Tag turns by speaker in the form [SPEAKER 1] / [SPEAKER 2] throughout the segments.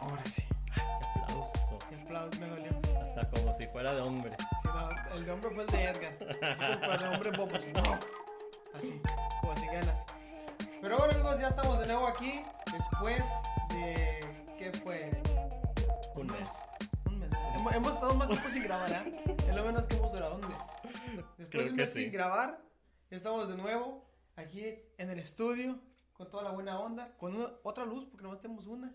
[SPEAKER 1] Ahora sí.
[SPEAKER 2] Qué aplauso.
[SPEAKER 1] Qué aplauso, me dolió.
[SPEAKER 2] Hasta como si fuera de hombre.
[SPEAKER 1] Sí, no, el de hombre fue el de Edgar. Disculpa, el de hombre bobo. No. Así, como si ganas. Pero bueno, amigos, ya estamos de nuevo aquí. Después de. ¿Qué fue?
[SPEAKER 2] Un mes.
[SPEAKER 1] Un mes. ¿no? Hemos, hemos estado más tiempo sin grabar, ¿ah? Es lo menos que hemos durado un mes. Después
[SPEAKER 2] Creo
[SPEAKER 1] de un
[SPEAKER 2] que
[SPEAKER 1] mes
[SPEAKER 2] sí.
[SPEAKER 1] sin grabar, ya estamos de nuevo aquí en el estudio. Con toda la buena onda. Con una- otra luz, porque nomás tenemos una.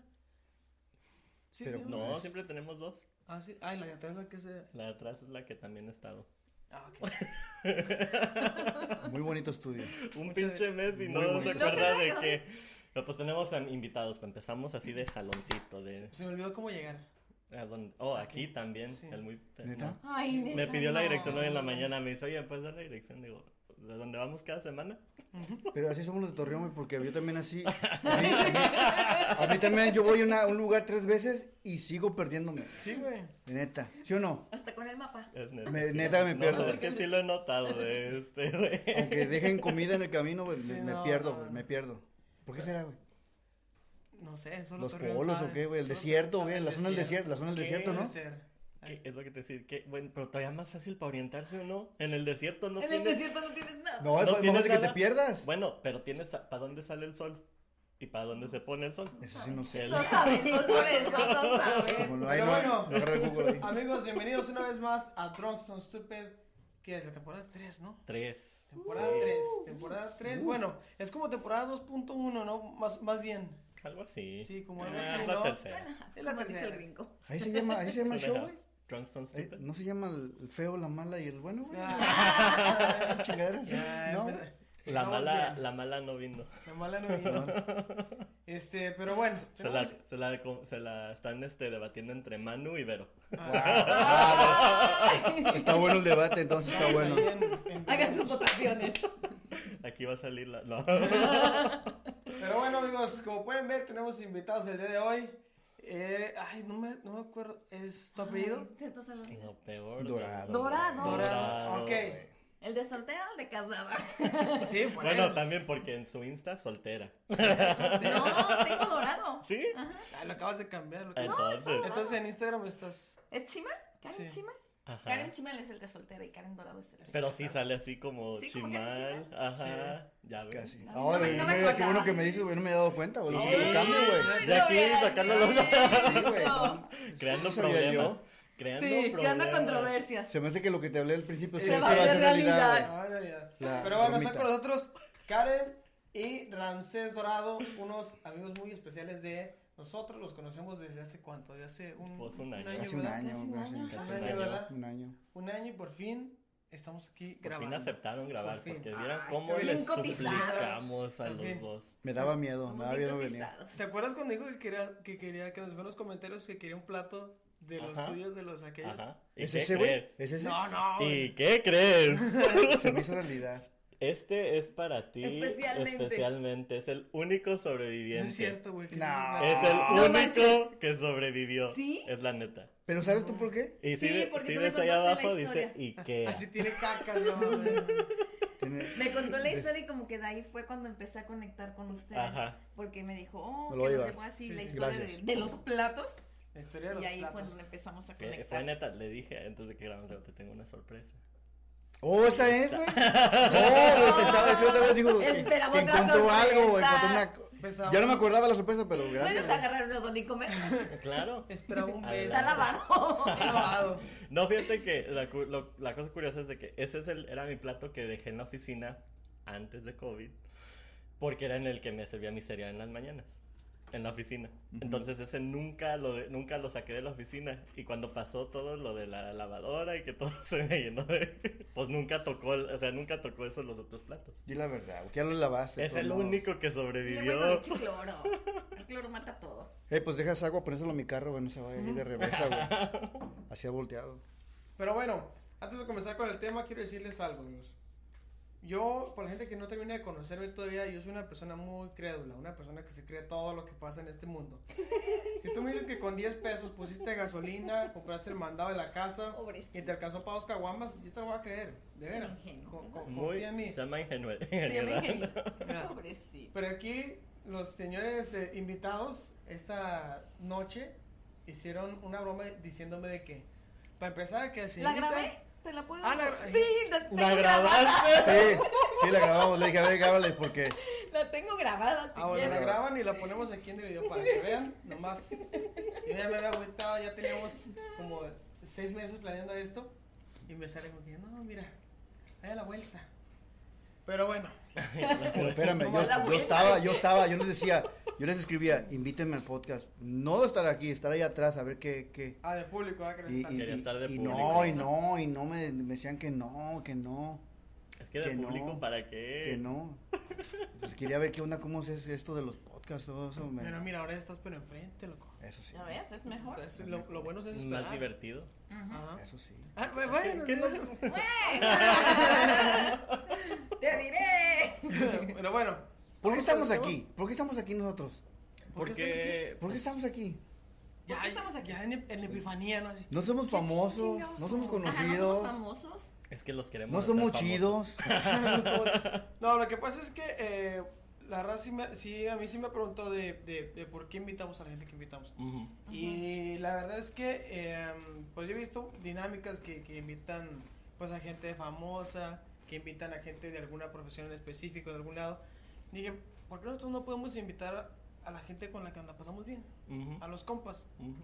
[SPEAKER 1] Sí,
[SPEAKER 3] Pero
[SPEAKER 1] tío.
[SPEAKER 2] No, siempre tenemos dos.
[SPEAKER 1] Ah, sí. Ay, la de atrás, la que se.
[SPEAKER 2] La de atrás es la que también he estado.
[SPEAKER 1] Ah, ok.
[SPEAKER 3] Muy bonito estudio.
[SPEAKER 2] Un
[SPEAKER 1] Muchas-
[SPEAKER 2] pinche mes y
[SPEAKER 3] muy
[SPEAKER 2] no se
[SPEAKER 3] bonito.
[SPEAKER 2] acuerda de que. No, pues tenemos a invitados. pues Empezamos así de jaloncito. de
[SPEAKER 1] Se me olvidó cómo llegar.
[SPEAKER 2] ¿a dónde? Oh, aquí también.
[SPEAKER 1] Sí.
[SPEAKER 2] El muy...
[SPEAKER 3] ¿Neta?
[SPEAKER 4] Ay, neta,
[SPEAKER 2] Me pidió la
[SPEAKER 4] no.
[SPEAKER 2] dirección hoy en la mañana. Me dice, oye, pues da la dirección. Digo, ¿de dónde vamos cada semana?
[SPEAKER 3] Pero así somos los de Torreón, güey, porque yo también así. A mí, a mí también yo voy a una- un lugar tres veces y sigo perdiéndome.
[SPEAKER 1] Sí, güey.
[SPEAKER 3] Neta. ¿Sí o no?
[SPEAKER 4] Hasta con el mapa.
[SPEAKER 2] Es neta.
[SPEAKER 3] Me-
[SPEAKER 2] sí.
[SPEAKER 3] neta, me
[SPEAKER 2] No,
[SPEAKER 3] pierdo.
[SPEAKER 2] Es que sí lo he notado de este, güey.
[SPEAKER 3] Aunque dejen comida en el camino, güey,
[SPEAKER 1] Sí,
[SPEAKER 3] me, me
[SPEAKER 1] no,
[SPEAKER 3] pierdo,
[SPEAKER 1] no,
[SPEAKER 3] güey,
[SPEAKER 1] no.
[SPEAKER 3] me pierdo. ¿Por qué será, güey?
[SPEAKER 1] No sé, solo
[SPEAKER 3] ¿Los
[SPEAKER 1] Torreón
[SPEAKER 3] polos
[SPEAKER 1] sabe.
[SPEAKER 3] o qué, güey? El
[SPEAKER 1] Solo
[SPEAKER 3] desierto,
[SPEAKER 1] Torreón
[SPEAKER 3] güey. La
[SPEAKER 1] sabe
[SPEAKER 3] zona del desierto, la zona del
[SPEAKER 2] ¿Qué?
[SPEAKER 3] desierto,
[SPEAKER 1] Puede
[SPEAKER 3] ¿no?
[SPEAKER 1] ser.
[SPEAKER 2] ¿Qué es lo que te decir? Que, bueno, pero todavía más fácil para orientarse o no. En el desierto no
[SPEAKER 4] en el
[SPEAKER 2] tienes...
[SPEAKER 4] desierto no tienes nada.
[SPEAKER 3] No, es
[SPEAKER 2] ¿No
[SPEAKER 3] fa- más
[SPEAKER 2] tienes
[SPEAKER 3] fácil que te
[SPEAKER 2] nada?
[SPEAKER 3] pierdas.
[SPEAKER 2] Bueno, pero tienes para dónde sale el sol y para dónde se pone el sol.
[SPEAKER 3] Eso sí no sé.
[SPEAKER 4] No sabes, no por eso, no sabes.
[SPEAKER 3] Como lo
[SPEAKER 1] Pero
[SPEAKER 3] no,
[SPEAKER 1] bueno.
[SPEAKER 3] lo agarra el Google ahí.
[SPEAKER 1] Amigos, bienvenidos una vez más a Drunkston Stupid, que es la temporada 3, ¿no?
[SPEAKER 2] Tres.
[SPEAKER 1] Temporada
[SPEAKER 2] Sí,
[SPEAKER 1] 3, temporada 3. Bueno, es como temporada 2.1, ¿no? Más, más bien.
[SPEAKER 2] Algo así.
[SPEAKER 1] Sí, como
[SPEAKER 2] Ah,
[SPEAKER 1] algo así,
[SPEAKER 2] Es la
[SPEAKER 1] ¿no?
[SPEAKER 2] tercera.
[SPEAKER 4] Ajá,
[SPEAKER 1] Es la
[SPEAKER 4] como dice
[SPEAKER 1] tercera.
[SPEAKER 4] el gringo.
[SPEAKER 3] Ahí se llama, ahí se llama el show, güey.
[SPEAKER 2] Drunkston
[SPEAKER 3] Ahí-
[SPEAKER 2] Stupid.
[SPEAKER 3] Eh, ¿No se llama el el feo, la mala y el bueno, güey?
[SPEAKER 1] Ah,
[SPEAKER 3] Chingaderas, ¿sí?
[SPEAKER 1] ya,
[SPEAKER 3] ¿no?
[SPEAKER 1] empe-
[SPEAKER 2] La
[SPEAKER 1] estamos
[SPEAKER 2] mala,
[SPEAKER 1] bien.
[SPEAKER 2] la mala no vino.
[SPEAKER 1] La mala no vino. Este, pero bueno.
[SPEAKER 2] Se la,
[SPEAKER 1] tenemos-
[SPEAKER 2] se la, co- se la están este, debatiendo entre Manu y Vero.
[SPEAKER 1] Ah,
[SPEAKER 3] Está bueno el debate, entonces está
[SPEAKER 1] estamos
[SPEAKER 3] bueno.
[SPEAKER 1] ahí en- en-
[SPEAKER 4] Hagan sus votaciones.
[SPEAKER 2] Aquí va a salir la. No.
[SPEAKER 1] Pero bueno, amigos, como pueden ver, tenemos invitados el día de hoy. Eh, ay, no me, no me acuerdo. ¿Es tu apellido?
[SPEAKER 4] Ay, siento solo-
[SPEAKER 2] No, peor.
[SPEAKER 3] Dorado.
[SPEAKER 4] Dorado.
[SPEAKER 1] Dorado. Ok.
[SPEAKER 2] güey.
[SPEAKER 4] ¿El de soltera o el de casada?
[SPEAKER 1] Sí, por
[SPEAKER 2] Bueno,
[SPEAKER 1] eso.
[SPEAKER 2] también porque en su Insta soltera.
[SPEAKER 4] No, tengo dorado.
[SPEAKER 2] ¿Sí?
[SPEAKER 1] Ah, lo acabas de cambiar. lo que-
[SPEAKER 2] Entonces.
[SPEAKER 1] Entonces en Instagram estás.
[SPEAKER 4] ¿Es Chima? ¿Karen
[SPEAKER 1] Sí.
[SPEAKER 4] Chima?
[SPEAKER 2] Ajá.
[SPEAKER 4] Karen Chimal es el de soltera y Karen Dorado es el de
[SPEAKER 2] Pero sí sale así como
[SPEAKER 4] Sí, como que era
[SPEAKER 2] chimal. Ajá. Ya ves.
[SPEAKER 3] Casi.
[SPEAKER 4] No, no
[SPEAKER 3] Ahora,
[SPEAKER 4] me- no
[SPEAKER 3] mira,
[SPEAKER 4] me
[SPEAKER 3] qué
[SPEAKER 4] acordaba.
[SPEAKER 3] bueno que me dices, güey, no me he dado cuenta, güey. Lo
[SPEAKER 2] Sí.
[SPEAKER 3] hice por cambio, güey.
[SPEAKER 2] Ya aquí sacando los-
[SPEAKER 3] Sí, güey.
[SPEAKER 4] No.
[SPEAKER 2] Creando
[SPEAKER 3] Eso sabía yo.
[SPEAKER 2] problemas. Creando
[SPEAKER 4] Sí, creando
[SPEAKER 2] problemas.
[SPEAKER 4] controversias.
[SPEAKER 3] Se me hace que lo que te hablé al principio sí
[SPEAKER 1] Se
[SPEAKER 3] se
[SPEAKER 1] va a
[SPEAKER 3] va a
[SPEAKER 1] hacer
[SPEAKER 3] hacer realidad,
[SPEAKER 4] realidad.
[SPEAKER 1] Ah,
[SPEAKER 3] güey.
[SPEAKER 1] ya, ya.
[SPEAKER 3] La
[SPEAKER 1] Pero bueno,
[SPEAKER 3] bromita.
[SPEAKER 1] están con nosotros Karen y Ramsés Dorado, unos amigos muy especiales de nosotros. Los conocemos desde hace cuánto? De hace un,
[SPEAKER 2] Pues un año.
[SPEAKER 3] Hace un
[SPEAKER 1] ¿verdad?
[SPEAKER 3] año,
[SPEAKER 4] Casi un
[SPEAKER 3] güey, hace
[SPEAKER 4] año.
[SPEAKER 2] Casi
[SPEAKER 1] un año, ¿verdad?
[SPEAKER 3] un año.
[SPEAKER 1] Un año y por fin estamos aquí
[SPEAKER 2] Por fin
[SPEAKER 1] grabando.
[SPEAKER 2] aceptaron grabar,
[SPEAKER 1] Por fin.
[SPEAKER 2] porque vieran
[SPEAKER 4] Ay,
[SPEAKER 2] cómo
[SPEAKER 4] bien
[SPEAKER 2] les
[SPEAKER 4] cotizadas.
[SPEAKER 2] suplicamos a
[SPEAKER 1] Por fin.
[SPEAKER 2] los dos.
[SPEAKER 3] Me daba miedo, me daba
[SPEAKER 4] Muy
[SPEAKER 3] miedo venir.
[SPEAKER 4] cotizados.
[SPEAKER 1] ¿Te acuerdas cuando dijo que quería que, quería, que nos dejó en los comentarios que quería un plato de los
[SPEAKER 2] Ajá.
[SPEAKER 1] tuyos, de los aquellos?
[SPEAKER 2] Ajá. ¿Y
[SPEAKER 3] ¿Es
[SPEAKER 2] qué
[SPEAKER 3] ese, güey?
[SPEAKER 2] crees?
[SPEAKER 3] ¿Es ese?
[SPEAKER 1] No, no.
[SPEAKER 2] ¿Y qué crees?
[SPEAKER 3] Se me hizo realidad.
[SPEAKER 2] Este es para ti.
[SPEAKER 4] Especialmente.
[SPEAKER 2] especialmente. Es el único sobreviviente.
[SPEAKER 1] No es cierto, güey. que
[SPEAKER 3] No.
[SPEAKER 1] eso
[SPEAKER 2] Es el
[SPEAKER 4] No
[SPEAKER 2] único
[SPEAKER 4] manches.
[SPEAKER 2] que sobrevivivió.
[SPEAKER 4] ¿Sí?
[SPEAKER 2] Es la neta.
[SPEAKER 3] ¿Pero sabes tú por qué?
[SPEAKER 2] Y
[SPEAKER 4] Sí,
[SPEAKER 2] si, ve-
[SPEAKER 4] porque
[SPEAKER 2] si
[SPEAKER 4] tú me
[SPEAKER 2] ves allá
[SPEAKER 4] contaste la
[SPEAKER 2] abajo, dice
[SPEAKER 4] historia.
[SPEAKER 2] Ikea.
[SPEAKER 1] Así Ah, tiene cacas, no, güey.
[SPEAKER 3] Tiene-
[SPEAKER 4] Me contó la historia y como que de ahí fue cuando empecé a conectar con ustedes.
[SPEAKER 2] Ajá.
[SPEAKER 4] Porque me dijo, oh,
[SPEAKER 3] Me lo
[SPEAKER 4] que
[SPEAKER 3] iba.
[SPEAKER 4] nos llegó así
[SPEAKER 1] Sí,
[SPEAKER 4] la
[SPEAKER 1] sí.
[SPEAKER 4] historia de,
[SPEAKER 3] Gracias.
[SPEAKER 4] de los platos.
[SPEAKER 1] La historia de los
[SPEAKER 4] y ahí fue
[SPEAKER 1] platos.
[SPEAKER 4] cuando empezamos a
[SPEAKER 2] Que Fue
[SPEAKER 4] conectar.
[SPEAKER 2] neta, le dije antes de que grabamos, te tengo una sorpresa.
[SPEAKER 3] ¡Oh, esa es, güey! ¡No, güey! Te estaba yo otra vez digo, que,
[SPEAKER 4] Esperaba
[SPEAKER 3] que
[SPEAKER 4] otra
[SPEAKER 3] encontró algo, güey.
[SPEAKER 4] sorpresa.
[SPEAKER 3] encontró una co-
[SPEAKER 1] Empezaba-
[SPEAKER 3] Yo no me acordaba la sorpresa, pero gracias.
[SPEAKER 4] Puedes
[SPEAKER 3] güey.
[SPEAKER 4] agarrar una don y comer.
[SPEAKER 2] Claro.
[SPEAKER 1] Esperaba un
[SPEAKER 2] Ahí
[SPEAKER 1] beso.
[SPEAKER 4] Está lavado.
[SPEAKER 1] Está lavado.
[SPEAKER 2] No, fíjate que la, cu- lo- la cosa curiosa es de que ese es el, era mi plato que dejé en la oficina antes de COVID, porque era en el que me servía mi cereal en las mañanas, en la oficina. Entonces ese nunca lo, de- nunca lo saqué de la oficina y cuando pasó todo lo de la lavadora y que todo se me llenó de... Pues nunca tocó, el- o sea, nunca tocó eso los otros platos.
[SPEAKER 3] Di la verdad, güey, que ya lo lavaste.
[SPEAKER 2] Es
[SPEAKER 3] todo,
[SPEAKER 2] el
[SPEAKER 3] no.
[SPEAKER 2] único que
[SPEAKER 4] Le
[SPEAKER 2] sobrevivió.
[SPEAKER 4] voy con el cloro. El cloro mata todo.
[SPEAKER 3] Eh, pues dejas agua, ponéselo a mi carro, güey, no se vaya ahí de reversa, güey. Así ha volteado.
[SPEAKER 1] Pero bueno, antes de comenzar con el tema, quiero decirles algo, amigos. Yo, para la gente que no termina de conocerme todavía, yo soy una persona muy crédula, una persona que se cree todo lo que pasa en este mundo. Si tú me dices que con 10 pesos pusiste gasolina, compraste el mandado de la casa
[SPEAKER 4] Pobrecito.
[SPEAKER 1] y te alcanzó para dos caguamas, yo te lo voy a creer, de veras.
[SPEAKER 4] Ingenuo.
[SPEAKER 1] Co- co-
[SPEAKER 2] Muy,
[SPEAKER 1] confía en mí.
[SPEAKER 2] se llama ingenue-
[SPEAKER 4] Se llama
[SPEAKER 2] ingenuidad.
[SPEAKER 4] ingenio.
[SPEAKER 1] Mira.
[SPEAKER 4] Pobrecito.
[SPEAKER 1] Pero aquí los señores eh, invitados esta noche hicieron una broma diciéndome de que, para empezar, que
[SPEAKER 4] ¿La
[SPEAKER 1] señorita...
[SPEAKER 4] grabé? ¿Te la puedo?
[SPEAKER 1] Ah, la gra-
[SPEAKER 4] Sí, la tengo
[SPEAKER 2] ¿La
[SPEAKER 4] grabada.
[SPEAKER 2] grabaste?
[SPEAKER 3] Sí, sí, la grabamos. Le dije, a ver, grábales porque.
[SPEAKER 4] La tengo grabada. si
[SPEAKER 1] Ah, bueno, la
[SPEAKER 4] quieres.
[SPEAKER 1] graban y la ponemos aquí en el video para que vean, nomás. Yo ya me había agüitado, ya teníamos como seis meses planeando esto. Y me sale como que, no, mira, ahí a la vuelta. Pero bueno,
[SPEAKER 3] Pero espérame,
[SPEAKER 1] Como
[SPEAKER 3] yo,
[SPEAKER 4] la
[SPEAKER 3] yo
[SPEAKER 4] abuela.
[SPEAKER 3] estaba, yo estaba, yo les decía, yo les escribía, invítenme al podcast. No estar aquí, estar ahí atrás, a ver qué. qué.
[SPEAKER 1] ah, de público, ah, que no
[SPEAKER 3] Y,
[SPEAKER 1] está.
[SPEAKER 3] y-
[SPEAKER 2] Quería estar de
[SPEAKER 3] y
[SPEAKER 2] público.
[SPEAKER 3] no, y no, y no me, me decían que no, que no,
[SPEAKER 2] Es que de
[SPEAKER 3] Que no,
[SPEAKER 2] público, ¿para qué?
[SPEAKER 3] que no. Pues quería ver qué onda, cómo es esto de los podcasts, todo eso. me-
[SPEAKER 1] Pero mira, ahora estás pero enfrente, loco.
[SPEAKER 3] eso sí.
[SPEAKER 4] ¿Ya ves? Es
[SPEAKER 1] O
[SPEAKER 4] mejor.
[SPEAKER 1] sea, es- lo, lo bueno es
[SPEAKER 2] Es
[SPEAKER 1] esperar.
[SPEAKER 2] más divertido.
[SPEAKER 1] Ajá.
[SPEAKER 3] Eso sí.
[SPEAKER 1] Ah, bu- bueno,
[SPEAKER 2] ¿Qué
[SPEAKER 1] sí.
[SPEAKER 2] no?
[SPEAKER 4] ¡Te diré!
[SPEAKER 1] pero bueno.
[SPEAKER 3] ¿Por qué estamos aquí? ¿Por qué estamos aquí nosotros?
[SPEAKER 1] ¿Por
[SPEAKER 2] Porque.
[SPEAKER 3] ¿Por qué estamos aquí?
[SPEAKER 1] Ya,
[SPEAKER 4] ¿Por qué estamos aquí?
[SPEAKER 1] ya en, ep- en Epifanía, ¿no? Así.
[SPEAKER 3] No somos famosos, no somos
[SPEAKER 4] Ajá, ¿no somos
[SPEAKER 3] conocidos,
[SPEAKER 4] famosos?
[SPEAKER 2] Es que los queremos.
[SPEAKER 3] no
[SPEAKER 2] hacer
[SPEAKER 3] somos
[SPEAKER 2] famosos.
[SPEAKER 3] chidos.
[SPEAKER 1] No, lo que pasa es que eh, la raza sí, me- sí, a mí sí me preguntó de, de- de por qué invitamos a la gente que invitamos.
[SPEAKER 2] Ujú.
[SPEAKER 1] Y la verdad es que, em, pues yo he visto dinámicas que, que invitan pues a gente famosa, que invitan a gente de alguna profesión en específico, de algún lado. Dije, ¿por qué nosotros no podemos invitar a la gente con la que la pasamos bien?
[SPEAKER 2] Ujú.
[SPEAKER 1] A los compas.
[SPEAKER 2] Ujú.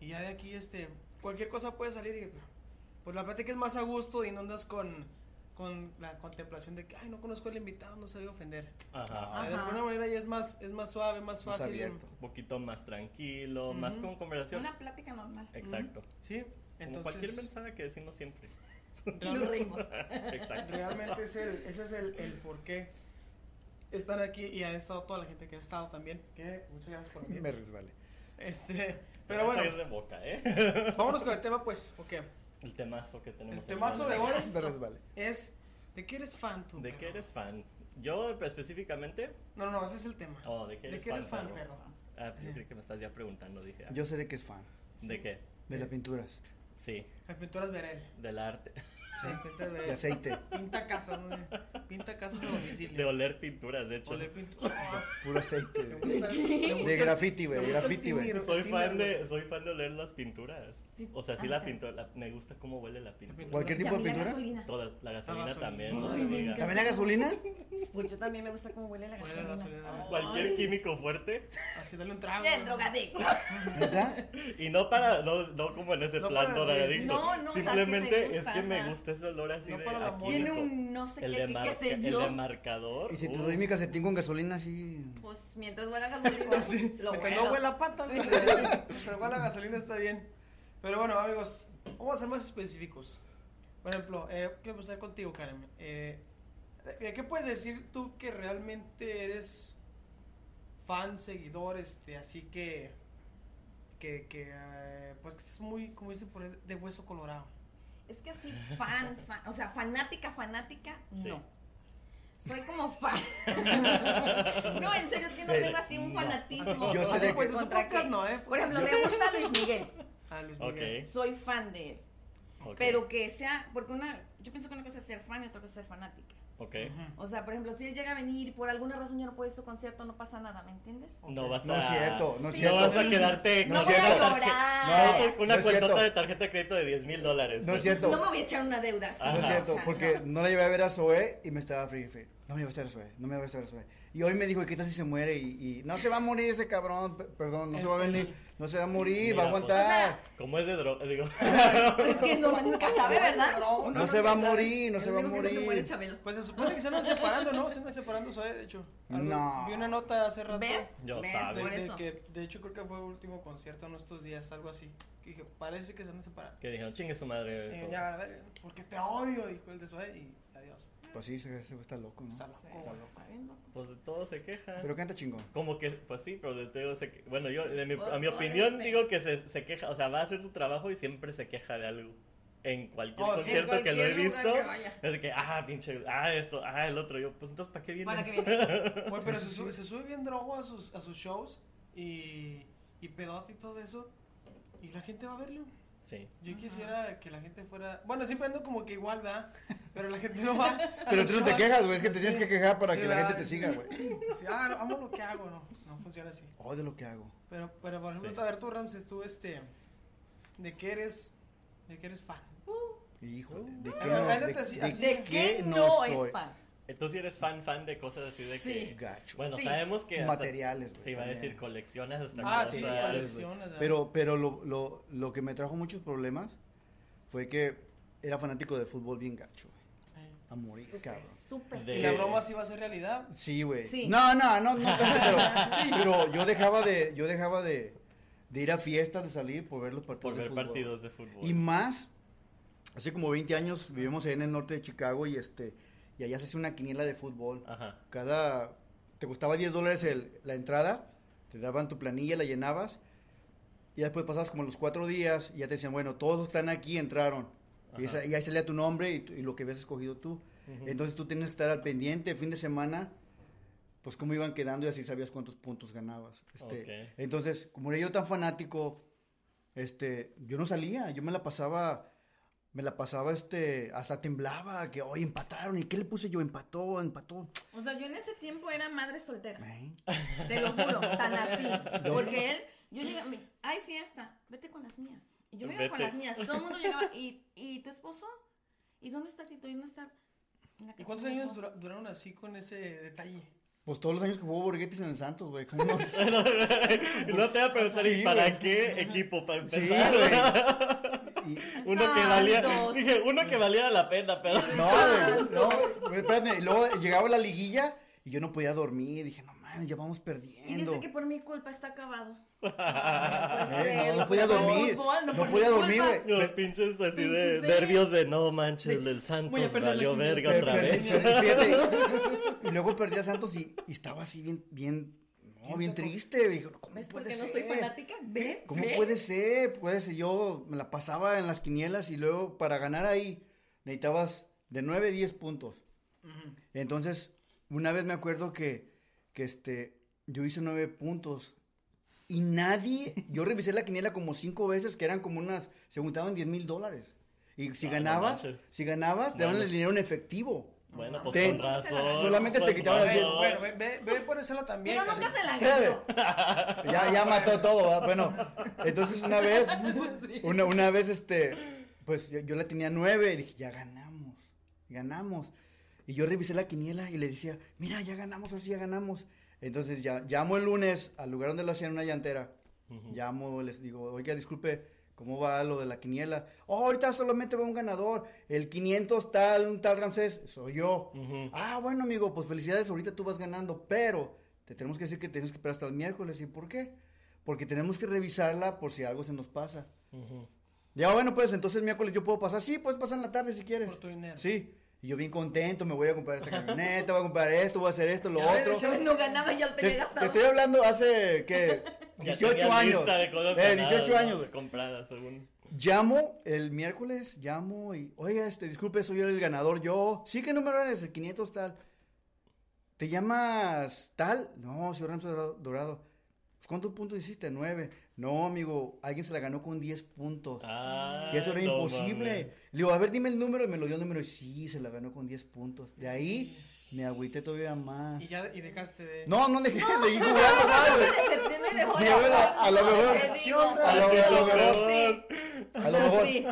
[SPEAKER 1] Y ya de aquí, este, cualquier cosa puede salir. Y dije, pero, pues la plática es más a gusto y no andas con, con la contemplación de que, ay, no conozco al invitado, no se debe ofender.
[SPEAKER 2] Ajá.
[SPEAKER 4] Ah.
[SPEAKER 1] De
[SPEAKER 4] Ajá.
[SPEAKER 1] alguna manera ya es más, es más suave, más
[SPEAKER 3] Más
[SPEAKER 1] fácil.
[SPEAKER 3] abierto.
[SPEAKER 2] Un poquito más tranquilo, más
[SPEAKER 1] Ujú.
[SPEAKER 2] con conversación.
[SPEAKER 4] Una plática normal.
[SPEAKER 2] Exacto.
[SPEAKER 1] Sí,
[SPEAKER 2] Como
[SPEAKER 1] entonces.
[SPEAKER 2] cualquier mensaje que decimos siempre.
[SPEAKER 4] Y nos reímos.
[SPEAKER 2] Exacto.
[SPEAKER 1] Realmente es el, ese es el, el por qué están aquí y han estado toda la gente que ha estado también. Que muchas gracias por
[SPEAKER 3] Me
[SPEAKER 1] venir.
[SPEAKER 3] resbalé.
[SPEAKER 1] Este,
[SPEAKER 2] Te vas
[SPEAKER 1] pero
[SPEAKER 2] a
[SPEAKER 1] bueno,
[SPEAKER 2] ir de boca, ¿eh?
[SPEAKER 1] vámonos con el tema pues, porque
[SPEAKER 2] El temazo que tenemos.
[SPEAKER 1] el
[SPEAKER 2] aquí.
[SPEAKER 1] temazo de hoy
[SPEAKER 3] Me resbalé.
[SPEAKER 1] es ¿de qué eres fan tú?
[SPEAKER 2] ¿De
[SPEAKER 1] perro?
[SPEAKER 2] qué eres fan? Yo específicamente.
[SPEAKER 1] No, no, no, ese es el tema.
[SPEAKER 2] Oh, ¿de qué
[SPEAKER 1] ¿De
[SPEAKER 2] eres
[SPEAKER 1] qué
[SPEAKER 2] fan?
[SPEAKER 1] eres fan,
[SPEAKER 2] perro?
[SPEAKER 1] perro?
[SPEAKER 2] Ah, yo creí que me estás ya preguntando, dije. ah,
[SPEAKER 3] Yo sé de qué es fan,
[SPEAKER 2] ¿De qué?
[SPEAKER 3] de las pinturas,
[SPEAKER 2] Sí,
[SPEAKER 1] Las pinturas Verel.
[SPEAKER 2] del arte.
[SPEAKER 1] Las pinturas
[SPEAKER 3] de
[SPEAKER 1] Verel.
[SPEAKER 3] aceite,
[SPEAKER 1] Pinta casas, ¿no? pinta casas a domicilio.
[SPEAKER 2] De oler pinturas, de hecho.
[SPEAKER 1] Ole, pintu- Ah.
[SPEAKER 3] puro aceite.
[SPEAKER 1] Me
[SPEAKER 3] güey.
[SPEAKER 1] gusta- me gusta
[SPEAKER 3] De
[SPEAKER 1] el-
[SPEAKER 3] graffiti,
[SPEAKER 1] me
[SPEAKER 3] güey,
[SPEAKER 1] gusta el
[SPEAKER 3] graffiti, güey.
[SPEAKER 1] timbre,
[SPEAKER 2] Soy
[SPEAKER 1] el
[SPEAKER 2] fan
[SPEAKER 1] timbre,
[SPEAKER 2] de, soy fan de oler las pinturas.
[SPEAKER 4] Sí.
[SPEAKER 2] O sea, sí
[SPEAKER 4] Ah,
[SPEAKER 2] la
[SPEAKER 4] ok.
[SPEAKER 2] pintura, la- me gusta cómo huele la pintura.
[SPEAKER 1] pintura.
[SPEAKER 3] Cualquier
[SPEAKER 4] Y a
[SPEAKER 3] tipo de
[SPEAKER 4] mí la
[SPEAKER 3] pintura.
[SPEAKER 4] gasolina.
[SPEAKER 2] Toda la gasolina
[SPEAKER 1] gasolina.
[SPEAKER 2] también, no
[SPEAKER 1] Ay,
[SPEAKER 2] se
[SPEAKER 4] me
[SPEAKER 2] diga.
[SPEAKER 4] encanta.
[SPEAKER 3] ¿También la gasolina?
[SPEAKER 4] Pues yo también me gusta cómo huele la
[SPEAKER 1] Huele la
[SPEAKER 4] gasolina.
[SPEAKER 1] gasolina.
[SPEAKER 2] Cualquier químico fuerte
[SPEAKER 1] Así, dale un trago.
[SPEAKER 4] Ya
[SPEAKER 1] ¿no?
[SPEAKER 4] drogadicto.
[SPEAKER 3] ¿Verdad?
[SPEAKER 2] y no para no, no como en ese
[SPEAKER 1] No
[SPEAKER 2] plan
[SPEAKER 1] para-
[SPEAKER 2] doradito.
[SPEAKER 4] No, no, o sea, que te
[SPEAKER 2] Simplemente
[SPEAKER 4] gusta,
[SPEAKER 2] es que me
[SPEAKER 4] ajá.
[SPEAKER 2] gusta ese olor así
[SPEAKER 1] No
[SPEAKER 2] de
[SPEAKER 1] para la
[SPEAKER 2] aquí,
[SPEAKER 1] moda.
[SPEAKER 4] Tiene
[SPEAKER 2] hijo.
[SPEAKER 4] un no sé
[SPEAKER 2] el
[SPEAKER 4] qué,
[SPEAKER 2] de,
[SPEAKER 4] qué,
[SPEAKER 2] marca-
[SPEAKER 4] qué sé
[SPEAKER 2] el
[SPEAKER 4] yo.
[SPEAKER 2] de marcador.
[SPEAKER 3] Y si te
[SPEAKER 2] uh,
[SPEAKER 3] doy mi casetín con gasolina, sí.
[SPEAKER 4] Pues mientras huela gasolina,
[SPEAKER 1] Sí,
[SPEAKER 4] lo
[SPEAKER 1] mientras
[SPEAKER 4] huelo.
[SPEAKER 1] no huela a pata. sí. Pero igual la gasolina está bien. Pero bueno, amigos, vamos a ser más específicos. Por ejemplo, eh, quiero empezar contigo, Karen. Eh, ¿de- ¿De qué puedes decir tú que realmente eres fan, seguidor, este, así que... Que, que eh, pues que es muy, como dicen por ahí, de hueso colorado.
[SPEAKER 4] Es que así fan, fan, o sea, fanática, fanática,
[SPEAKER 2] Sí.
[SPEAKER 4] no. Soy como fan. no, en serio, es que no
[SPEAKER 2] Eh,
[SPEAKER 4] tengo así un
[SPEAKER 2] no.
[SPEAKER 4] fanatismo.
[SPEAKER 3] Yo sé
[SPEAKER 1] Así
[SPEAKER 3] de
[SPEAKER 1] pues, de su
[SPEAKER 4] Contra
[SPEAKER 1] podcast
[SPEAKER 4] que-
[SPEAKER 1] no, ¿eh?
[SPEAKER 4] Por ejemplo, me gusta Luis Miguel.
[SPEAKER 1] Ah, Luis
[SPEAKER 2] Ok.
[SPEAKER 1] Miguel.
[SPEAKER 4] Soy fan de él.
[SPEAKER 2] ok,
[SPEAKER 4] Pero que sea, porque una, yo pienso que una cosa es ser fan y otra cosa es ser fanática.
[SPEAKER 2] ok.
[SPEAKER 1] Ujú.
[SPEAKER 4] O sea, por ejemplo, si él llega a venir y por alguna razón yo no puedo ir a su concierto, no pasa nada, ¿me entiendes?
[SPEAKER 2] No vas a.
[SPEAKER 3] No es cierto, no es
[SPEAKER 2] No vas a
[SPEAKER 3] cierto.
[SPEAKER 2] quedarte
[SPEAKER 3] No es
[SPEAKER 2] con una
[SPEAKER 3] cierto.
[SPEAKER 4] llorar.
[SPEAKER 2] tarje-
[SPEAKER 3] No,
[SPEAKER 2] una
[SPEAKER 3] no es
[SPEAKER 2] cuentota
[SPEAKER 3] cierto.
[SPEAKER 2] de tarjeta de crédito de 10 mil dólares.
[SPEAKER 3] No
[SPEAKER 2] pues.
[SPEAKER 3] es cierto. Ah,
[SPEAKER 4] No me voy a echar una deuda. así,
[SPEAKER 3] No es
[SPEAKER 2] Ajá.
[SPEAKER 4] o
[SPEAKER 3] cierto,
[SPEAKER 4] sea,
[SPEAKER 3] porque
[SPEAKER 4] no.
[SPEAKER 3] no la llevé a ver a Zoe y me estaba free free. No me iba a ver a Zoe, no me iba a ver a Zoe. Y hoy me dijo, ¿y qué tal si se muere? Y, y, no se va a morir ese cabrón, pe- perdón, no se va a venir, no se va a morir,
[SPEAKER 2] Mira,
[SPEAKER 3] va a
[SPEAKER 2] pues.
[SPEAKER 3] aguantar.
[SPEAKER 2] Como es de droga, digo.
[SPEAKER 4] Pues es que no, nunca sabe, ¿verdad? Uno
[SPEAKER 3] No se va a
[SPEAKER 4] nunca sabe.
[SPEAKER 3] morir, no
[SPEAKER 4] El
[SPEAKER 3] se va a
[SPEAKER 4] único que No se
[SPEAKER 3] morir.
[SPEAKER 4] muere, Chabelo.
[SPEAKER 1] Pues se supone que se andan separando, ¿no? Se andan separando, Zoe, de hecho. Algo-
[SPEAKER 3] No.
[SPEAKER 1] Vi una nota hace rato.
[SPEAKER 4] ¿Ves?
[SPEAKER 2] Yo
[SPEAKER 4] ¿Ves?
[SPEAKER 2] sabe.
[SPEAKER 1] De,
[SPEAKER 4] Por
[SPEAKER 1] de
[SPEAKER 4] eso.
[SPEAKER 1] que, de hecho, creo que fue el último concierto en estos días, algo así. Que dije, parece que se han separado.
[SPEAKER 2] Que dijeron, chingue su madre.
[SPEAKER 1] Eh,
[SPEAKER 2] todo.
[SPEAKER 1] ya, a ver, porque te odio, dijo el de Zoe, y adiós.
[SPEAKER 3] Pues sí, ese ese güey está loco,
[SPEAKER 1] Está
[SPEAKER 3] ¿no?
[SPEAKER 1] loco,
[SPEAKER 4] Sí,
[SPEAKER 1] güey.
[SPEAKER 4] está bien loco.
[SPEAKER 2] Pues de todo se queja.
[SPEAKER 3] Pero canta chingón.
[SPEAKER 2] Como que, pues sí, pero de todo se que- Bueno, yo, de mi- a mi
[SPEAKER 4] Obviamente.
[SPEAKER 2] opinión, digo que se, se queja. O sea, va a hacer su trabajo y siempre se queja de algo. en cualquier
[SPEAKER 1] Oh, sí,
[SPEAKER 2] concierto
[SPEAKER 4] en
[SPEAKER 2] que lo he
[SPEAKER 4] cualquier
[SPEAKER 2] visto.
[SPEAKER 4] lugar que vaya.
[SPEAKER 2] es de que, ah, pinche, ah, esto, ah, el otro. Yo, pues entonces, ¿para qué vienes?
[SPEAKER 4] ¿Para qué vienes?
[SPEAKER 1] Güey, pero se sube, se sube bien drogo a sus, a sus shows y, y pedote y todo eso. Y la gente va a verlo.
[SPEAKER 2] sí.
[SPEAKER 1] Yo quisiera que la gente fuera. Bueno, siempre ando como que igual, ¿verdad? Pero la gente no va. a
[SPEAKER 3] Pero
[SPEAKER 1] los
[SPEAKER 3] tú no te
[SPEAKER 1] shows.
[SPEAKER 3] quejas, güey. Es que te
[SPEAKER 1] Sí.
[SPEAKER 3] tienes que quejar para
[SPEAKER 1] Sí,
[SPEAKER 3] que la gente
[SPEAKER 1] ¿verdad?
[SPEAKER 3] te siga, güey.
[SPEAKER 1] Sí, ah, no, amo lo que hago, no. No funciona así.
[SPEAKER 3] Oh, de lo que hago.
[SPEAKER 1] Pero, pero por ejemplo,
[SPEAKER 2] Sí.
[SPEAKER 1] a ver tú, Ramses, tú, este. ¿De qué eres, de qué eres fan?
[SPEAKER 3] Híjole. ¿De
[SPEAKER 1] Ah,
[SPEAKER 3] qué no,
[SPEAKER 1] ándate
[SPEAKER 3] de-
[SPEAKER 1] así,
[SPEAKER 3] de
[SPEAKER 1] así.
[SPEAKER 4] ¿De qué no es fan?
[SPEAKER 2] Entonces, si eres fan, fan de cosas así de
[SPEAKER 4] Sí.
[SPEAKER 2] que.
[SPEAKER 3] Gacho.
[SPEAKER 2] Bueno,
[SPEAKER 4] Sí.
[SPEAKER 2] sabemos que. hasta
[SPEAKER 3] Materiales, güey.
[SPEAKER 2] Te iba a
[SPEAKER 3] también.
[SPEAKER 2] decir, coleccionas hasta
[SPEAKER 1] Ah,
[SPEAKER 2] cosas.
[SPEAKER 1] sí,
[SPEAKER 3] Materiales, güey.
[SPEAKER 1] coleccionas, ah.
[SPEAKER 3] Pero, pero lo, lo, lo que me trajo muchos problemas fue que era fanático del fútbol bien gacho, güey.
[SPEAKER 1] Eh,
[SPEAKER 3] A morir, cabrón.
[SPEAKER 4] Súper.
[SPEAKER 2] De-
[SPEAKER 1] ¿Y la broma sí va a ser realidad?
[SPEAKER 3] Sí, güey.
[SPEAKER 4] Sí.
[SPEAKER 3] No, no, no, no tanto, pero, pero yo dejaba de, yo dejaba de, de ir a fiestas, de salir por ver los partidos
[SPEAKER 2] Por
[SPEAKER 3] de
[SPEAKER 2] ver
[SPEAKER 3] fútbol.
[SPEAKER 2] partidos de fútbol.
[SPEAKER 3] Y más, hace como 20 años vivimos ahí en el norte de Chicago y este, y allá se hace una quiniela de fútbol.
[SPEAKER 2] Ajá.
[SPEAKER 3] Cada, te costaba 10 dólares el- la entrada, te daban tu planilla, la llenabas, y ya después pasabas como los cuatro días y ya te decían, bueno, todos los que están aquí entraron. Y,
[SPEAKER 2] Ajá.
[SPEAKER 3] esa- y ahí salía tu nombre y, tu- y lo que habías escogido tú.
[SPEAKER 2] Ujú.
[SPEAKER 3] Entonces tú tienes que estar al pendiente el fin de semana, pues cómo iban quedando y así sabías cuántos puntos ganabas. Este,
[SPEAKER 2] Ok.
[SPEAKER 3] Entonces, como era yo tan fanático, este, yo no salía, yo me la pasaba, me la pasaba, este, hasta temblaba, que hoy empataron, ¿y qué le puse yo? Empató, empató.
[SPEAKER 4] O sea, yo en ese tiempo era madre soltera.
[SPEAKER 3] Man.
[SPEAKER 4] Te lo juro, tan así. Porque él, yo llegaba, me- hay fiesta, vete con las mías. Y yo me iba con
[SPEAKER 2] Vete.
[SPEAKER 4] las mías. Todo el mundo llegaba, ¿y, y tu esposo? ¿Y dónde está Tito? ¿Y dónde está? En la
[SPEAKER 1] ¿Y
[SPEAKER 4] casa
[SPEAKER 1] cuántos
[SPEAKER 4] de mi
[SPEAKER 1] años
[SPEAKER 4] hijo.
[SPEAKER 1] dura- duraron así con ese detalle?
[SPEAKER 3] Pues todos los años que jugó Borghetti en el Santos, güey, ¿cómo no? Sí,
[SPEAKER 2] No te voy a preguntar,
[SPEAKER 3] Sí,
[SPEAKER 2] ¿y para
[SPEAKER 3] güey.
[SPEAKER 2] qué equipo? Para empezar.
[SPEAKER 3] güey. Y-
[SPEAKER 2] Uno que valía,
[SPEAKER 4] Santos.
[SPEAKER 2] dije, uno que valiera la pena, pero
[SPEAKER 3] No, güey, no, güey, espérate, y luego llegaba la liguilla y yo no podía dormir, dije, no mames, ya vamos
[SPEAKER 4] Y
[SPEAKER 3] perdiendo.
[SPEAKER 4] dice que por mi culpa está acabado.
[SPEAKER 3] Eh,
[SPEAKER 4] Pues,
[SPEAKER 3] no, no
[SPEAKER 4] el
[SPEAKER 3] podía dormir.
[SPEAKER 4] fútbol,
[SPEAKER 3] No
[SPEAKER 4] por mi
[SPEAKER 3] podía
[SPEAKER 4] culpa.
[SPEAKER 3] dormir, eh. güey.
[SPEAKER 2] los pinches así de
[SPEAKER 4] Pinches de-
[SPEAKER 2] nervios de no manches, el
[SPEAKER 1] Voy a
[SPEAKER 2] Santos
[SPEAKER 1] perder la
[SPEAKER 2] valió
[SPEAKER 1] quiniela.
[SPEAKER 2] verga
[SPEAKER 3] Per-
[SPEAKER 2] otra
[SPEAKER 3] perdí-
[SPEAKER 2] vez.
[SPEAKER 3] perdí, fíjate, y luego perdí a Santos y, y estaba así bien, bien, no,
[SPEAKER 1] Bien
[SPEAKER 3] bien
[SPEAKER 1] taco.
[SPEAKER 3] triste. Dije, ¿cómo
[SPEAKER 4] ¿Ves por
[SPEAKER 3] puede
[SPEAKER 4] qué no
[SPEAKER 3] Pues ser?
[SPEAKER 4] soy fanática? Ve,
[SPEAKER 3] ¿Cómo
[SPEAKER 4] ve.
[SPEAKER 3] puede ser? Pues yo me la pasaba en las quinielas y luego para ganar ahí necesitabas de 9 a 10 puntos. Entonces, una vez me acuerdo que, que este, yo hice 9 puntos y nadie, yo revisé la quiniela como 5 veces que eran como unas, se juntaban 10 mil dólares. Y si
[SPEAKER 2] Ah, no
[SPEAKER 3] ganabas,
[SPEAKER 2] manches.
[SPEAKER 3] si ganabas, te daban
[SPEAKER 2] Bueno.
[SPEAKER 3] el dinero en efectivo.
[SPEAKER 2] Bueno, pues
[SPEAKER 3] Ten.
[SPEAKER 2] con razón. pues,
[SPEAKER 3] Solamente te
[SPEAKER 2] con
[SPEAKER 3] quitaban
[SPEAKER 2] razón.
[SPEAKER 3] el-
[SPEAKER 1] Bueno, bueno, ve, ve, ve por ese lado también.
[SPEAKER 4] Pero
[SPEAKER 1] que
[SPEAKER 4] nunca
[SPEAKER 1] se-
[SPEAKER 4] se la
[SPEAKER 3] Espérame.
[SPEAKER 4] ganó.
[SPEAKER 3] Ya, ya mató todo, ¿verdad? Bueno, entonces una vez, una, una vez, este, pues yo, yo la tenía nueve y dije, ya ganamos, ganamos. Y yo revisé la quiniela y le decía, mira, ya ganamos, ahora sí ya ganamos. Entonces ya llamo el lunes al lugar donde lo hacían una llantera. Llamo, les digo, oiga, disculpe, ¿cómo va lo de la quiniela? Oh, ahorita solamente va un ganador, el 500 tal, un tal Ramsés, soy yo.
[SPEAKER 2] Ujú.
[SPEAKER 3] Ah, bueno, amigo, pues felicidades, ahorita tú vas ganando, pero te tenemos que decir que tienes que esperar hasta el miércoles. ¿Y por qué? Porque tenemos que revisarla por si algo se nos pasa.
[SPEAKER 2] Ujú.
[SPEAKER 3] Ya, bueno, pues entonces el miércoles yo puedo pasar. Sí, puedes pasar en la tarde si quieres.
[SPEAKER 1] Por tu dinero.
[SPEAKER 3] Sí. Y yo bien contento, me voy a comprar esta camioneta, voy a comprar esto, voy a hacer esto, lo
[SPEAKER 1] Ya ves,
[SPEAKER 3] otro.
[SPEAKER 1] ya
[SPEAKER 4] Yo no ganaba, ya lo
[SPEAKER 3] Te,
[SPEAKER 4] tenía
[SPEAKER 3] te
[SPEAKER 4] gastado.
[SPEAKER 3] estoy hablando hace, ¿qué?
[SPEAKER 2] Ya
[SPEAKER 3] 18
[SPEAKER 2] tenía
[SPEAKER 3] años.
[SPEAKER 2] lista de cosas
[SPEAKER 3] Eh,
[SPEAKER 2] ganadas,
[SPEAKER 3] 18
[SPEAKER 2] ¿no?
[SPEAKER 3] años. güey.
[SPEAKER 2] Compradas, según.
[SPEAKER 3] Llamo el miércoles, llamo y, oiga, este, disculpe, soy el ganador, yo. Sí, ¿qué número eres? El 500 tal. ¿Te llamas tal? No, señor Ramsey Dorado. Dorado. "Pues, ¿Cuántos puntos hiciste? Nueve. No, amigo, alguien se la ganó con 10 puntos.
[SPEAKER 2] Ah,
[SPEAKER 3] Que eso era
[SPEAKER 2] no
[SPEAKER 3] imposible.
[SPEAKER 2] mames.
[SPEAKER 3] Le digo, a ver, dime el número. Y me lo dio el número. Y sí, se la ganó con 10 puntos. De ahí me agüité todavía más.
[SPEAKER 1] Y ya y dejaste de.
[SPEAKER 3] No, no dejé, seguí jugando más, güey.
[SPEAKER 4] Se me dejó
[SPEAKER 3] Yo
[SPEAKER 4] de
[SPEAKER 3] era- a lo mejor-
[SPEAKER 4] Te digo.
[SPEAKER 3] a lo- a lo mejor-
[SPEAKER 4] Sí.
[SPEAKER 3] A lo mejor.
[SPEAKER 4] Sí.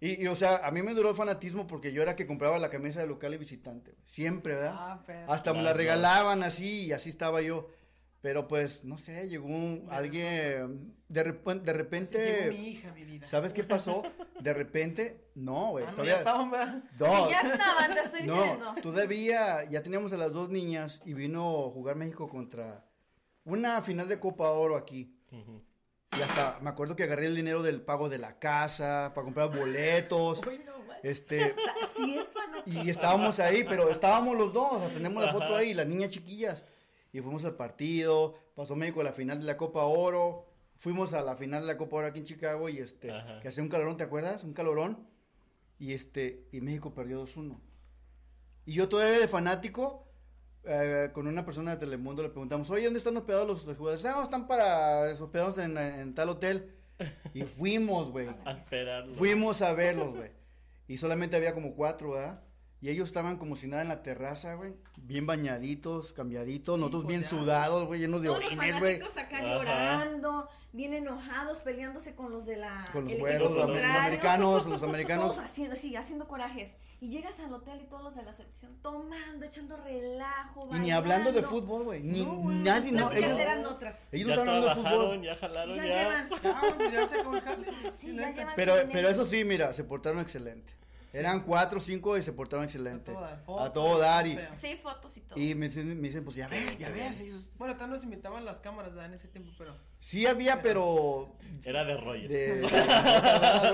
[SPEAKER 3] Y, y, o sea, a mí me duró el fanatismo porque yo era que compraba la camisa de local y visitante. güey. Siempre, ¿verdad?
[SPEAKER 1] Ah, pero-
[SPEAKER 3] Hasta me la
[SPEAKER 2] Las dos.
[SPEAKER 3] regalaban así y así estaba yo. Pero pues, no sé, llegó un- alguien. De, repente- de
[SPEAKER 1] Así Pues llegó
[SPEAKER 3] repente.
[SPEAKER 1] mi hija, mi vida.
[SPEAKER 3] ¿Sabes qué pasó? De repente. No, güey.
[SPEAKER 1] Ah, no,
[SPEAKER 3] todavía-
[SPEAKER 1] ya estaban, ¿verdad?
[SPEAKER 3] No,
[SPEAKER 4] Sí, Ya estaba, te estoy diciendo.
[SPEAKER 3] no, todavía ya teníamos a las dos niñas y vino a jugar México contra una final de Copa Oro aquí.
[SPEAKER 2] Ujú.
[SPEAKER 3] Y hasta me acuerdo que agarré el dinero del pago de la casa para comprar boletos.
[SPEAKER 4] Uy, no, man.
[SPEAKER 3] este,
[SPEAKER 4] O sea, sí es fanático.
[SPEAKER 3] y estábamos ahí, pero estábamos los dos, o sea, tenemos la foto ahí, las niñas chiquillas. Y fuimos al partido, pasó México a la final de la Copa Oro, fuimos a la final de la Copa Oro aquí en Chicago y este,
[SPEAKER 2] Ajá.
[SPEAKER 3] que hacía un calorón, ¿te acuerdas? Un calorón. Y este, y México perdió 2-1. Y yo todavía de fanático, eh, con una persona de Telemundo le preguntamos, oye, ¿dónde están hospedados los, los jugadores? "Ah, No, están para hospedados en, en tal hotel. Y fuimos, güey.
[SPEAKER 2] A esperarlo.
[SPEAKER 3] Fuimos a verlos, güey. Y solamente había como cuatro, ¿verdad? Y ellos estaban como si nada en la terraza, güey. Bien bañaditos, cambiaditos, nosotros bien
[SPEAKER 1] pues ya.
[SPEAKER 3] sudados, güey, llenos de
[SPEAKER 4] Todos los
[SPEAKER 3] orines, güey.
[SPEAKER 4] fanáticos acá
[SPEAKER 2] Ajá.
[SPEAKER 4] llorando, bien enojados, peleándose con los de la.
[SPEAKER 3] Con los
[SPEAKER 4] el
[SPEAKER 3] güeros,
[SPEAKER 4] equipo
[SPEAKER 2] los- los
[SPEAKER 4] contrario.
[SPEAKER 3] americanos, los americanos.
[SPEAKER 4] Todos haciendo, sí, haciendo corajes. Y llegas al hotel y todos los de la selección tomando, echando relajo.
[SPEAKER 3] Y ni
[SPEAKER 4] bailando.
[SPEAKER 3] hablando de fútbol, güey. Ni
[SPEAKER 1] No, güey.
[SPEAKER 3] nadie,
[SPEAKER 4] Las
[SPEAKER 3] no.
[SPEAKER 4] chicas
[SPEAKER 3] Ellos,
[SPEAKER 4] eran otras.
[SPEAKER 3] ellos
[SPEAKER 2] ya
[SPEAKER 3] estaban hablando de
[SPEAKER 2] trabajaron,
[SPEAKER 3] fútbol.
[SPEAKER 2] ya jalaron,
[SPEAKER 4] Ya
[SPEAKER 2] ya.
[SPEAKER 4] llevan.
[SPEAKER 1] Ah, pues ya se conjaron.
[SPEAKER 4] Sí, ya llevan
[SPEAKER 3] Pero,
[SPEAKER 4] sin
[SPEAKER 3] pero
[SPEAKER 4] el-
[SPEAKER 3] eso sí, mira, se portaron excelente. Eran cuatro, cinco y se portaron excelente.
[SPEAKER 1] A todo dar,
[SPEAKER 3] A todo dar.
[SPEAKER 1] fotos,
[SPEAKER 3] y,
[SPEAKER 1] feo.
[SPEAKER 4] Sí, fotos y todo.
[SPEAKER 3] y me, dicen- me dicen, pues ya ves, ya ves. ellos-
[SPEAKER 1] Bueno, tal nos invitaban las cámaras ¿verdad? en ese tiempo, pero.
[SPEAKER 3] Sí había, pero...
[SPEAKER 2] Era de rollo.
[SPEAKER 3] De, de-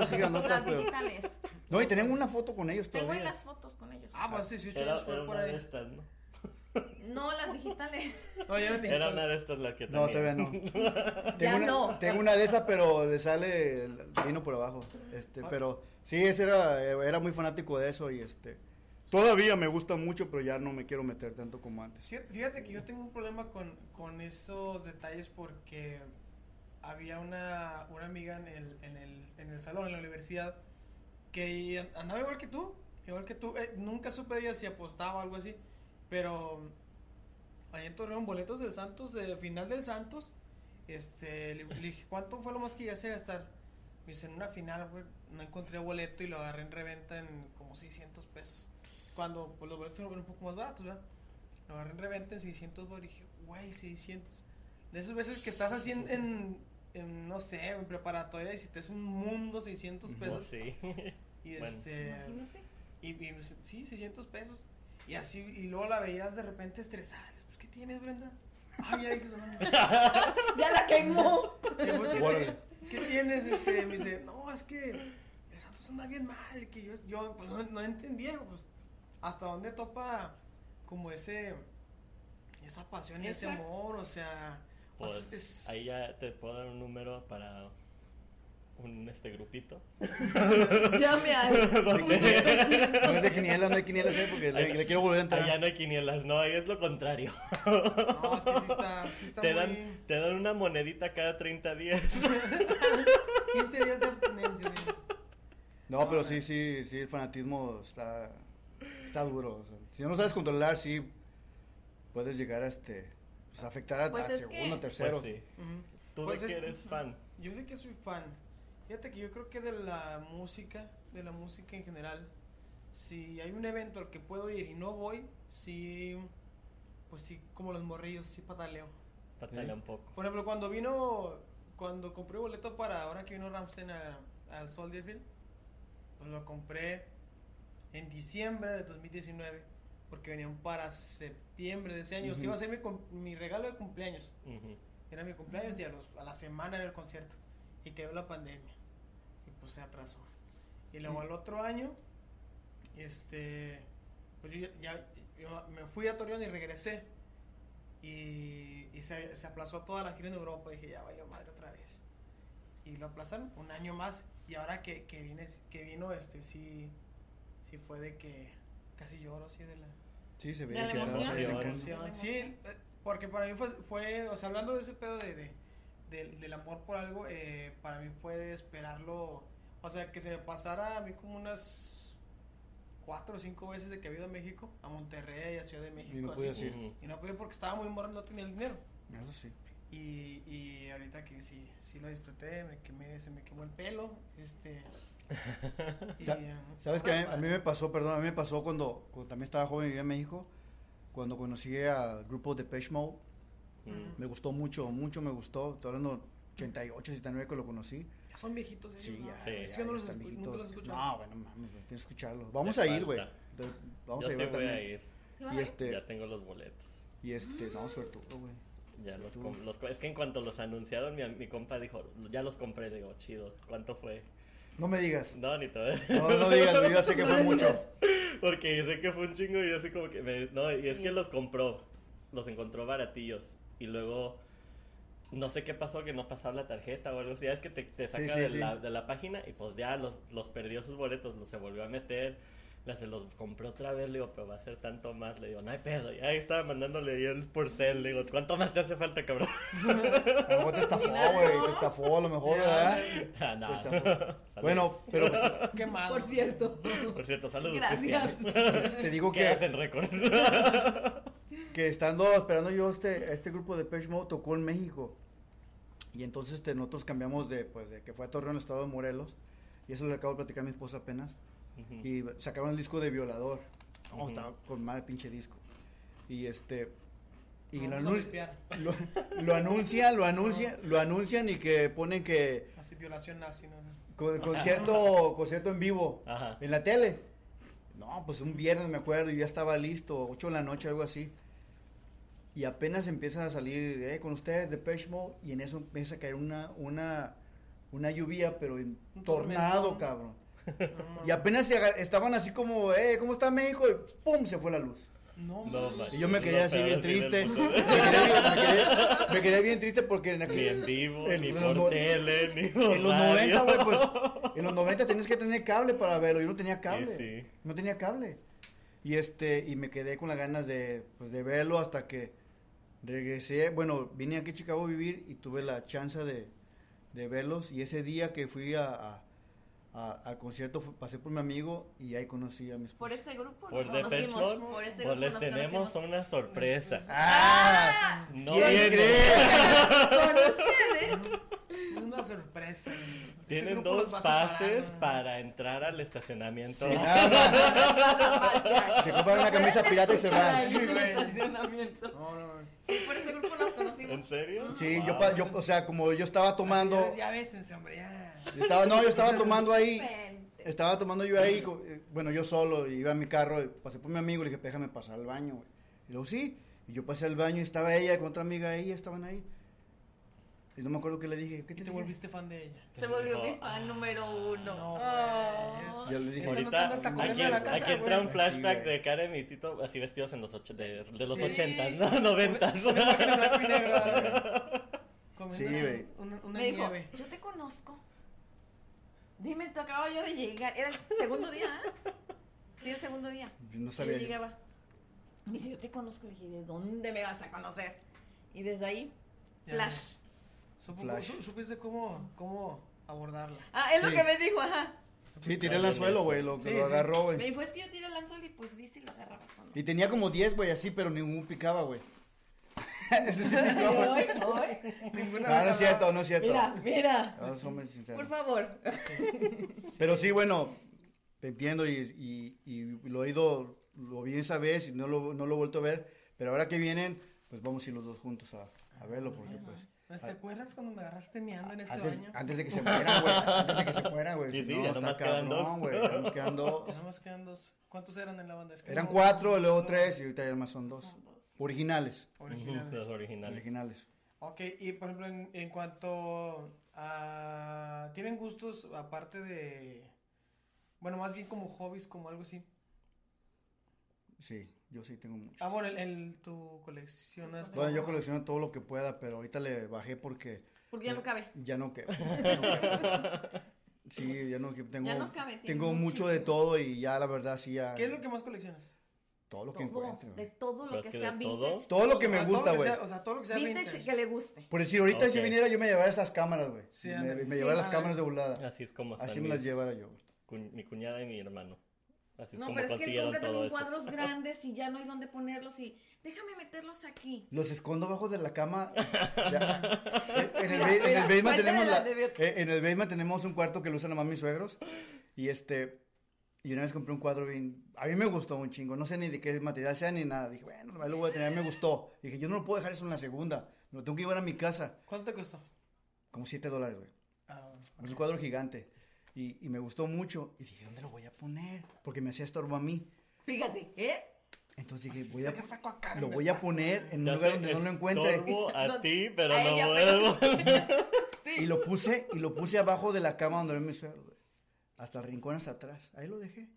[SPEAKER 3] sí, grandotas,
[SPEAKER 4] Las
[SPEAKER 3] pero-
[SPEAKER 4] digitales.
[SPEAKER 3] No, y tenemos una foto con ellos
[SPEAKER 4] Tengo ahí
[SPEAKER 3] todavía.
[SPEAKER 4] las fotos con ellos.
[SPEAKER 1] Ah, pues sí, 18
[SPEAKER 2] Era,
[SPEAKER 1] años fue
[SPEAKER 2] era
[SPEAKER 1] por
[SPEAKER 2] una de
[SPEAKER 1] ahí.
[SPEAKER 2] estas, ¿no?
[SPEAKER 4] No, las digitales.
[SPEAKER 1] No, ya no tenía.
[SPEAKER 2] Era una de estas la que
[SPEAKER 3] No,
[SPEAKER 2] también.
[SPEAKER 3] todavía no.
[SPEAKER 4] Ya
[SPEAKER 3] Tengo una,
[SPEAKER 4] no.
[SPEAKER 3] Tengo una de esas, pero le sale el vino por abajo.
[SPEAKER 2] Ah.
[SPEAKER 3] Este, pero sí, ese era, era muy fanático de eso y este. Todavía me gusta mucho, pero ya no me quiero meter tanto como antes.
[SPEAKER 1] Fíjate, fíjate que yo tengo un problema con, con esos detalles porque había una, una amiga en el, en, el, en el salón, en la universidad, que andaba igual que tú, igual que tú. Eh, nunca supe de ella si apostaba o algo así, pero ahí en Torreón, boletos del Santos, de final del Santos, este, le, le dije, ¿cuánto fue lo más que llegaste a gastar? Me dice, en una final, güey, no encontré boleto y lo agarré en reventa en como 600 pesos. Cuando pues, los boletos eran un poco más baratos, ¿verdad? Lo agarré en reventa en 600 bolas y dije, güey, 600. De esas veces que estás así en, en- en, no sé, en preparatoria y si te es un mundo 600
[SPEAKER 3] Ujú.
[SPEAKER 2] Oh,
[SPEAKER 1] pesos.
[SPEAKER 2] sí.
[SPEAKER 1] Y
[SPEAKER 2] Bueno.
[SPEAKER 1] este.
[SPEAKER 4] Imagínate.
[SPEAKER 1] Y, y me dice, sí, 600 pesos. Y así, y luego la veías de repente estresada. Le digo, Pues, ¿Qué tienes, Brenda? Ay, ya dije, no, no.
[SPEAKER 4] Ya la quemó.
[SPEAKER 1] Y, pues, ¿qué,
[SPEAKER 3] Órale.
[SPEAKER 1] te- qué tienes? Este, me dice, no, es que el Santos anda bien mal. Que yo, yo pues, no, no entendía, pues, hasta dónde topa como ese, esa pasión y ese
[SPEAKER 4] Exacto.
[SPEAKER 1] amor, o sea. o sea,
[SPEAKER 2] Pues
[SPEAKER 1] es-
[SPEAKER 2] ahí ya te puedo dar un número para un este grupito.
[SPEAKER 4] Llame a él.
[SPEAKER 3] No es de quinielas, no es de quinielas, eh, porque le, le quiero volver a entrar.
[SPEAKER 2] Allá no hay quinielas, no, ahí es lo contrario.
[SPEAKER 1] No, es que sí está, sí está
[SPEAKER 2] Te
[SPEAKER 1] muy... Pues
[SPEAKER 2] dan, te dan una monedita cada 30 días.
[SPEAKER 1] 15 días de abstinencia. sí.
[SPEAKER 3] No,
[SPEAKER 2] eh.
[SPEAKER 3] pero sí, sí, sí, el fanatismo está, está duro. o sea, si no lo sabes controlar, sí puedes llegar a este, pues, afectar a,
[SPEAKER 4] Pues
[SPEAKER 3] a
[SPEAKER 4] es
[SPEAKER 3] segundo,
[SPEAKER 4] que-
[SPEAKER 3] tercero.
[SPEAKER 2] Pues sí.
[SPEAKER 1] Ujú.
[SPEAKER 2] Tú
[SPEAKER 1] Pues
[SPEAKER 2] de
[SPEAKER 1] es-
[SPEAKER 2] que eres fan.
[SPEAKER 1] Yo sé que soy fan. Fíjate que yo creo que de la música, de la música en general, si hay un evento al que puedo ir y no voy, sí, pues sí, como los morrillos, sí pataleo.
[SPEAKER 2] Pátale un poco.
[SPEAKER 1] Por ejemplo, cuando vino, cuando compré boleto para ahora que vino Ramstein a- al Soldier Field, pues lo compré en diciembre de 2019, porque venían para septiembre de ese año. O sea,
[SPEAKER 3] Ujú.
[SPEAKER 1] iba a ser mi, cum- mi regalo de cumpleaños.
[SPEAKER 2] Ujú.
[SPEAKER 1] Era mi cumpleaños y a, los, a la semana era el concierto. Y quedó la pandemia. Y pues se atrasó. Y luego al otro año, este, pues yo ya, ya- yo me fui a Torreón y regresé. Y, y se, se aplazó toda la gira en Europa. Dije, ya valió madre otra vez. Y lo aplazaron un año más. Y ahora que, que, vine- que vino, este, sí, sí fue de que casi lloro, sí, de la,
[SPEAKER 3] Sí, se ve
[SPEAKER 4] De la
[SPEAKER 3] que estaba
[SPEAKER 4] emoción.
[SPEAKER 3] así,
[SPEAKER 2] De la
[SPEAKER 3] brincando.
[SPEAKER 2] emoción.
[SPEAKER 1] emoción. Sí, eh, porque para mí fue, fue, o sea, hablando de ese pedo de, de- del, del amor por algo, eh, para mí fue esperarlo, o sea, que se me pasara a mí como unas cuatro o cinco veces de que había ido a México, a Monterrey, a Ciudad de México,
[SPEAKER 3] no
[SPEAKER 1] así.
[SPEAKER 3] podías ir. Sí.
[SPEAKER 2] Ujú.
[SPEAKER 1] Y no pude porque estaba muy morro, no tenía el dinero.
[SPEAKER 3] Eso sí.
[SPEAKER 1] Y, y ahorita que sí, sí lo disfruté, me quemé, se me quemó el pelo, este... y,
[SPEAKER 3] Sa-
[SPEAKER 1] eh,
[SPEAKER 3] ¿Sabes qué? A mí,
[SPEAKER 1] ahora,
[SPEAKER 3] a mí me pasó, perdón, a mí me pasó cuando, cuando también estaba joven y vivía en México, cuando conocí al grupo de Mode,
[SPEAKER 2] Ujú.
[SPEAKER 3] me gustó mucho, mucho me gustó, estoy hablando 88, 89 que lo conocí.
[SPEAKER 1] Ya son viejitos ellos,
[SPEAKER 3] Sí,
[SPEAKER 1] ¿no?
[SPEAKER 3] ya,
[SPEAKER 2] Sí.
[SPEAKER 3] ya,
[SPEAKER 1] Es que
[SPEAKER 3] ya
[SPEAKER 1] yo no los
[SPEAKER 3] están
[SPEAKER 1] escu- nunca
[SPEAKER 3] viejitos.
[SPEAKER 1] los he escuchado.
[SPEAKER 3] No, bueno, mames, güey, tienes que escucharlos. Vamos a ir,
[SPEAKER 2] falta.
[SPEAKER 3] güey. De- Vamos
[SPEAKER 2] Yo
[SPEAKER 3] a
[SPEAKER 2] sí
[SPEAKER 3] ir
[SPEAKER 2] voy
[SPEAKER 3] también.
[SPEAKER 2] a ir.
[SPEAKER 3] Y este,
[SPEAKER 2] Ya tengo los boletos.
[SPEAKER 3] y este, no, suertudo, güey.
[SPEAKER 2] Ya los,
[SPEAKER 3] tú.
[SPEAKER 2] com- los co- Es que en cuanto los anunciaron, mi, mi compa dijo, ya los compré. Le digo, chido, ¿cuánto fue?
[SPEAKER 3] No me digas.
[SPEAKER 2] No, ni todo.
[SPEAKER 3] No, no digas, güey, yo sé que fue mucho.
[SPEAKER 2] Porque yo sé que fue un chingo y yo así como que... me- no, y es
[SPEAKER 4] Sí.
[SPEAKER 2] que los compró. Los encontró baratillos. Y luego No sé qué pasó, que no pasaba la tarjeta o algo así. Ya Es que te, te saca
[SPEAKER 3] sí,
[SPEAKER 2] de,
[SPEAKER 3] sí.
[SPEAKER 2] La, de la página y pues ya los, los perdió sus boletos, los se volvió a meter. la- se los compró otra vez, le digo, pero va a ser tanto más. Le digo, no hay pedo. Y ahí estaba mandándole yo el porcel. Le digo, ¿cuánto más te hace falta, cabrón?
[SPEAKER 3] A lo mejor te estafó,
[SPEAKER 4] Ni
[SPEAKER 3] güey.
[SPEAKER 4] modo.
[SPEAKER 3] Te estafó, a lo mejor, ¿verdad?
[SPEAKER 2] Ah, no.
[SPEAKER 3] Pues tampoco.
[SPEAKER 2] Saludos.
[SPEAKER 3] Bueno, pero
[SPEAKER 1] Qué malo.
[SPEAKER 4] Por cierto.
[SPEAKER 2] Por cierto, saludos.
[SPEAKER 4] Gracias.
[SPEAKER 2] Cristian.
[SPEAKER 3] te digo
[SPEAKER 2] ¿Qué
[SPEAKER 3] que,
[SPEAKER 2] hacen récord?
[SPEAKER 3] que estando esperando yo este, este grupo de Pech Mode tocó en México. Y entonces este, nosotros cambiamos de, pues, de que fue a Torreón, estado de Morelos. Y eso le acabo de platicar a mi esposa apenas. Y sacaron el disco de Violador. Oh,
[SPEAKER 2] Ujú.
[SPEAKER 3] estaba con mal pinche disco. Y este. Y lo,
[SPEAKER 1] Vamos a
[SPEAKER 3] anun-
[SPEAKER 1] limpiar.
[SPEAKER 3] lo, lo anuncian, lo anuncian, lo anuncian y que ponen que
[SPEAKER 1] Así violación nazi, ¿no?
[SPEAKER 3] con- concierto, concierto en vivo
[SPEAKER 2] Ajá.
[SPEAKER 3] en la tele. No, pues un viernes me acuerdo, y ya estaba listo, 8 de la noche, algo así. Y apenas empiezan a salir eh, con ustedes de Peshmo y en eso empieza a caer una, una, una lluvia, pero en
[SPEAKER 1] Un Ah.
[SPEAKER 3] tornado,
[SPEAKER 1] tormentón.
[SPEAKER 3] cabrón.
[SPEAKER 1] No, mames.
[SPEAKER 3] Y apenas se agar- estaban así como, eh, ¿cómo está México? Y ¡pum! se fue la luz.
[SPEAKER 1] No,
[SPEAKER 2] No,
[SPEAKER 1] mames.
[SPEAKER 2] man.
[SPEAKER 3] Y yo me quedé
[SPEAKER 2] No,
[SPEAKER 3] así
[SPEAKER 2] pero
[SPEAKER 3] bien
[SPEAKER 2] sí, del
[SPEAKER 3] triste. Me
[SPEAKER 2] puto-
[SPEAKER 3] quedé bien, me quedé- me quedé bien triste porque en
[SPEAKER 2] Ni en
[SPEAKER 3] aquel.
[SPEAKER 2] vivo,
[SPEAKER 3] En
[SPEAKER 2] ni
[SPEAKER 3] los
[SPEAKER 2] por
[SPEAKER 3] no-
[SPEAKER 2] tele, ni por
[SPEAKER 3] En los
[SPEAKER 2] radio.
[SPEAKER 3] 90, güey, pues. En los 90 tenías que tener cable para verlo. Yo no tenía cable.
[SPEAKER 2] sí.
[SPEAKER 3] No tenía cable. Y este, y me quedé con las ganas de, pues, de verlo hasta que regresé. Bueno, vine aquí a Chicago a vivir y tuve la chance de, de verlos. Y ese día que fui a, a- a- al concierto fue- pasé por mi amigo y ahí conocí a mi esposa.
[SPEAKER 4] Por ese grupo
[SPEAKER 2] Por
[SPEAKER 4] nos
[SPEAKER 2] The Pet
[SPEAKER 4] conocimos.
[SPEAKER 2] Shop,
[SPEAKER 4] Por ese
[SPEAKER 2] Pues
[SPEAKER 4] grupo
[SPEAKER 2] les
[SPEAKER 4] nos
[SPEAKER 2] tenemos
[SPEAKER 4] conocimos.
[SPEAKER 2] una sorpresa.
[SPEAKER 3] ¡Ah!
[SPEAKER 4] ¡Ah!
[SPEAKER 2] No
[SPEAKER 3] ¿Quién
[SPEAKER 2] vienen.
[SPEAKER 3] cree?
[SPEAKER 4] Con ustedes.
[SPEAKER 1] Una sorpresa. güey. Ese
[SPEAKER 2] Tienen
[SPEAKER 1] grupo los
[SPEAKER 2] dos
[SPEAKER 1] va a separar,
[SPEAKER 2] pases
[SPEAKER 1] ¿no?
[SPEAKER 2] para entrar al estacionamiento.
[SPEAKER 3] Se compran una camisa pirata y se van.
[SPEAKER 4] Ahí en este el estacionamiento.
[SPEAKER 1] No, no, no.
[SPEAKER 4] Sí, por ese grupo nos
[SPEAKER 2] ¿En
[SPEAKER 4] conocimos.
[SPEAKER 2] serio?
[SPEAKER 3] Sí, yo,
[SPEAKER 2] Wow.
[SPEAKER 3] pa- yo, o sea, como yo estaba tomando,
[SPEAKER 1] Ya ves- Ya bésense, hombre, ya.
[SPEAKER 3] yo estaba, no, yo estaba tomando ahí,
[SPEAKER 4] Vente.
[SPEAKER 3] estaba tomando yo ahí, co- eh, bueno, yo solo, iba a mi carro, y pasé por mi amigo, le dije, déjame pasar al baño, güey. Y luego, sí, y yo pasé al baño y estaba ella con otra amiga ahí, estaban ahí. Y no me acuerdo qué le dije, ¿qué
[SPEAKER 1] Y
[SPEAKER 3] te,
[SPEAKER 1] te
[SPEAKER 3] dije?
[SPEAKER 1] volviste fan de ella.
[SPEAKER 4] Se
[SPEAKER 2] Dijo,
[SPEAKER 4] volvió
[SPEAKER 2] "Ah,
[SPEAKER 4] mi fan número uno.
[SPEAKER 1] no,
[SPEAKER 4] Oh.
[SPEAKER 3] Yo le
[SPEAKER 1] Entonces,
[SPEAKER 3] dije,
[SPEAKER 2] Ahorita,
[SPEAKER 1] no te andas taconeando
[SPEAKER 2] aquí,
[SPEAKER 1] en la casa,
[SPEAKER 2] aquí entra
[SPEAKER 1] güey.
[SPEAKER 2] un
[SPEAKER 3] Sí,
[SPEAKER 2] flashback
[SPEAKER 3] güey.
[SPEAKER 2] de Karen y Tito, así vestidos en los och- de, de los
[SPEAKER 1] Sí.
[SPEAKER 2] ochentas, no noventas.
[SPEAKER 1] Una máquina blanco y negro.
[SPEAKER 3] Sí,
[SPEAKER 1] Comiendo
[SPEAKER 3] güey.
[SPEAKER 1] una, una
[SPEAKER 4] Me dijo,
[SPEAKER 1] nieve.
[SPEAKER 4] yo te conozco. Dime, tú acababa yo de llegar. Era el segundo día, ¿ah? Sí, el segundo día.
[SPEAKER 3] No
[SPEAKER 4] Y yo
[SPEAKER 3] sabía. yo.
[SPEAKER 4] llegaba. Me dice, yo te conozco. Le dije, ¿de dónde me vas a conocer? Y desde ahí,
[SPEAKER 1] Ya.
[SPEAKER 4] flash.
[SPEAKER 1] Supo-
[SPEAKER 3] Flash.
[SPEAKER 1] su- supiste cómo, cómo abordarla.
[SPEAKER 4] Ah, es
[SPEAKER 3] Sí.
[SPEAKER 4] lo que me dijo, ajá.
[SPEAKER 3] Sí, tiré al suelo, güey, lo,
[SPEAKER 1] Sí,
[SPEAKER 3] lo
[SPEAKER 1] sí.
[SPEAKER 3] agarró,
[SPEAKER 4] Me
[SPEAKER 3] güey.
[SPEAKER 4] dijo, es que yo tiré el anzuelo y pues viste y lo agarrabas o no.
[SPEAKER 3] Y tenía como 10, güey, así, pero ningún picaba, güey. Ese sí picó, güey.
[SPEAKER 4] Ay, ay.
[SPEAKER 1] Ninguna
[SPEAKER 3] Ah, No,
[SPEAKER 1] vez
[SPEAKER 3] no es cierto,
[SPEAKER 1] hablaba.
[SPEAKER 3] no es cierto.
[SPEAKER 4] Mira, mira.
[SPEAKER 3] No, somos sinceros.
[SPEAKER 4] Por favor.
[SPEAKER 3] Pero sí, bueno, te entiendo y, y- y lo he ido, lo vi esa vez y no lo, no lo he vuelto a ver, pero ahora que vienen, pues vamos a ir los dos juntos a, a verlo, porque pues...
[SPEAKER 1] ¿Te acuerdas cuando me agarraste meando en este
[SPEAKER 3] Antes, Ah.
[SPEAKER 1] baño?
[SPEAKER 3] antes de que se mueran, güey. Antes de que se mueran, güey.
[SPEAKER 2] Sí,
[SPEAKER 3] si
[SPEAKER 2] sí, ya
[SPEAKER 3] está
[SPEAKER 2] nomás quedan
[SPEAKER 3] cabrón,
[SPEAKER 2] dos.
[SPEAKER 3] güey, ya nos quedan dos.
[SPEAKER 1] Nada más quedan dos. ¿Cuántos eran en la banda? Es que
[SPEAKER 3] Eran
[SPEAKER 1] no-
[SPEAKER 3] cuatro, luego
[SPEAKER 1] no-
[SPEAKER 3] tres y ahorita ya más son dos.
[SPEAKER 4] Son dos.
[SPEAKER 3] Originales.
[SPEAKER 1] Originales.
[SPEAKER 2] Los originales.
[SPEAKER 3] Originales.
[SPEAKER 1] Ok, y por ejemplo, en, en cuanto a... ¿Tienen gustos aparte de... Bueno, más bien como hobbies, como algo así?
[SPEAKER 3] Sí, yo sí tengo mucho.
[SPEAKER 1] Ah, bueno, el, el- tú coleccionas...
[SPEAKER 3] Bueno,
[SPEAKER 1] todo.
[SPEAKER 3] yo colecciono todo lo que pueda, pero ahorita le bajé porque
[SPEAKER 4] Porque ya no cabe.
[SPEAKER 3] Ya no que. ya no que- Sí, ya no que tengo.
[SPEAKER 4] Ya no cabe, tiene
[SPEAKER 3] tengo mucho de
[SPEAKER 4] muchísimo.
[SPEAKER 3] todo y ya la verdad sí ya.
[SPEAKER 1] ¿Qué es lo que más coleccionas?
[SPEAKER 3] Todo lo que
[SPEAKER 4] Todo,
[SPEAKER 3] encuentro.
[SPEAKER 4] de todo
[SPEAKER 2] Pero
[SPEAKER 4] lo
[SPEAKER 2] es
[SPEAKER 4] que
[SPEAKER 2] que
[SPEAKER 4] sea
[SPEAKER 2] de
[SPEAKER 4] vintage.
[SPEAKER 3] Todo lo que me
[SPEAKER 1] Ah, todo
[SPEAKER 3] gusta,
[SPEAKER 1] lo que
[SPEAKER 3] güey.
[SPEAKER 1] sea- O sea, todo lo que sea
[SPEAKER 4] Vintage
[SPEAKER 1] vintage.
[SPEAKER 4] que le guste.
[SPEAKER 3] Por decir, ahorita si
[SPEAKER 2] Ok.
[SPEAKER 3] viniera yo me llevara esas cámaras, güey.
[SPEAKER 1] Sí,
[SPEAKER 3] me,
[SPEAKER 1] ándale.
[SPEAKER 3] me
[SPEAKER 1] Sí,
[SPEAKER 3] llevara las
[SPEAKER 1] ándale.
[SPEAKER 3] cámaras de volada.
[SPEAKER 2] Así es como están
[SPEAKER 3] Así me las
[SPEAKER 2] mis-
[SPEAKER 3] llevara yo.
[SPEAKER 2] cu- mi cuñada y mi hermano. Así es
[SPEAKER 4] No,
[SPEAKER 2] como
[SPEAKER 4] pero es que él
[SPEAKER 2] consiguieron
[SPEAKER 4] compra
[SPEAKER 2] todo
[SPEAKER 4] también
[SPEAKER 2] eso.
[SPEAKER 4] cuadros grandes y ya no hay dónde ponerlos y déjame meterlos aquí.
[SPEAKER 3] Los escondo abajo de la cama. Ya. En, el,
[SPEAKER 4] Mira,
[SPEAKER 3] ba- en el
[SPEAKER 4] mira,
[SPEAKER 3] basement
[SPEAKER 4] cuéntale
[SPEAKER 3] tenemos
[SPEAKER 4] la
[SPEAKER 3] la-
[SPEAKER 4] de-
[SPEAKER 3] eh, en el basement tenemos un cuarto que lo usan nomás mis suegros. Y este. Y una vez compré un cuadro bien. A mí me gustó un chingo. No sé ni de qué material sea ni nada. Dije, bueno, ahí lo voy a tener. Me gustó. Dije, yo no lo puedo dejar eso en la segunda. Me lo tengo que llevar a mi casa.
[SPEAKER 1] ¿Cuánto te costó?
[SPEAKER 3] Como 7 dólares, güey.
[SPEAKER 1] Ah, bueno.
[SPEAKER 3] Es un cuadro gigante. Y, y me gustó mucho. Y dije, ¿dónde lo voy a poner? Porque me hacía estorbo a mí.
[SPEAKER 4] Fíjate, ¿eh?
[SPEAKER 3] Entonces
[SPEAKER 1] Así
[SPEAKER 3] dije, voy a,
[SPEAKER 1] saca, saco acá,
[SPEAKER 3] lo
[SPEAKER 1] me
[SPEAKER 3] voy a
[SPEAKER 1] saco.
[SPEAKER 3] poner en un
[SPEAKER 2] Ya
[SPEAKER 3] lugar
[SPEAKER 2] sé,
[SPEAKER 3] donde no lo encuentre.
[SPEAKER 2] estorbo a
[SPEAKER 4] No,
[SPEAKER 2] ti, pero
[SPEAKER 4] a
[SPEAKER 2] no
[SPEAKER 4] ella,
[SPEAKER 2] vuelvo.
[SPEAKER 3] Y lo puse, y lo puse abajo de la cama donde era mi suegro, güey. Hasta el rincón hasta atrás. Ahí lo dejé.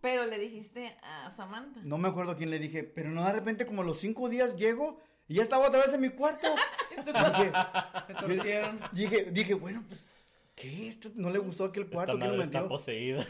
[SPEAKER 4] Pero le dijiste a Samantha.
[SPEAKER 3] No me acuerdo quién le dije, pero no de repente como a los cinco días llego Y ya estaba otra vez en mi cuarto. dije,
[SPEAKER 1] Te torcieron.
[SPEAKER 3] dije, dije, bueno, pues, ¿qué? Esto no le gustó aquel
[SPEAKER 2] Esta
[SPEAKER 3] cuarto que
[SPEAKER 2] madre
[SPEAKER 3] me
[SPEAKER 2] está
[SPEAKER 3] metió.
[SPEAKER 2] poseída.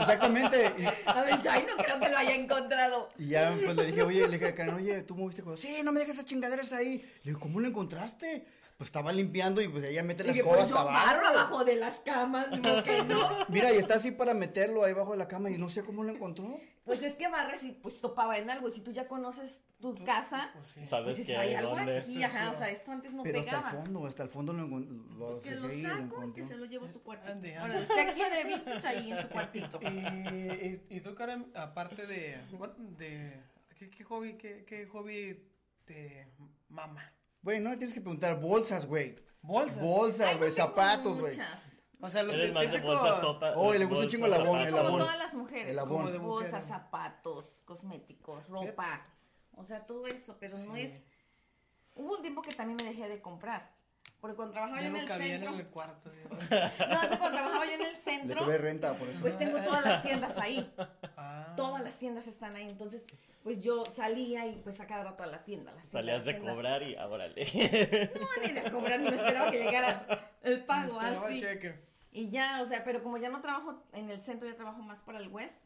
[SPEAKER 3] Exactamente. Y-
[SPEAKER 4] A ver, Jai no creo que lo haya encontrado.
[SPEAKER 3] Y ya pues le dije, oye, le dije a Karen, oye, tú moviste cosas. Sí, no me dejes esas chingaderas ahí. Le digo, ¿cómo lo encontraste? Pues estaba limpiando y pues ella mete las
[SPEAKER 4] Dije,
[SPEAKER 3] cosas
[SPEAKER 4] pues yo
[SPEAKER 3] hasta
[SPEAKER 4] barro
[SPEAKER 3] abajo.
[SPEAKER 4] abajo de las camas, digo que no.
[SPEAKER 3] Mira, y está así para meterlo ahí abajo de la cama y no sé cómo lo encontró.
[SPEAKER 4] Pues es que barres y pues topaba en algo. Y si tú ya conoces tu casa,
[SPEAKER 1] Pues sí.
[SPEAKER 2] ¿Sabes
[SPEAKER 4] pues
[SPEAKER 2] qué?
[SPEAKER 4] dices, hay algo
[SPEAKER 2] ¿Dónde?
[SPEAKER 4] aquí, ajá. O sea, esto antes no
[SPEAKER 3] Pero hasta
[SPEAKER 4] pegaba. Pues
[SPEAKER 3] el fondo, pues, hasta el fondo lo, encon- lo
[SPEAKER 4] que lo
[SPEAKER 3] saqué y lo
[SPEAKER 4] saco y que
[SPEAKER 3] encontró.
[SPEAKER 4] se lo llevo a su cuartito.
[SPEAKER 1] Ande,
[SPEAKER 4] Ahora,
[SPEAKER 1] ande.
[SPEAKER 4] usted quiere vintage ahí en su cuartito.
[SPEAKER 1] Y, y, y tú, Karen, aparte de. bueno, de ¿qué, qué hobby, qué, qué hobby te mama?
[SPEAKER 3] Güey, no me tienes que preguntar bolsas, güey.
[SPEAKER 1] Bolsas.
[SPEAKER 3] Bolsas,
[SPEAKER 4] Ay,
[SPEAKER 3] güey,
[SPEAKER 4] no tengo
[SPEAKER 3] zapatos, güey.
[SPEAKER 4] muchas.
[SPEAKER 1] o sea, lo
[SPEAKER 2] Eres
[SPEAKER 1] que-
[SPEAKER 2] más de
[SPEAKER 1] típico-
[SPEAKER 2] bolsa sopa.
[SPEAKER 3] Oh, y le gusta un chingo la
[SPEAKER 4] Sí,
[SPEAKER 3] Bon,
[SPEAKER 2] bolsa
[SPEAKER 3] el
[SPEAKER 4] como
[SPEAKER 3] abón.
[SPEAKER 4] todas las mujeres.
[SPEAKER 3] El abón.
[SPEAKER 4] como
[SPEAKER 1] Como de
[SPEAKER 4] bolsas,
[SPEAKER 1] mujer.
[SPEAKER 4] zapatos, cosméticos, ropa. O sea, todo eso, pero no
[SPEAKER 1] Sí.
[SPEAKER 4] es. Hubo un tiempo que también me dejé de comprar. Porque cuando trabajaba
[SPEAKER 1] Ya
[SPEAKER 4] yo en
[SPEAKER 1] no
[SPEAKER 4] el
[SPEAKER 1] cabía
[SPEAKER 4] centro.
[SPEAKER 1] en el cuarto. así, ¿no?
[SPEAKER 4] No, es que cuando trabajaba yo en el
[SPEAKER 3] Le
[SPEAKER 4] centro,
[SPEAKER 3] cobré renta por eso.
[SPEAKER 4] pues tengo todas las tiendas ahí.
[SPEAKER 1] Ah.
[SPEAKER 4] Todas las tiendas están ahí. Entonces, pues yo salía y pues a cada rato a la tienda. a las
[SPEAKER 2] Salías de
[SPEAKER 4] tiendas, las
[SPEAKER 2] cobrar y órale.
[SPEAKER 4] tiendas. No, ni de cobrar, ni me esperaba que llegara el pago
[SPEAKER 1] Esperaba
[SPEAKER 4] así.
[SPEAKER 1] cheque.
[SPEAKER 4] Y ya, o sea, pero como ya no trabajo en el centro, ya trabajo más para el West.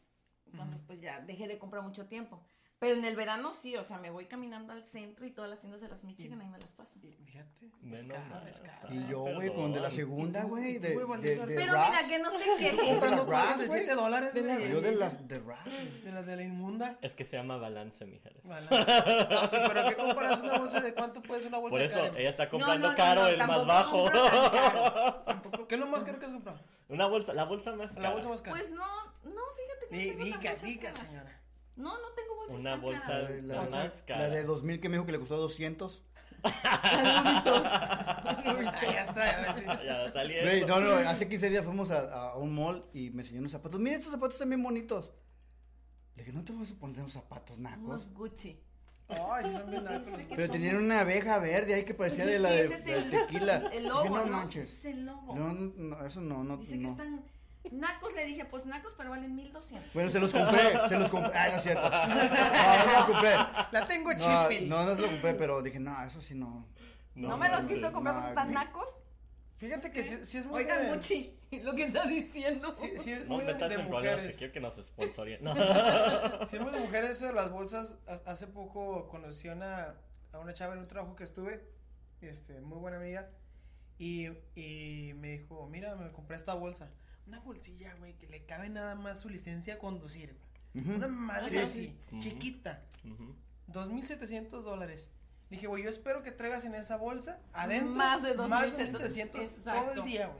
[SPEAKER 4] Entonces, pues ya dejé de comprar mucho tiempo. Pero en el verano sí, o sea, me voy caminando al centro y todas las tiendas de las Michigan ahí me las paso.
[SPEAKER 1] Y fíjate.
[SPEAKER 2] Menos
[SPEAKER 1] Es caro,
[SPEAKER 2] mal,
[SPEAKER 1] es
[SPEAKER 2] o
[SPEAKER 1] caro.
[SPEAKER 2] sea.
[SPEAKER 3] Y yo,
[SPEAKER 2] Ah,
[SPEAKER 3] güey, con de la
[SPEAKER 2] perdón.
[SPEAKER 3] segunda,
[SPEAKER 1] Y tú,
[SPEAKER 3] güey,
[SPEAKER 1] y tú,
[SPEAKER 3] de,
[SPEAKER 1] güey,
[SPEAKER 3] de,
[SPEAKER 1] valiendo
[SPEAKER 3] de
[SPEAKER 4] Pero
[SPEAKER 3] Ras.
[SPEAKER 4] mira, que no sé qué.
[SPEAKER 1] Comprando
[SPEAKER 3] Las Ras,
[SPEAKER 1] cosas de
[SPEAKER 3] güey.
[SPEAKER 1] 7 dólares,
[SPEAKER 4] De la-
[SPEAKER 1] güey.
[SPEAKER 3] Yo de las de Ras.
[SPEAKER 1] De las de la inmunda.
[SPEAKER 2] Es que se llama balance, mijares.
[SPEAKER 1] Balance. No, sí, pero ¿qué comparas una bolsa de cuánto puedes una bolsa
[SPEAKER 2] Por
[SPEAKER 1] de
[SPEAKER 2] eso
[SPEAKER 1] Karen?
[SPEAKER 2] ella está comprando caro, el más bajo.
[SPEAKER 1] ¿Qué es lo más caro que has comprado?
[SPEAKER 2] Una bolsa, la bolsa más cara.
[SPEAKER 1] La bolsa más cara.
[SPEAKER 4] Pues no, no, fíjate que
[SPEAKER 1] Di-
[SPEAKER 4] no tengo
[SPEAKER 1] diga,
[SPEAKER 4] tan bolsas
[SPEAKER 1] diga,
[SPEAKER 4] caras.
[SPEAKER 1] señora.
[SPEAKER 4] No, no tengo bolsas
[SPEAKER 2] Una
[SPEAKER 4] tan
[SPEAKER 2] bolsa
[SPEAKER 3] La
[SPEAKER 4] caras.
[SPEAKER 3] de,
[SPEAKER 2] La
[SPEAKER 3] la,
[SPEAKER 2] más cara.
[SPEAKER 3] la de 2000 que me dijo que le costó 200.
[SPEAKER 1] Ah, ya está, ya ves, sí.
[SPEAKER 2] Ya salí de
[SPEAKER 3] Güey,
[SPEAKER 2] esto.
[SPEAKER 3] no, no, hace 15 días fuimos a, a un mall y me enseñó unos zapatos. Mira, estos zapatos están bien bonitos. Le dije, no te vas a poner unos zapatos nacos.
[SPEAKER 4] Unos Gucci.
[SPEAKER 1] Ay, sí, son bien nacos.
[SPEAKER 4] que
[SPEAKER 3] Pero
[SPEAKER 4] son-
[SPEAKER 3] tenían una abeja verde ahí que parecía
[SPEAKER 4] Pues
[SPEAKER 3] de
[SPEAKER 4] es
[SPEAKER 3] la
[SPEAKER 4] que
[SPEAKER 3] de,
[SPEAKER 4] ese es
[SPEAKER 3] de
[SPEAKER 4] el-
[SPEAKER 3] tequila.
[SPEAKER 4] El
[SPEAKER 3] Dije,
[SPEAKER 4] logo,
[SPEAKER 3] no
[SPEAKER 4] ¿no?
[SPEAKER 3] manches.
[SPEAKER 4] Es el logo.
[SPEAKER 3] No, no, eso no, no.
[SPEAKER 4] Dice que
[SPEAKER 3] no.
[SPEAKER 4] están nacos, le dije, pues nacos, pero valen 1200.
[SPEAKER 3] Bueno, se los compré, se los compré. Ay, no es cierto. No, no se los compré.
[SPEAKER 1] La tengo
[SPEAKER 3] No,
[SPEAKER 1] chipil.
[SPEAKER 3] no, no se los compré, pero dije, no, eso sí no.
[SPEAKER 4] No, me los
[SPEAKER 2] manches.
[SPEAKER 4] quiso comprar porque
[SPEAKER 3] no,
[SPEAKER 4] están
[SPEAKER 3] güey.
[SPEAKER 4] nacos.
[SPEAKER 1] Fíjate que sí, sí es muy
[SPEAKER 4] Oigan,
[SPEAKER 1] de-
[SPEAKER 4] Gucci, lo que está diciendo.
[SPEAKER 1] Sí, sí es
[SPEAKER 2] No
[SPEAKER 1] muy de,
[SPEAKER 2] metas
[SPEAKER 1] de
[SPEAKER 2] en problemas que
[SPEAKER 1] mujeres.
[SPEAKER 2] quiero que nos sponsoren. No.
[SPEAKER 1] Sí es muy de mujeres eso de las bolsas. Ha- Hace poco conocí a una, a una chava en un trabajo que estuve, este, muy buena amiga, y, y me dijo, mira, me compré esta bolsa. Una bolsilla, güey, que le cabe nada más su licencia a conducir. güey. Una madre
[SPEAKER 4] Sí,
[SPEAKER 1] así,
[SPEAKER 2] sí.
[SPEAKER 1] chiquita.
[SPEAKER 2] Ujú.
[SPEAKER 1] 2.700 dólares. Dije, güey, yo espero que traigas en esa bolsa adentro
[SPEAKER 4] Más de
[SPEAKER 1] más
[SPEAKER 4] 2,700,
[SPEAKER 1] 2,700 todo
[SPEAKER 4] exacto.
[SPEAKER 1] el día, güey.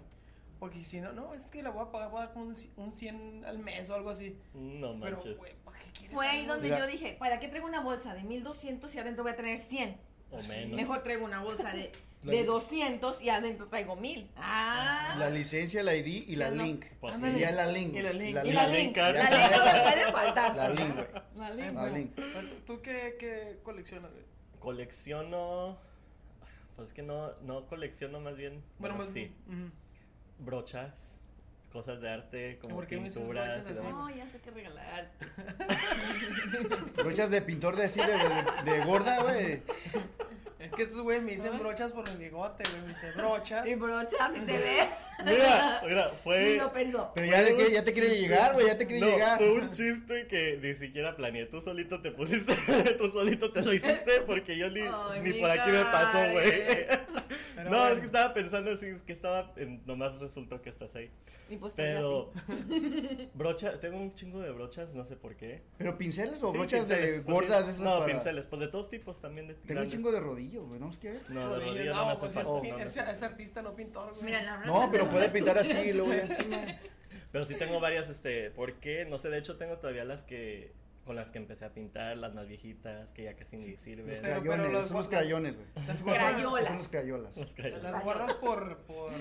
[SPEAKER 1] Porque si no, no, es que la voy a pagar, voy a dar como un, ci- un 100 al mes o algo así.
[SPEAKER 2] No
[SPEAKER 1] Pero,
[SPEAKER 2] manches.
[SPEAKER 4] pues,
[SPEAKER 1] güey, ¿para qué quieres
[SPEAKER 4] Fue ahí
[SPEAKER 1] algo?
[SPEAKER 4] donde
[SPEAKER 3] Mira.
[SPEAKER 4] yo dije, ¿para qué traigo una bolsa de 1200 y adentro voy a tener 100?
[SPEAKER 2] O menos.
[SPEAKER 4] Mejor traigo una bolsa de,
[SPEAKER 3] La-
[SPEAKER 4] de 200 y adentro traigo 1000. Ah.
[SPEAKER 3] La licencia, la ID y la
[SPEAKER 4] Sí, no.
[SPEAKER 3] link.
[SPEAKER 2] Pues
[SPEAKER 3] Y
[SPEAKER 1] sí.
[SPEAKER 3] ya la link.
[SPEAKER 1] Y la link.
[SPEAKER 4] y
[SPEAKER 2] la
[SPEAKER 4] la link.
[SPEAKER 2] link,
[SPEAKER 4] La
[SPEAKER 2] ya.
[SPEAKER 4] link no me puede faltar.
[SPEAKER 3] La link, güey.
[SPEAKER 4] La link.
[SPEAKER 3] La link.
[SPEAKER 1] Bueno, ¿Tú qué, qué coleccionas? güey?
[SPEAKER 2] Colecciono. Pues es que no, no colecciono más bien.
[SPEAKER 1] Bueno, más
[SPEAKER 2] sí.
[SPEAKER 1] ujú.
[SPEAKER 2] Brochas, cosas de arte, como
[SPEAKER 1] ¿Por qué me dices
[SPEAKER 2] pinturas.
[SPEAKER 1] brochas
[SPEAKER 2] y
[SPEAKER 1] así?
[SPEAKER 2] demás.
[SPEAKER 4] No, ya sé qué regalar.
[SPEAKER 3] Brochas de pintor de así, de, de- de gorda, güey.
[SPEAKER 1] Es que estos güeyes me dicen brochas por mi bigote, güey. Me dicen brochas.
[SPEAKER 4] Y brochas y te ve.
[SPEAKER 2] Mira, mira,
[SPEAKER 4] Ni
[SPEAKER 2] fue.
[SPEAKER 4] lo pensó.
[SPEAKER 3] Pero ya, le quiere- ya te quiere llegar, güey, ya te quiere
[SPEAKER 2] No,
[SPEAKER 3] llegar.
[SPEAKER 2] fue un chiste que ni siquiera planeé. Tú solito te pusiste, tú solito te lo hiciste porque yo ni,
[SPEAKER 4] Ay,
[SPEAKER 2] ni
[SPEAKER 4] mi
[SPEAKER 2] por aquí me pasó, güey.
[SPEAKER 1] Pero
[SPEAKER 2] No,
[SPEAKER 1] bueno,
[SPEAKER 2] es que estaba pensando así, es que estaba, en- nomás resultó que estás ahí.
[SPEAKER 4] Y pues tú
[SPEAKER 2] Pero, brocha, tengo un chingo de brochas, no sé por qué.
[SPEAKER 3] ¿Pero pinceles o
[SPEAKER 2] Sí,
[SPEAKER 3] brochas
[SPEAKER 2] pinceles, pues,
[SPEAKER 3] de gordas?
[SPEAKER 2] sí.
[SPEAKER 3] esas
[SPEAKER 2] No,
[SPEAKER 3] para-
[SPEAKER 2] pinceles, pues de todos tipos también. De
[SPEAKER 3] Tengo un
[SPEAKER 2] grandes.
[SPEAKER 3] chingo de rodillos, güey, ¿no los quieres?
[SPEAKER 2] No, de
[SPEAKER 1] rodillas,
[SPEAKER 2] rodillas
[SPEAKER 1] no,
[SPEAKER 2] no me hace
[SPEAKER 1] pues
[SPEAKER 2] falta.
[SPEAKER 1] es,
[SPEAKER 2] no,
[SPEAKER 1] pi-
[SPEAKER 2] no me
[SPEAKER 1] es-
[SPEAKER 2] hace
[SPEAKER 1] es artista, no pintor,
[SPEAKER 4] así.
[SPEAKER 1] güey.
[SPEAKER 4] Mira, la
[SPEAKER 3] No,
[SPEAKER 4] raza
[SPEAKER 3] pero
[SPEAKER 4] de
[SPEAKER 3] puede
[SPEAKER 4] los
[SPEAKER 3] pintar así y
[SPEAKER 4] estuches.
[SPEAKER 3] luego ya encima.
[SPEAKER 2] Pero sí tengo varias, este, ¿por qué? No sé, de hecho tengo todavía las que, con las que empecé a pintar, las más viejitas, que ya casi ni sirven.
[SPEAKER 1] Los
[SPEAKER 3] Crayones,
[SPEAKER 1] pero los
[SPEAKER 3] son unos
[SPEAKER 1] gordas-
[SPEAKER 3] crayones, güey.
[SPEAKER 1] Las guardas,
[SPEAKER 4] Crayola.
[SPEAKER 3] Son unos crayolas.
[SPEAKER 2] Los crayolas.
[SPEAKER 1] las guardas por, por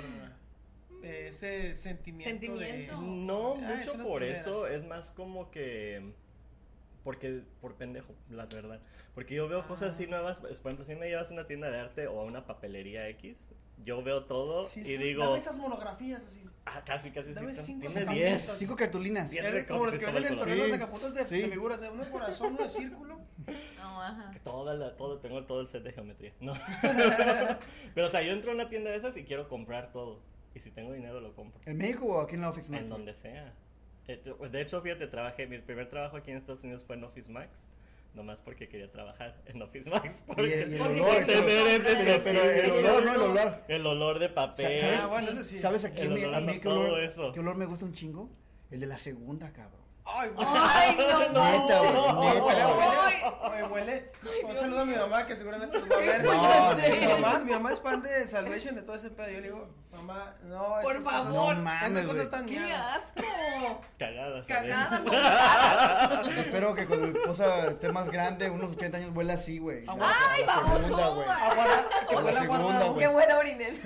[SPEAKER 1] eh, ese sentimiento,
[SPEAKER 4] Sentimiento.
[SPEAKER 1] de...
[SPEAKER 2] No
[SPEAKER 1] Ay, son
[SPEAKER 2] mucho
[SPEAKER 1] las
[SPEAKER 2] por
[SPEAKER 1] primeras.
[SPEAKER 2] eso, es más como que... Porque, por pendejo, la verdad. Porque yo veo cosas
[SPEAKER 1] Ah.
[SPEAKER 2] así nuevas. pues, Por ejemplo, si me llevas a una tienda de arte o a una papelería X, yo veo todo
[SPEAKER 1] Sí,
[SPEAKER 2] y
[SPEAKER 1] sí,
[SPEAKER 2] digo.
[SPEAKER 1] Dame esas monografías así.
[SPEAKER 2] Ah, casi, casi.
[SPEAKER 1] dame
[SPEAKER 2] sí,
[SPEAKER 1] cinco
[SPEAKER 2] tiene
[SPEAKER 1] zapatos.
[SPEAKER 2] 10.
[SPEAKER 3] Cinco cartulinas.
[SPEAKER 2] Diez.
[SPEAKER 1] Es
[SPEAKER 2] sé
[SPEAKER 1] como
[SPEAKER 2] cómo
[SPEAKER 1] los que
[SPEAKER 2] está
[SPEAKER 1] venden
[SPEAKER 2] el
[SPEAKER 1] en
[SPEAKER 2] color.
[SPEAKER 1] torneos
[SPEAKER 3] Sí,
[SPEAKER 1] de capotas de, de
[SPEAKER 3] sí.
[SPEAKER 1] figuras, de uno de corazón, uno de círculo.
[SPEAKER 4] No, ajá.
[SPEAKER 2] Toda la, todo, tengo todo el set de geometría. No. Pero, o sea, yo entro a una tienda de esas y quiero comprar todo. Y si tengo dinero, lo compro.
[SPEAKER 3] ¿En México o aquí en la Office
[SPEAKER 2] En
[SPEAKER 3] Max?
[SPEAKER 2] donde sea. Eh, t- De hecho, fíjate, trabajé. Mi primer trabajo aquí en Estados Unidos fue en Office Max. Nomás porque quería trabajar en Office Max.
[SPEAKER 3] Y
[SPEAKER 2] Porque
[SPEAKER 3] el, y el
[SPEAKER 4] Porque
[SPEAKER 3] olor.
[SPEAKER 4] tiene que
[SPEAKER 3] pero-
[SPEAKER 2] tener ese
[SPEAKER 3] pero- pero el
[SPEAKER 2] sentido.
[SPEAKER 3] olor, no el olor.
[SPEAKER 2] el olor de papel.
[SPEAKER 3] ¿Sabes?
[SPEAKER 1] Ah, bueno, eso sí.
[SPEAKER 3] ¿Sabes a
[SPEAKER 2] El
[SPEAKER 3] qué me,
[SPEAKER 2] olor
[SPEAKER 3] a mí
[SPEAKER 2] a
[SPEAKER 3] qué
[SPEAKER 2] todo
[SPEAKER 3] olor,
[SPEAKER 2] eso.
[SPEAKER 3] qué olor me gusta un chingo? El de la segunda, cabrón.
[SPEAKER 1] Ay, güey.
[SPEAKER 4] Ay, no, no.
[SPEAKER 3] Neta, güey,
[SPEAKER 1] No,
[SPEAKER 3] neta,
[SPEAKER 1] huele,
[SPEAKER 3] güey.
[SPEAKER 1] huele, güey, huele. Un saludo a mi mamá que seguramente nos va a ver.
[SPEAKER 3] No,
[SPEAKER 1] mi,
[SPEAKER 3] no.
[SPEAKER 1] mamá, mi mamá es fan de Salvation de todo ese pedo. Yo le digo, mamá, no,
[SPEAKER 4] Por
[SPEAKER 1] esas
[SPEAKER 4] favor.
[SPEAKER 1] cosas,
[SPEAKER 3] No mames,
[SPEAKER 1] esas cosas
[SPEAKER 3] güey.
[SPEAKER 1] están
[SPEAKER 4] ¡Qué
[SPEAKER 1] miadas.
[SPEAKER 4] asco!
[SPEAKER 2] Cagadas.
[SPEAKER 4] Cagada,
[SPEAKER 2] ¿sabes?
[SPEAKER 3] Espero que cuando mi esposa esté más grande, unos 80 años, vuela así, güey.
[SPEAKER 1] Ah,
[SPEAKER 4] ¡Ay,
[SPEAKER 3] segunda, güey.
[SPEAKER 4] babosuda!
[SPEAKER 1] Aguarda- que
[SPEAKER 3] A la
[SPEAKER 1] huele a
[SPEAKER 3] segunda,
[SPEAKER 1] guardado.
[SPEAKER 3] güey.
[SPEAKER 4] ¡Qué buena orines!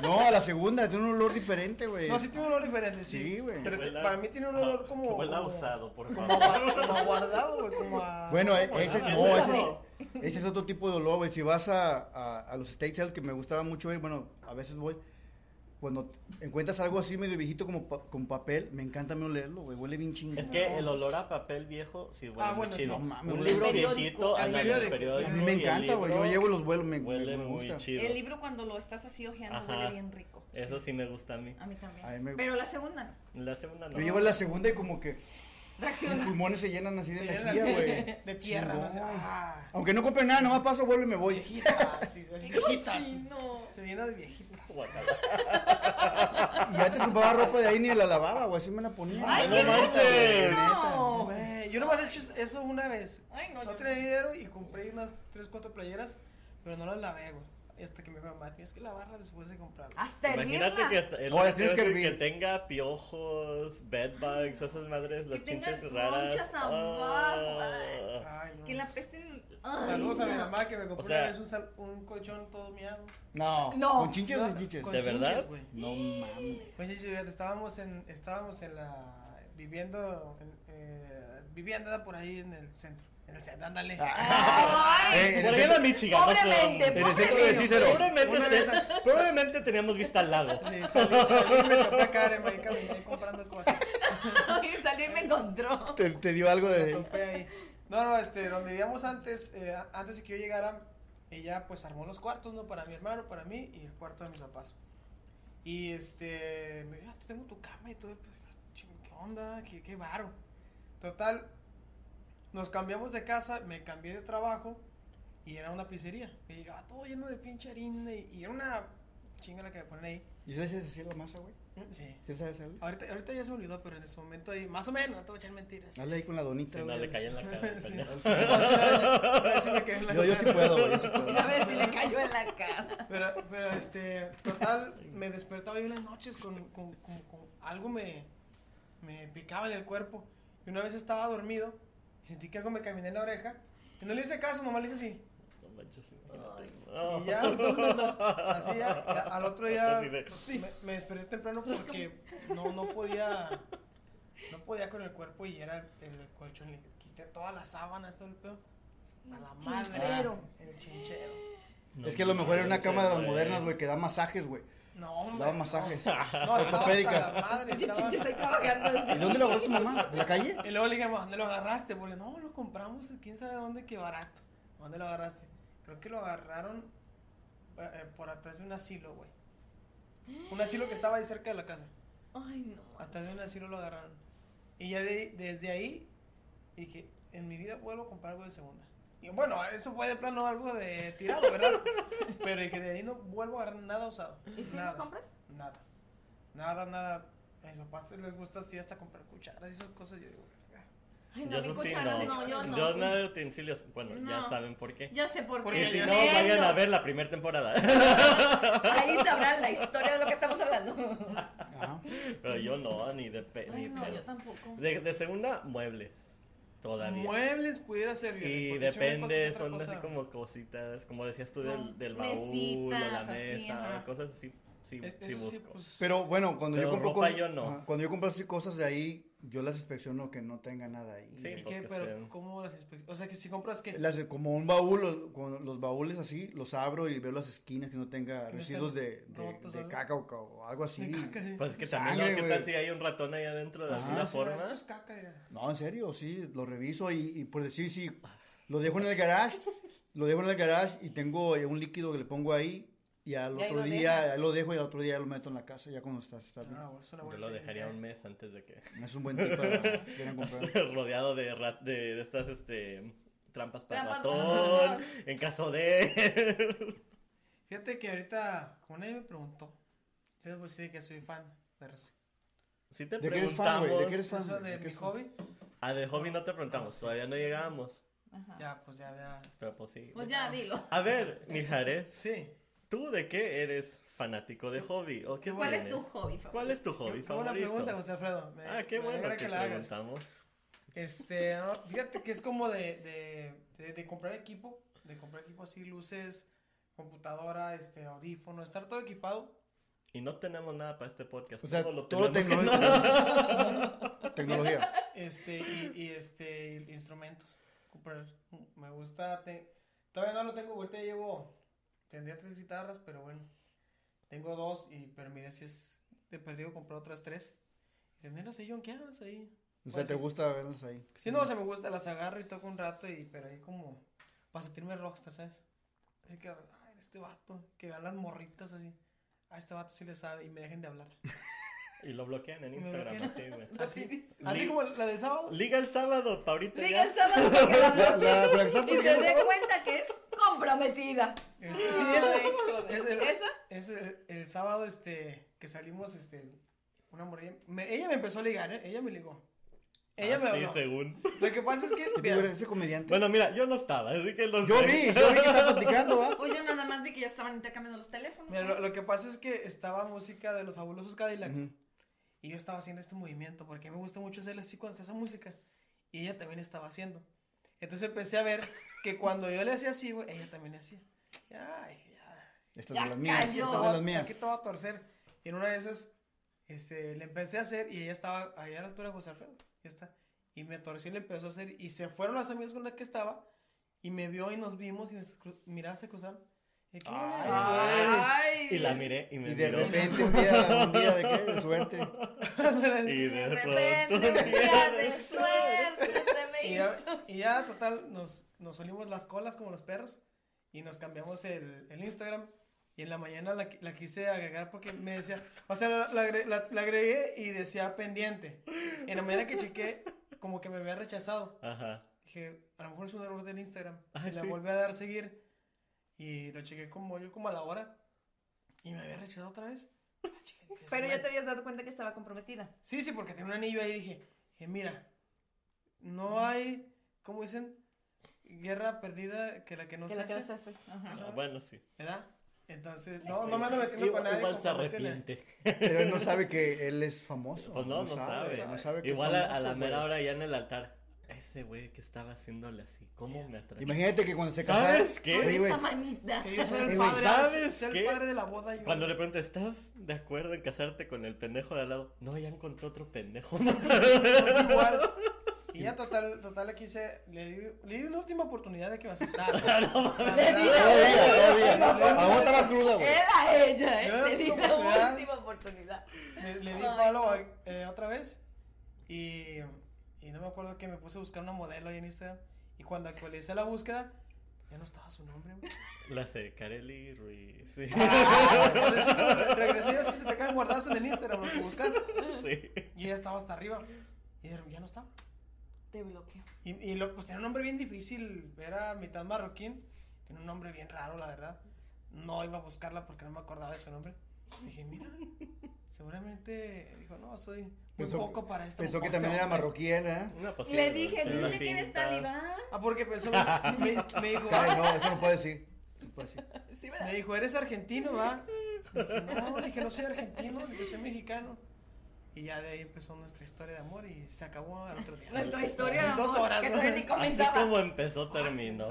[SPEAKER 3] No, a la segunda, tiene un olor diferente, güey.
[SPEAKER 1] No, sí tiene un olor diferente, sí.
[SPEAKER 3] Sí, güey.
[SPEAKER 1] Pero te-
[SPEAKER 2] Huela-
[SPEAKER 1] para mí tiene un olor
[SPEAKER 2] Ah,
[SPEAKER 1] como.
[SPEAKER 2] que huela
[SPEAKER 1] como-
[SPEAKER 2] usado, por
[SPEAKER 1] Como,
[SPEAKER 2] favor.
[SPEAKER 1] a- como a guardado, güey, como a.
[SPEAKER 3] Bueno,
[SPEAKER 2] Ah,
[SPEAKER 3] eh,
[SPEAKER 1] como a
[SPEAKER 3] ese,
[SPEAKER 1] nada.
[SPEAKER 3] no, ese, ese es otro tipo de olor, güey. Si vas a, a, a los States Sales, que me gustaba mucho ir, bueno, a veces voy. Cuando encuentras algo así medio viejito como pa- con papel, me encanta me olerlo, güey. Huele bien chingón.
[SPEAKER 2] Es que el olor a papel viejo, sí, bueno,
[SPEAKER 1] Ah, bueno,
[SPEAKER 2] chido.
[SPEAKER 1] sí.
[SPEAKER 3] No mames,
[SPEAKER 2] un
[SPEAKER 3] güey.
[SPEAKER 2] libro
[SPEAKER 4] Periódico,
[SPEAKER 2] viejito,
[SPEAKER 4] al
[SPEAKER 2] ándale,
[SPEAKER 1] periódico.
[SPEAKER 2] periódico,
[SPEAKER 3] a mí me
[SPEAKER 2] y el
[SPEAKER 3] encanta, güey. Yo
[SPEAKER 2] libro
[SPEAKER 3] llevo los vuelos, me, me-
[SPEAKER 2] Huele
[SPEAKER 3] me
[SPEAKER 2] muy
[SPEAKER 3] gusta.
[SPEAKER 2] chido.
[SPEAKER 4] El libro cuando lo estás así ojeando
[SPEAKER 2] Ajá.
[SPEAKER 4] huele bien rico.
[SPEAKER 2] Eso sí me gusta a mí.
[SPEAKER 4] A mí también.
[SPEAKER 3] A mí me-
[SPEAKER 4] Pero la segunda no.
[SPEAKER 2] La segunda no.
[SPEAKER 3] Yo llevo la segunda y como que mis
[SPEAKER 4] Reacciona.
[SPEAKER 3] pulmones se llenan así de
[SPEAKER 1] Se llenan
[SPEAKER 3] energía,
[SPEAKER 1] así
[SPEAKER 3] güey.
[SPEAKER 1] de- de tierra, ¿no?
[SPEAKER 3] Chingón.
[SPEAKER 1] Ah.
[SPEAKER 3] Aunque no compre nada, nomás paso, vuelvo y me voy.
[SPEAKER 1] Viejitas, sí, es
[SPEAKER 4] ¡Qué
[SPEAKER 1] viejitas.
[SPEAKER 4] cochino!
[SPEAKER 1] Se viene de viejitas.
[SPEAKER 2] Guacala.
[SPEAKER 3] Y antes compraba ropa de ahí ni la lavaba, güey. Así me la ponía.
[SPEAKER 4] ¡Ay,
[SPEAKER 2] No
[SPEAKER 4] qué
[SPEAKER 2] manches.
[SPEAKER 4] cochino!
[SPEAKER 1] Güey, yo nomás he hecho eso una vez.
[SPEAKER 4] Ay, no,
[SPEAKER 1] No
[SPEAKER 4] yo
[SPEAKER 1] tenía dinero y compré unas 3, 4 playeras, pero no las lavé, güey. Y Hasta que me fue mamá, tienes que lavarlas después de comprarlas.
[SPEAKER 4] Hasta
[SPEAKER 2] Imagínate
[SPEAKER 4] hervirla.
[SPEAKER 2] que, hasta- el-
[SPEAKER 3] Oh, las tienes
[SPEAKER 2] que,
[SPEAKER 3] que
[SPEAKER 2] que
[SPEAKER 3] hervir.
[SPEAKER 2] tenga piojos, bedbugs, esas madres, las
[SPEAKER 4] tengan
[SPEAKER 2] chinches raras.
[SPEAKER 4] ronchas abajo.
[SPEAKER 2] Ah.
[SPEAKER 1] Ay, no.
[SPEAKER 4] Que la peste. en el- Ay,
[SPEAKER 1] Saludos a mi
[SPEAKER 4] no.
[SPEAKER 1] mamá que me compró
[SPEAKER 2] O sea-
[SPEAKER 1] una vez un, sal- un colchón todo miado.
[SPEAKER 3] No.
[SPEAKER 4] No.
[SPEAKER 3] ¿Con chinches o
[SPEAKER 1] No,
[SPEAKER 3] sin chinches?
[SPEAKER 1] con-
[SPEAKER 2] ¿De
[SPEAKER 1] chinches,
[SPEAKER 2] verdad?
[SPEAKER 1] güey.
[SPEAKER 3] No mames.
[SPEAKER 1] Pues sí, sí, fíjate, estábamos en, estábamos en la, viviendo, en, eh, vivienda por ahí en el centro. En el centro, ándale.
[SPEAKER 3] Ah.
[SPEAKER 4] Ay.
[SPEAKER 3] Eh, en el
[SPEAKER 2] Por ahí
[SPEAKER 3] centro-
[SPEAKER 2] va Michigan. no sé
[SPEAKER 4] Pobremente,
[SPEAKER 2] dónde.
[SPEAKER 3] En el centro de Cícero.
[SPEAKER 2] Probablemente,
[SPEAKER 1] Una
[SPEAKER 2] esté-
[SPEAKER 1] de esas-
[SPEAKER 2] probablemente teníamos vista al lago.
[SPEAKER 1] Sí, salí, salí y me topé a Karen, ahí caminé comprando cosas.
[SPEAKER 4] Y salió y me encontró.
[SPEAKER 3] Te, te dio algo
[SPEAKER 1] Me
[SPEAKER 3] de.
[SPEAKER 1] topé ahí. No, no, este, donde vivíamos antes, eh, a- antes de que yo llegara, ella pues armó los cuartos, ¿no? Para mi hermano, para mí y el cuarto de mis papás. Y este, me dijo, "Ah, te tengo tu cama y todo. Pues, chingo, ¿Qué onda? ¿Qué, qué varo? Total, nos cambiamos de casa, me cambié de trabajo y era una pizzería. Y llegaba todo lleno de pinche harina y, y era una chinga la que me ponen ahí.
[SPEAKER 3] ¿Y sabes hacer la masa, güey?
[SPEAKER 1] Sí.
[SPEAKER 3] ¿Sí sabes hacerla?
[SPEAKER 1] Ahorita, ahorita ya se me olvidó, pero en ese momento ahí, más o menos, no te voy a echar mentiras.
[SPEAKER 3] Dale ahí con la donita,
[SPEAKER 2] Si no
[SPEAKER 3] güey.
[SPEAKER 2] le cae en la cara.
[SPEAKER 1] Sí.
[SPEAKER 2] pendejo.
[SPEAKER 1] Ahora sí me quedé en la
[SPEAKER 3] Yo, yo sí
[SPEAKER 1] cara.
[SPEAKER 3] puedo, güey, yo sí puedo.
[SPEAKER 4] Una vez y le cayó en la cara.
[SPEAKER 1] Pero, pero este, total, me despertaba yo en las noches con, con- con- con algo me, me picaba en el cuerpo. Y una vez estaba dormido y sentí que algo me caminó en la oreja. Y no le hice caso, nomás le hice así.
[SPEAKER 2] No manches,
[SPEAKER 4] Ay.
[SPEAKER 2] imagínate. Ah. No.
[SPEAKER 1] Y ya, así ya, ya, al otro día
[SPEAKER 2] Así de-
[SPEAKER 1] me, me desperté temprano porque no, no podía, no podía con el cuerpo y era el, el colchón. Le quité todas las sábanas, todo el pedo. Hasta la madre.
[SPEAKER 4] Chinchero.
[SPEAKER 1] El chinchero.
[SPEAKER 2] No
[SPEAKER 3] Es que a lo mejor era una
[SPEAKER 2] manches,
[SPEAKER 3] cama de las modernas, güey, que da masajes, güey.
[SPEAKER 1] No, hombre,
[SPEAKER 3] Daba
[SPEAKER 1] no.
[SPEAKER 3] masajes.
[SPEAKER 1] No, estaba
[SPEAKER 3] Ortopédica.
[SPEAKER 1] hasta la madre.
[SPEAKER 4] Pinche
[SPEAKER 1] Estaba...
[SPEAKER 4] chinche está trabajando
[SPEAKER 3] ¿Y
[SPEAKER 4] así.
[SPEAKER 3] dónde lo agarró tu mamá? ¿En la calle?
[SPEAKER 1] Y luego le dije, "Ma, ¿dónde lo agarraste? Porque no, lo compramos, quién sabe dónde, qué barato. ¿Dónde lo agarraste? Creo que lo agarraron eh, eh, por atrás de un asilo, güey. Un asilo que estaba ahí cerca de la casa.
[SPEAKER 4] Ay, no.
[SPEAKER 1] Atrás de un asilo lo agarraron. Y ya de- desde ahí dije, en mi vida vuelvo a comprar algo de segunda. Y bueno, eso fue de plano algo de tirado, ¿verdad? Pero dije, de ahí no vuelvo a agarrar nada usado.
[SPEAKER 4] ¿Y si
[SPEAKER 1] nada.
[SPEAKER 4] no compras?
[SPEAKER 1] Nada. Nada, nada. A mis papás les gusta así hasta comprar cucharas y esas cosas. Yo digo, "Ah".
[SPEAKER 4] Ay,
[SPEAKER 2] Yo
[SPEAKER 4] no,
[SPEAKER 2] eso
[SPEAKER 4] mi
[SPEAKER 2] sí,
[SPEAKER 4] cucharas
[SPEAKER 2] no.
[SPEAKER 4] no, yo no.
[SPEAKER 2] Yo nada de utensilios. Bueno, ya
[SPEAKER 4] No.
[SPEAKER 2] saben por qué.
[SPEAKER 4] Yo sé por
[SPEAKER 1] Porque
[SPEAKER 4] qué.
[SPEAKER 2] Y si no,
[SPEAKER 4] Menos.
[SPEAKER 2] vayan a ver la primera temporada.
[SPEAKER 4] Ahí sabrán la historia de lo que estamos hablando.
[SPEAKER 3] Ajá.
[SPEAKER 2] Pero yo no, ni de pe- ni
[SPEAKER 4] Ay, no,
[SPEAKER 2] pedo.
[SPEAKER 4] yo tampoco.
[SPEAKER 2] de, de segunda, muebles. Todavía.
[SPEAKER 1] Muebles pudiera ser
[SPEAKER 2] Y depende, son así como cositas, como decías tú, del, del baúl o la
[SPEAKER 4] Mesitas, así,
[SPEAKER 2] mesa,
[SPEAKER 4] ajá.
[SPEAKER 2] cosas así sí,
[SPEAKER 1] Es-
[SPEAKER 2] sí
[SPEAKER 1] eso sí,
[SPEAKER 2] busco.
[SPEAKER 1] pues,
[SPEAKER 3] Pero bueno, cuando
[SPEAKER 2] Pero
[SPEAKER 3] yo compro
[SPEAKER 2] ropa
[SPEAKER 3] cosas.
[SPEAKER 2] yo no.
[SPEAKER 3] ajá, cuando yo compro así cosas de ahí, yo las inspecciono que no tenga nada ahí.
[SPEAKER 2] Sí.
[SPEAKER 1] ¿Y
[SPEAKER 2] pues,
[SPEAKER 1] qué?
[SPEAKER 2] que
[SPEAKER 1] Pero,
[SPEAKER 2] estén.
[SPEAKER 1] ¿cómo las inspecciones? O sea, que si compras que.
[SPEAKER 3] Las de- como un baúl, o- como los baúles así, los abro y veo las esquinas que no tenga
[SPEAKER 1] Que no
[SPEAKER 3] residuos
[SPEAKER 1] estén
[SPEAKER 3] de, de-
[SPEAKER 1] rotos,
[SPEAKER 3] de
[SPEAKER 1] algo.
[SPEAKER 3] caca o, ca- o algo así.
[SPEAKER 1] ah,
[SPEAKER 2] Pues es que
[SPEAKER 3] Sangre,
[SPEAKER 2] también, ¿no? ¿qué tal
[SPEAKER 3] güey.
[SPEAKER 2] si hay un ratón ahí adentro de
[SPEAKER 3] Ah,
[SPEAKER 2] alguna
[SPEAKER 3] sí,
[SPEAKER 2] forma?
[SPEAKER 1] Esto es caca, ya.
[SPEAKER 3] No, en serio, sí, lo reviso y, y por decir si lo dejo en el garage, lo dejo en el garage y tengo eh, un líquido que le pongo ahí y al
[SPEAKER 4] Y ahí
[SPEAKER 3] otro
[SPEAKER 4] lo
[SPEAKER 3] día
[SPEAKER 4] deja.
[SPEAKER 3] ahí lo dejo y al otro día lo meto en la casa ya cuando está, está bien.
[SPEAKER 1] Ah, bueno, es una
[SPEAKER 2] Yo
[SPEAKER 1] buena
[SPEAKER 2] lo
[SPEAKER 1] técnica,
[SPEAKER 2] dejaría
[SPEAKER 1] ¿eh?
[SPEAKER 2] un mes antes de que
[SPEAKER 3] Es un buen tip para si quieren comprar.
[SPEAKER 2] rodeado de, ra- de, de estas este trampas para
[SPEAKER 4] Trampas para
[SPEAKER 2] ratón
[SPEAKER 4] ratón.
[SPEAKER 2] en caso de
[SPEAKER 1] Fíjate que ahorita, como nadie me preguntó, yo les voy a decir que soy fan de Rosy.
[SPEAKER 2] si te
[SPEAKER 3] ¿De qué eres fan,
[SPEAKER 2] preguntamos
[SPEAKER 3] güey? ¿De qué eres fan?
[SPEAKER 1] Eso de
[SPEAKER 3] güey? ¿De qué
[SPEAKER 1] mi
[SPEAKER 3] eres fan?
[SPEAKER 1] hobby,
[SPEAKER 2] ah de hobby no te preguntamos todavía no llegamos
[SPEAKER 4] Ajá.
[SPEAKER 1] ya, pues ya había.
[SPEAKER 2] pero pues sí
[SPEAKER 4] Pues ya, dilo.
[SPEAKER 2] a ver Mijares
[SPEAKER 1] Sí.
[SPEAKER 2] tú de qué eres fanático de hobby o qué
[SPEAKER 4] ¿Cuál es
[SPEAKER 2] vienes?
[SPEAKER 4] tu hobby favorito?
[SPEAKER 2] cuál es tu
[SPEAKER 1] Qué,
[SPEAKER 2] hobby
[SPEAKER 1] qué buena
[SPEAKER 2] Oh, favorito
[SPEAKER 1] pregunta, José Alfredo. Me-
[SPEAKER 2] ah qué
[SPEAKER 1] me
[SPEAKER 2] bueno
[SPEAKER 1] alegra
[SPEAKER 2] que,
[SPEAKER 1] la hagas.
[SPEAKER 2] preguntamos
[SPEAKER 1] Este, no, fíjate que es como de, de, de, de comprar equipo, de comprar equipo así, luces, computadora, este, audífono, estar todo equipado.
[SPEAKER 2] y no tenemos nada para este podcast
[SPEAKER 3] O sea,
[SPEAKER 2] todo lo
[SPEAKER 3] todo lo
[SPEAKER 2] tenemos que-
[SPEAKER 3] tecnológico. Tecnología.
[SPEAKER 1] Este, y, y, este, y instrumentos. Comprar, mm, me gusta, te- todavía no lo tengo, ahorita ya llevo, tendría tres guitarras, pero bueno, tengo dos, y, pero mira, si es de perdido comprar otras tres. Y dicen, nena, Sillón, ¿qué haces ahí?
[SPEAKER 3] O
[SPEAKER 2] Pues
[SPEAKER 3] sea, te gusta verlos ahí.
[SPEAKER 1] Si no, o sea, me gusta, las agarro y toco un rato, y, pero ahí como, para sentirme rockstar, ¿sabes? Así que, ay, este vato, que vean las morritas así, a este vato sí le sabe, y me dejen de hablar.
[SPEAKER 2] y lo bloquean en
[SPEAKER 1] Me
[SPEAKER 2] Instagram
[SPEAKER 1] bloquean.
[SPEAKER 2] así güey.
[SPEAKER 1] Así,
[SPEAKER 2] Li-
[SPEAKER 1] así como la del sábado.
[SPEAKER 2] liga el sábado pa ahorita ya.
[SPEAKER 4] Diga el sábado que
[SPEAKER 3] La-
[SPEAKER 4] la bloqueé
[SPEAKER 3] la- la que estás
[SPEAKER 4] y se
[SPEAKER 3] poniendo-
[SPEAKER 4] dé cuenta que es comprometida.
[SPEAKER 1] Sí, sí, esa.
[SPEAKER 4] Ay, joder.
[SPEAKER 1] Es el,
[SPEAKER 4] ¿Esa?
[SPEAKER 1] es el- el sábado este, que salimos, este, una morrilla. me- ella me empezó a ligar, ¿eh? Ella me ligó. Ella
[SPEAKER 2] Ah,
[SPEAKER 1] me
[SPEAKER 2] sí
[SPEAKER 1] habló.
[SPEAKER 2] según
[SPEAKER 1] Lo que pasa es que.
[SPEAKER 3] Te digo,
[SPEAKER 1] mira,
[SPEAKER 3] Ese comediante.
[SPEAKER 2] bueno pues mira yo no estaba así que lo
[SPEAKER 3] yo
[SPEAKER 2] sé.
[SPEAKER 3] vi, yo vi que estaba platicando, ¿va?
[SPEAKER 4] Pues yo nada más vi que ya estaban intercambiando los teléfonos.
[SPEAKER 1] mira, lo, lo que pasa es que estaba música de los fabulosos Cadillacs.
[SPEAKER 3] Ujú.
[SPEAKER 1] Y yo estaba haciendo este movimiento porque me gusta mucho hacer así cuando se hace música. Y ella también estaba haciendo. Entonces empecé a ver que cuando yo le hacía así, güey, ella también le hacía. Ya, dije, ya.
[SPEAKER 3] Estas
[SPEAKER 4] Ya
[SPEAKER 3] de las mías.
[SPEAKER 4] cayó.
[SPEAKER 3] Estas de las mías.
[SPEAKER 1] Aquí todo a torcer. Y en una de esas, este, le empecé a hacer y ella estaba allá a la altura de José Alfredo. Ya está. Y me torció y le empezó a hacer. Y se fueron las amigas con las que estaba. Y me vio y nos vimos y nos cru- miradas se cruzaron. Y, ¿qué
[SPEAKER 3] Ay,
[SPEAKER 1] huele?
[SPEAKER 4] Ay.
[SPEAKER 2] Y la miré y me
[SPEAKER 3] Y de
[SPEAKER 2] miró.
[SPEAKER 3] repente un día, un día de qué, de suerte.
[SPEAKER 2] Y
[SPEAKER 4] De
[SPEAKER 2] de
[SPEAKER 4] repente,
[SPEAKER 2] pronto,
[SPEAKER 4] un día de suerte se me
[SPEAKER 1] Y
[SPEAKER 4] hizo.
[SPEAKER 1] ya, y ya, total, nos, nos olimos las colas como los perros. Y nos cambiamos el, el Instagram. Y en la mañana la, qui- la quise agregar porque me decía, o sea, la, la agre- la- la agregué y decía pendiente. En la mañana que chequé, como que me había rechazado.
[SPEAKER 2] Ajá.
[SPEAKER 1] Dije, a lo mejor es un error del Instagram.
[SPEAKER 2] Ah,
[SPEAKER 1] y la
[SPEAKER 2] sí.
[SPEAKER 1] volví a dar seguir. Y lo chequé como yo, como a la hora. Y me había rechazado otra vez. Ah, chinga, dije,
[SPEAKER 4] Pero
[SPEAKER 1] "Se
[SPEAKER 4] ya
[SPEAKER 1] me-
[SPEAKER 4] te habías dado cuenta que estaba comprometida.
[SPEAKER 1] Sí, sí, porque tenía un anillo ahí y dije, dije, mira, no hay, ¿cómo dicen? Guerra perdida que la que no
[SPEAKER 4] que
[SPEAKER 1] se
[SPEAKER 4] la que
[SPEAKER 1] hace,
[SPEAKER 4] vas a hacer. Ajá.
[SPEAKER 2] Ah, bueno, sí.
[SPEAKER 1] ¿verdad? Entonces, no, no me ando metiendo
[SPEAKER 2] Igual-
[SPEAKER 1] con nadie.
[SPEAKER 2] Igual se
[SPEAKER 1] comprométela.
[SPEAKER 2] arrepiente.
[SPEAKER 3] Pero él no sabe que él es famoso.
[SPEAKER 2] Pues no, no sabe.
[SPEAKER 3] No sabe que es
[SPEAKER 2] Igual a, a
[SPEAKER 3] famoso,
[SPEAKER 2] la
[SPEAKER 3] güey.
[SPEAKER 2] mera hora ya en el altar. Ese güey que estaba haciéndole así. ¿Cómo me atrae?
[SPEAKER 3] Imagínate que cuando se casaron.
[SPEAKER 2] ¿Sabes qué?
[SPEAKER 4] Con
[SPEAKER 3] Oye, güey,
[SPEAKER 4] esa manita.
[SPEAKER 1] Que yo soy
[SPEAKER 3] Eh,
[SPEAKER 1] el
[SPEAKER 3] güey,
[SPEAKER 1] padre,
[SPEAKER 2] ¿sabes
[SPEAKER 1] soy
[SPEAKER 2] qué?
[SPEAKER 1] el padre de la boda. Yo.
[SPEAKER 2] Cuando le pregunté, ¿estás de acuerdo en casarte con el pendejo de al lado? No, ya encontré otro pendejo.
[SPEAKER 1] Igual. Y ya total, total le quise, le di, le di una última oportunidad de que me aceptara. La
[SPEAKER 4] Le di
[SPEAKER 1] verdad,
[SPEAKER 3] Todavía, todavía.
[SPEAKER 1] No, no,
[SPEAKER 3] A lo mejor
[SPEAKER 1] no.
[SPEAKER 3] estaba cruda, güey.
[SPEAKER 4] Él a ella,
[SPEAKER 1] Yo era
[SPEAKER 4] ¿eh? Le di
[SPEAKER 1] como
[SPEAKER 4] la
[SPEAKER 1] que, ah,
[SPEAKER 4] última oportunidad.
[SPEAKER 1] Le, le di
[SPEAKER 4] Ay,
[SPEAKER 1] follow a- eh, otra vez y, y no me acuerdo que me puse a buscar una modelo ahí en Instagram y cuando actualicé la búsqueda ya no estaba su nombre, güey.
[SPEAKER 2] La sé, Kareli Ruiz. Sí.
[SPEAKER 4] Ah.
[SPEAKER 1] Entonces, sí, re- regresé y es que se te caen guardadas en el Instagram lo que buscaste
[SPEAKER 2] sí.
[SPEAKER 1] y ella estaba hasta arriba y de- ya no estaba.
[SPEAKER 4] Te bloqueo.
[SPEAKER 1] Y, y lo, pues tenía un nombre bien difícil, era mitad marroquín, tiene un nombre bien raro, la verdad. No iba a buscarla porque no me acordaba de su nombre. Dije, mira, seguramente dijo, no, soy muy
[SPEAKER 3] Pensó-
[SPEAKER 1] poco para esto.
[SPEAKER 3] Pensó que también era marroquí él, ¿eh?
[SPEAKER 2] No, pues
[SPEAKER 4] Y
[SPEAKER 2] sí,
[SPEAKER 4] le
[SPEAKER 2] güey,
[SPEAKER 4] dije,
[SPEAKER 2] se la
[SPEAKER 4] dile que eres
[SPEAKER 2] finta.
[SPEAKER 4] talibán.
[SPEAKER 1] Ah, porque pensó, me, me- me dijo,
[SPEAKER 3] Ay, no, eso no puede decir. No puede decir.
[SPEAKER 4] Sí,
[SPEAKER 1] me
[SPEAKER 4] ¿verdad?
[SPEAKER 1] dijo, ¿eres argentino, va? Dije, no, le dije, no soy argentino, yo soy mexicano. Y ya de ahí empezó nuestra historia de amor y se acabó al otro día.
[SPEAKER 4] Nuestra historia de
[SPEAKER 1] En dos
[SPEAKER 4] amor,
[SPEAKER 1] horas,
[SPEAKER 4] que
[SPEAKER 1] ¿no?
[SPEAKER 4] todavía ni
[SPEAKER 2] Así
[SPEAKER 4] comenzaba.
[SPEAKER 2] como empezó, terminó.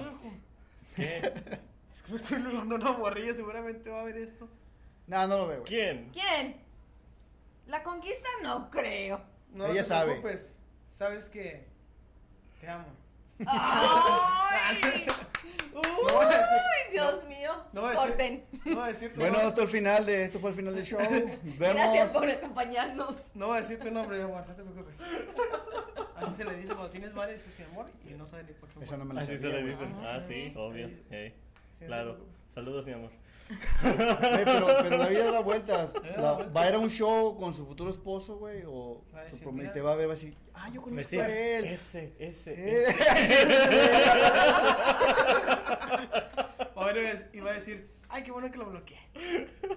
[SPEAKER 2] ¿Qué?
[SPEAKER 1] Es que me estoy ligando una morrilla, seguramente va a ver esto.
[SPEAKER 3] No, no lo veo, güey.
[SPEAKER 2] ¿Quién?
[SPEAKER 4] ¿Quién? La conquista no creo.
[SPEAKER 1] No
[SPEAKER 3] Ella
[SPEAKER 1] te
[SPEAKER 3] sabe.
[SPEAKER 1] preocupes. Sabes que te amo.
[SPEAKER 4] ¡Ay!
[SPEAKER 1] No voy a decir-
[SPEAKER 4] ¡Uy, Dios mío!
[SPEAKER 1] no voy a decir-
[SPEAKER 4] Corten.
[SPEAKER 1] No voy a decir tu
[SPEAKER 3] Bueno,
[SPEAKER 1] nombre.
[SPEAKER 3] esto, el final de, esto fue el final del show. Vemos.
[SPEAKER 4] Gracias por acompañarnos.
[SPEAKER 1] No voy a decir tu nombre, mi amor, no te preocupes. Así se le dice cuando tienes varios, es mi amor, y no sabes ni por qué.
[SPEAKER 3] Esa no me la
[SPEAKER 2] Así se
[SPEAKER 3] sabía,
[SPEAKER 2] le
[SPEAKER 3] güey.
[SPEAKER 2] dicen.
[SPEAKER 4] Ah,
[SPEAKER 2] Ah, sí,
[SPEAKER 4] sí.
[SPEAKER 2] obvio.
[SPEAKER 1] Sí.
[SPEAKER 2] Ey,
[SPEAKER 1] Sí, no te
[SPEAKER 2] claro.
[SPEAKER 1] preocupes.
[SPEAKER 2] Saludos, mi amor.
[SPEAKER 3] Güey, pero, pero la vida da vueltas.
[SPEAKER 1] vida da
[SPEAKER 3] La-
[SPEAKER 1] vueltas.
[SPEAKER 3] va a ir a un show con su futuro esposo, güey, o
[SPEAKER 1] Va a decir,
[SPEAKER 3] su prom-
[SPEAKER 1] mira.
[SPEAKER 3] te va a ver, va a decir, ah, yo
[SPEAKER 2] Me
[SPEAKER 3] conozco
[SPEAKER 2] decía,
[SPEAKER 3] a él.
[SPEAKER 2] ese, ese,
[SPEAKER 3] Eh,
[SPEAKER 2] ese.
[SPEAKER 1] Ah, Ahora es- y va a decir, ay, qué bueno que lo bloqueé.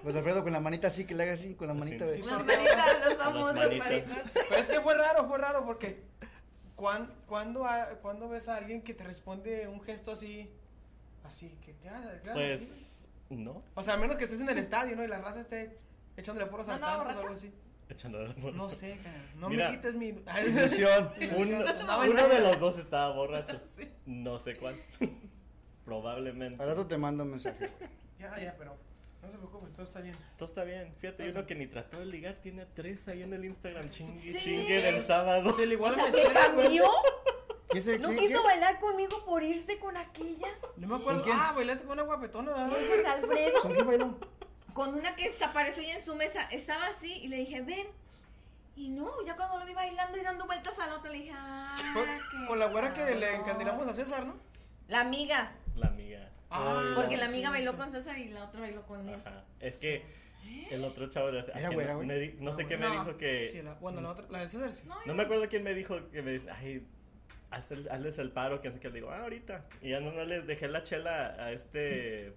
[SPEAKER 3] Pues Alfredo, con la manita así, que le haga así, con la
[SPEAKER 2] Así.
[SPEAKER 3] manita de...
[SPEAKER 1] Sí,
[SPEAKER 4] Las manitas, nos vamos,
[SPEAKER 2] Las
[SPEAKER 4] las
[SPEAKER 2] manitas.
[SPEAKER 4] manitas.
[SPEAKER 1] Pero es que fue raro, fue raro, porque cuan, cuando, a- cuando ves a alguien que te responde un gesto así, así, que te haga claro, así.
[SPEAKER 2] Pues, no.
[SPEAKER 1] O sea, a menos que estés en el estadio, ¿no? Y la raza esté echándole poros al
[SPEAKER 4] ¿No andaba
[SPEAKER 1] Santos o algo
[SPEAKER 4] borracha?
[SPEAKER 1] así.
[SPEAKER 2] Echándole la mano.
[SPEAKER 1] No sé, carnal, no
[SPEAKER 2] Mira.
[SPEAKER 1] me quites mi...
[SPEAKER 3] Ilusión.
[SPEAKER 2] Un-
[SPEAKER 1] Andaba
[SPEAKER 2] uno de
[SPEAKER 1] en-
[SPEAKER 2] los dos estaba borracho. No sé cuál. Probablemente.
[SPEAKER 3] Al rato te mando un mensaje. güey.
[SPEAKER 1] Ya, ya, pero no se preocupen, todo está bien.
[SPEAKER 2] Todo está bien. Fíjate, hay uno que ni trató de ligar tiene a tres ahí en el Instagram. Chingue,
[SPEAKER 4] Sí.
[SPEAKER 2] chingue del sábado.
[SPEAKER 1] Se le
[SPEAKER 4] O
[SPEAKER 1] igual
[SPEAKER 4] sea,
[SPEAKER 1] me
[SPEAKER 4] ¿qué
[SPEAKER 1] suena, güey.
[SPEAKER 4] cambió?
[SPEAKER 3] ¿Qué se-
[SPEAKER 4] ¿No
[SPEAKER 3] qué-
[SPEAKER 4] quiso
[SPEAKER 3] qué?
[SPEAKER 4] bailar conmigo por irse con aquella?
[SPEAKER 1] No me acuerdo.
[SPEAKER 3] ¿Con quién?
[SPEAKER 1] Ah, bailaste con una guapetona, ¿verdad?
[SPEAKER 4] Pues Alfredo.
[SPEAKER 3] ¿Con quién bailó?
[SPEAKER 4] con una que desapareció y en su mesa estaba así y le dije, ven. Y no, yo cuando lo vi bailando y dando vueltas al otro le dije, ah,
[SPEAKER 1] Con,
[SPEAKER 4] qué
[SPEAKER 1] con la güera que le
[SPEAKER 4] cabrón".
[SPEAKER 1] encandilamos a César, ¿no?
[SPEAKER 4] La amiga,
[SPEAKER 2] La amiga.
[SPEAKER 1] Ah,
[SPEAKER 4] porque la
[SPEAKER 1] sí.
[SPEAKER 4] amiga bailó con César y la otra bailó con él.
[SPEAKER 2] Ajá. Es que el otro chavo. o sea,
[SPEAKER 3] Era
[SPEAKER 2] que
[SPEAKER 3] güera,
[SPEAKER 2] no-
[SPEAKER 3] güey.
[SPEAKER 2] me di- no sé qué me
[SPEAKER 4] ¿Eh? No.
[SPEAKER 2] dijo que.
[SPEAKER 1] Sí, la, bueno, la otra, la de César sí. Oh,
[SPEAKER 4] No,
[SPEAKER 2] No me acuerdo quién me dijo que me dice, ay, haz el- hazles el paro, que no sé qué. Le digo, ah, ahorita. Y ya no, no le dejé la chela a este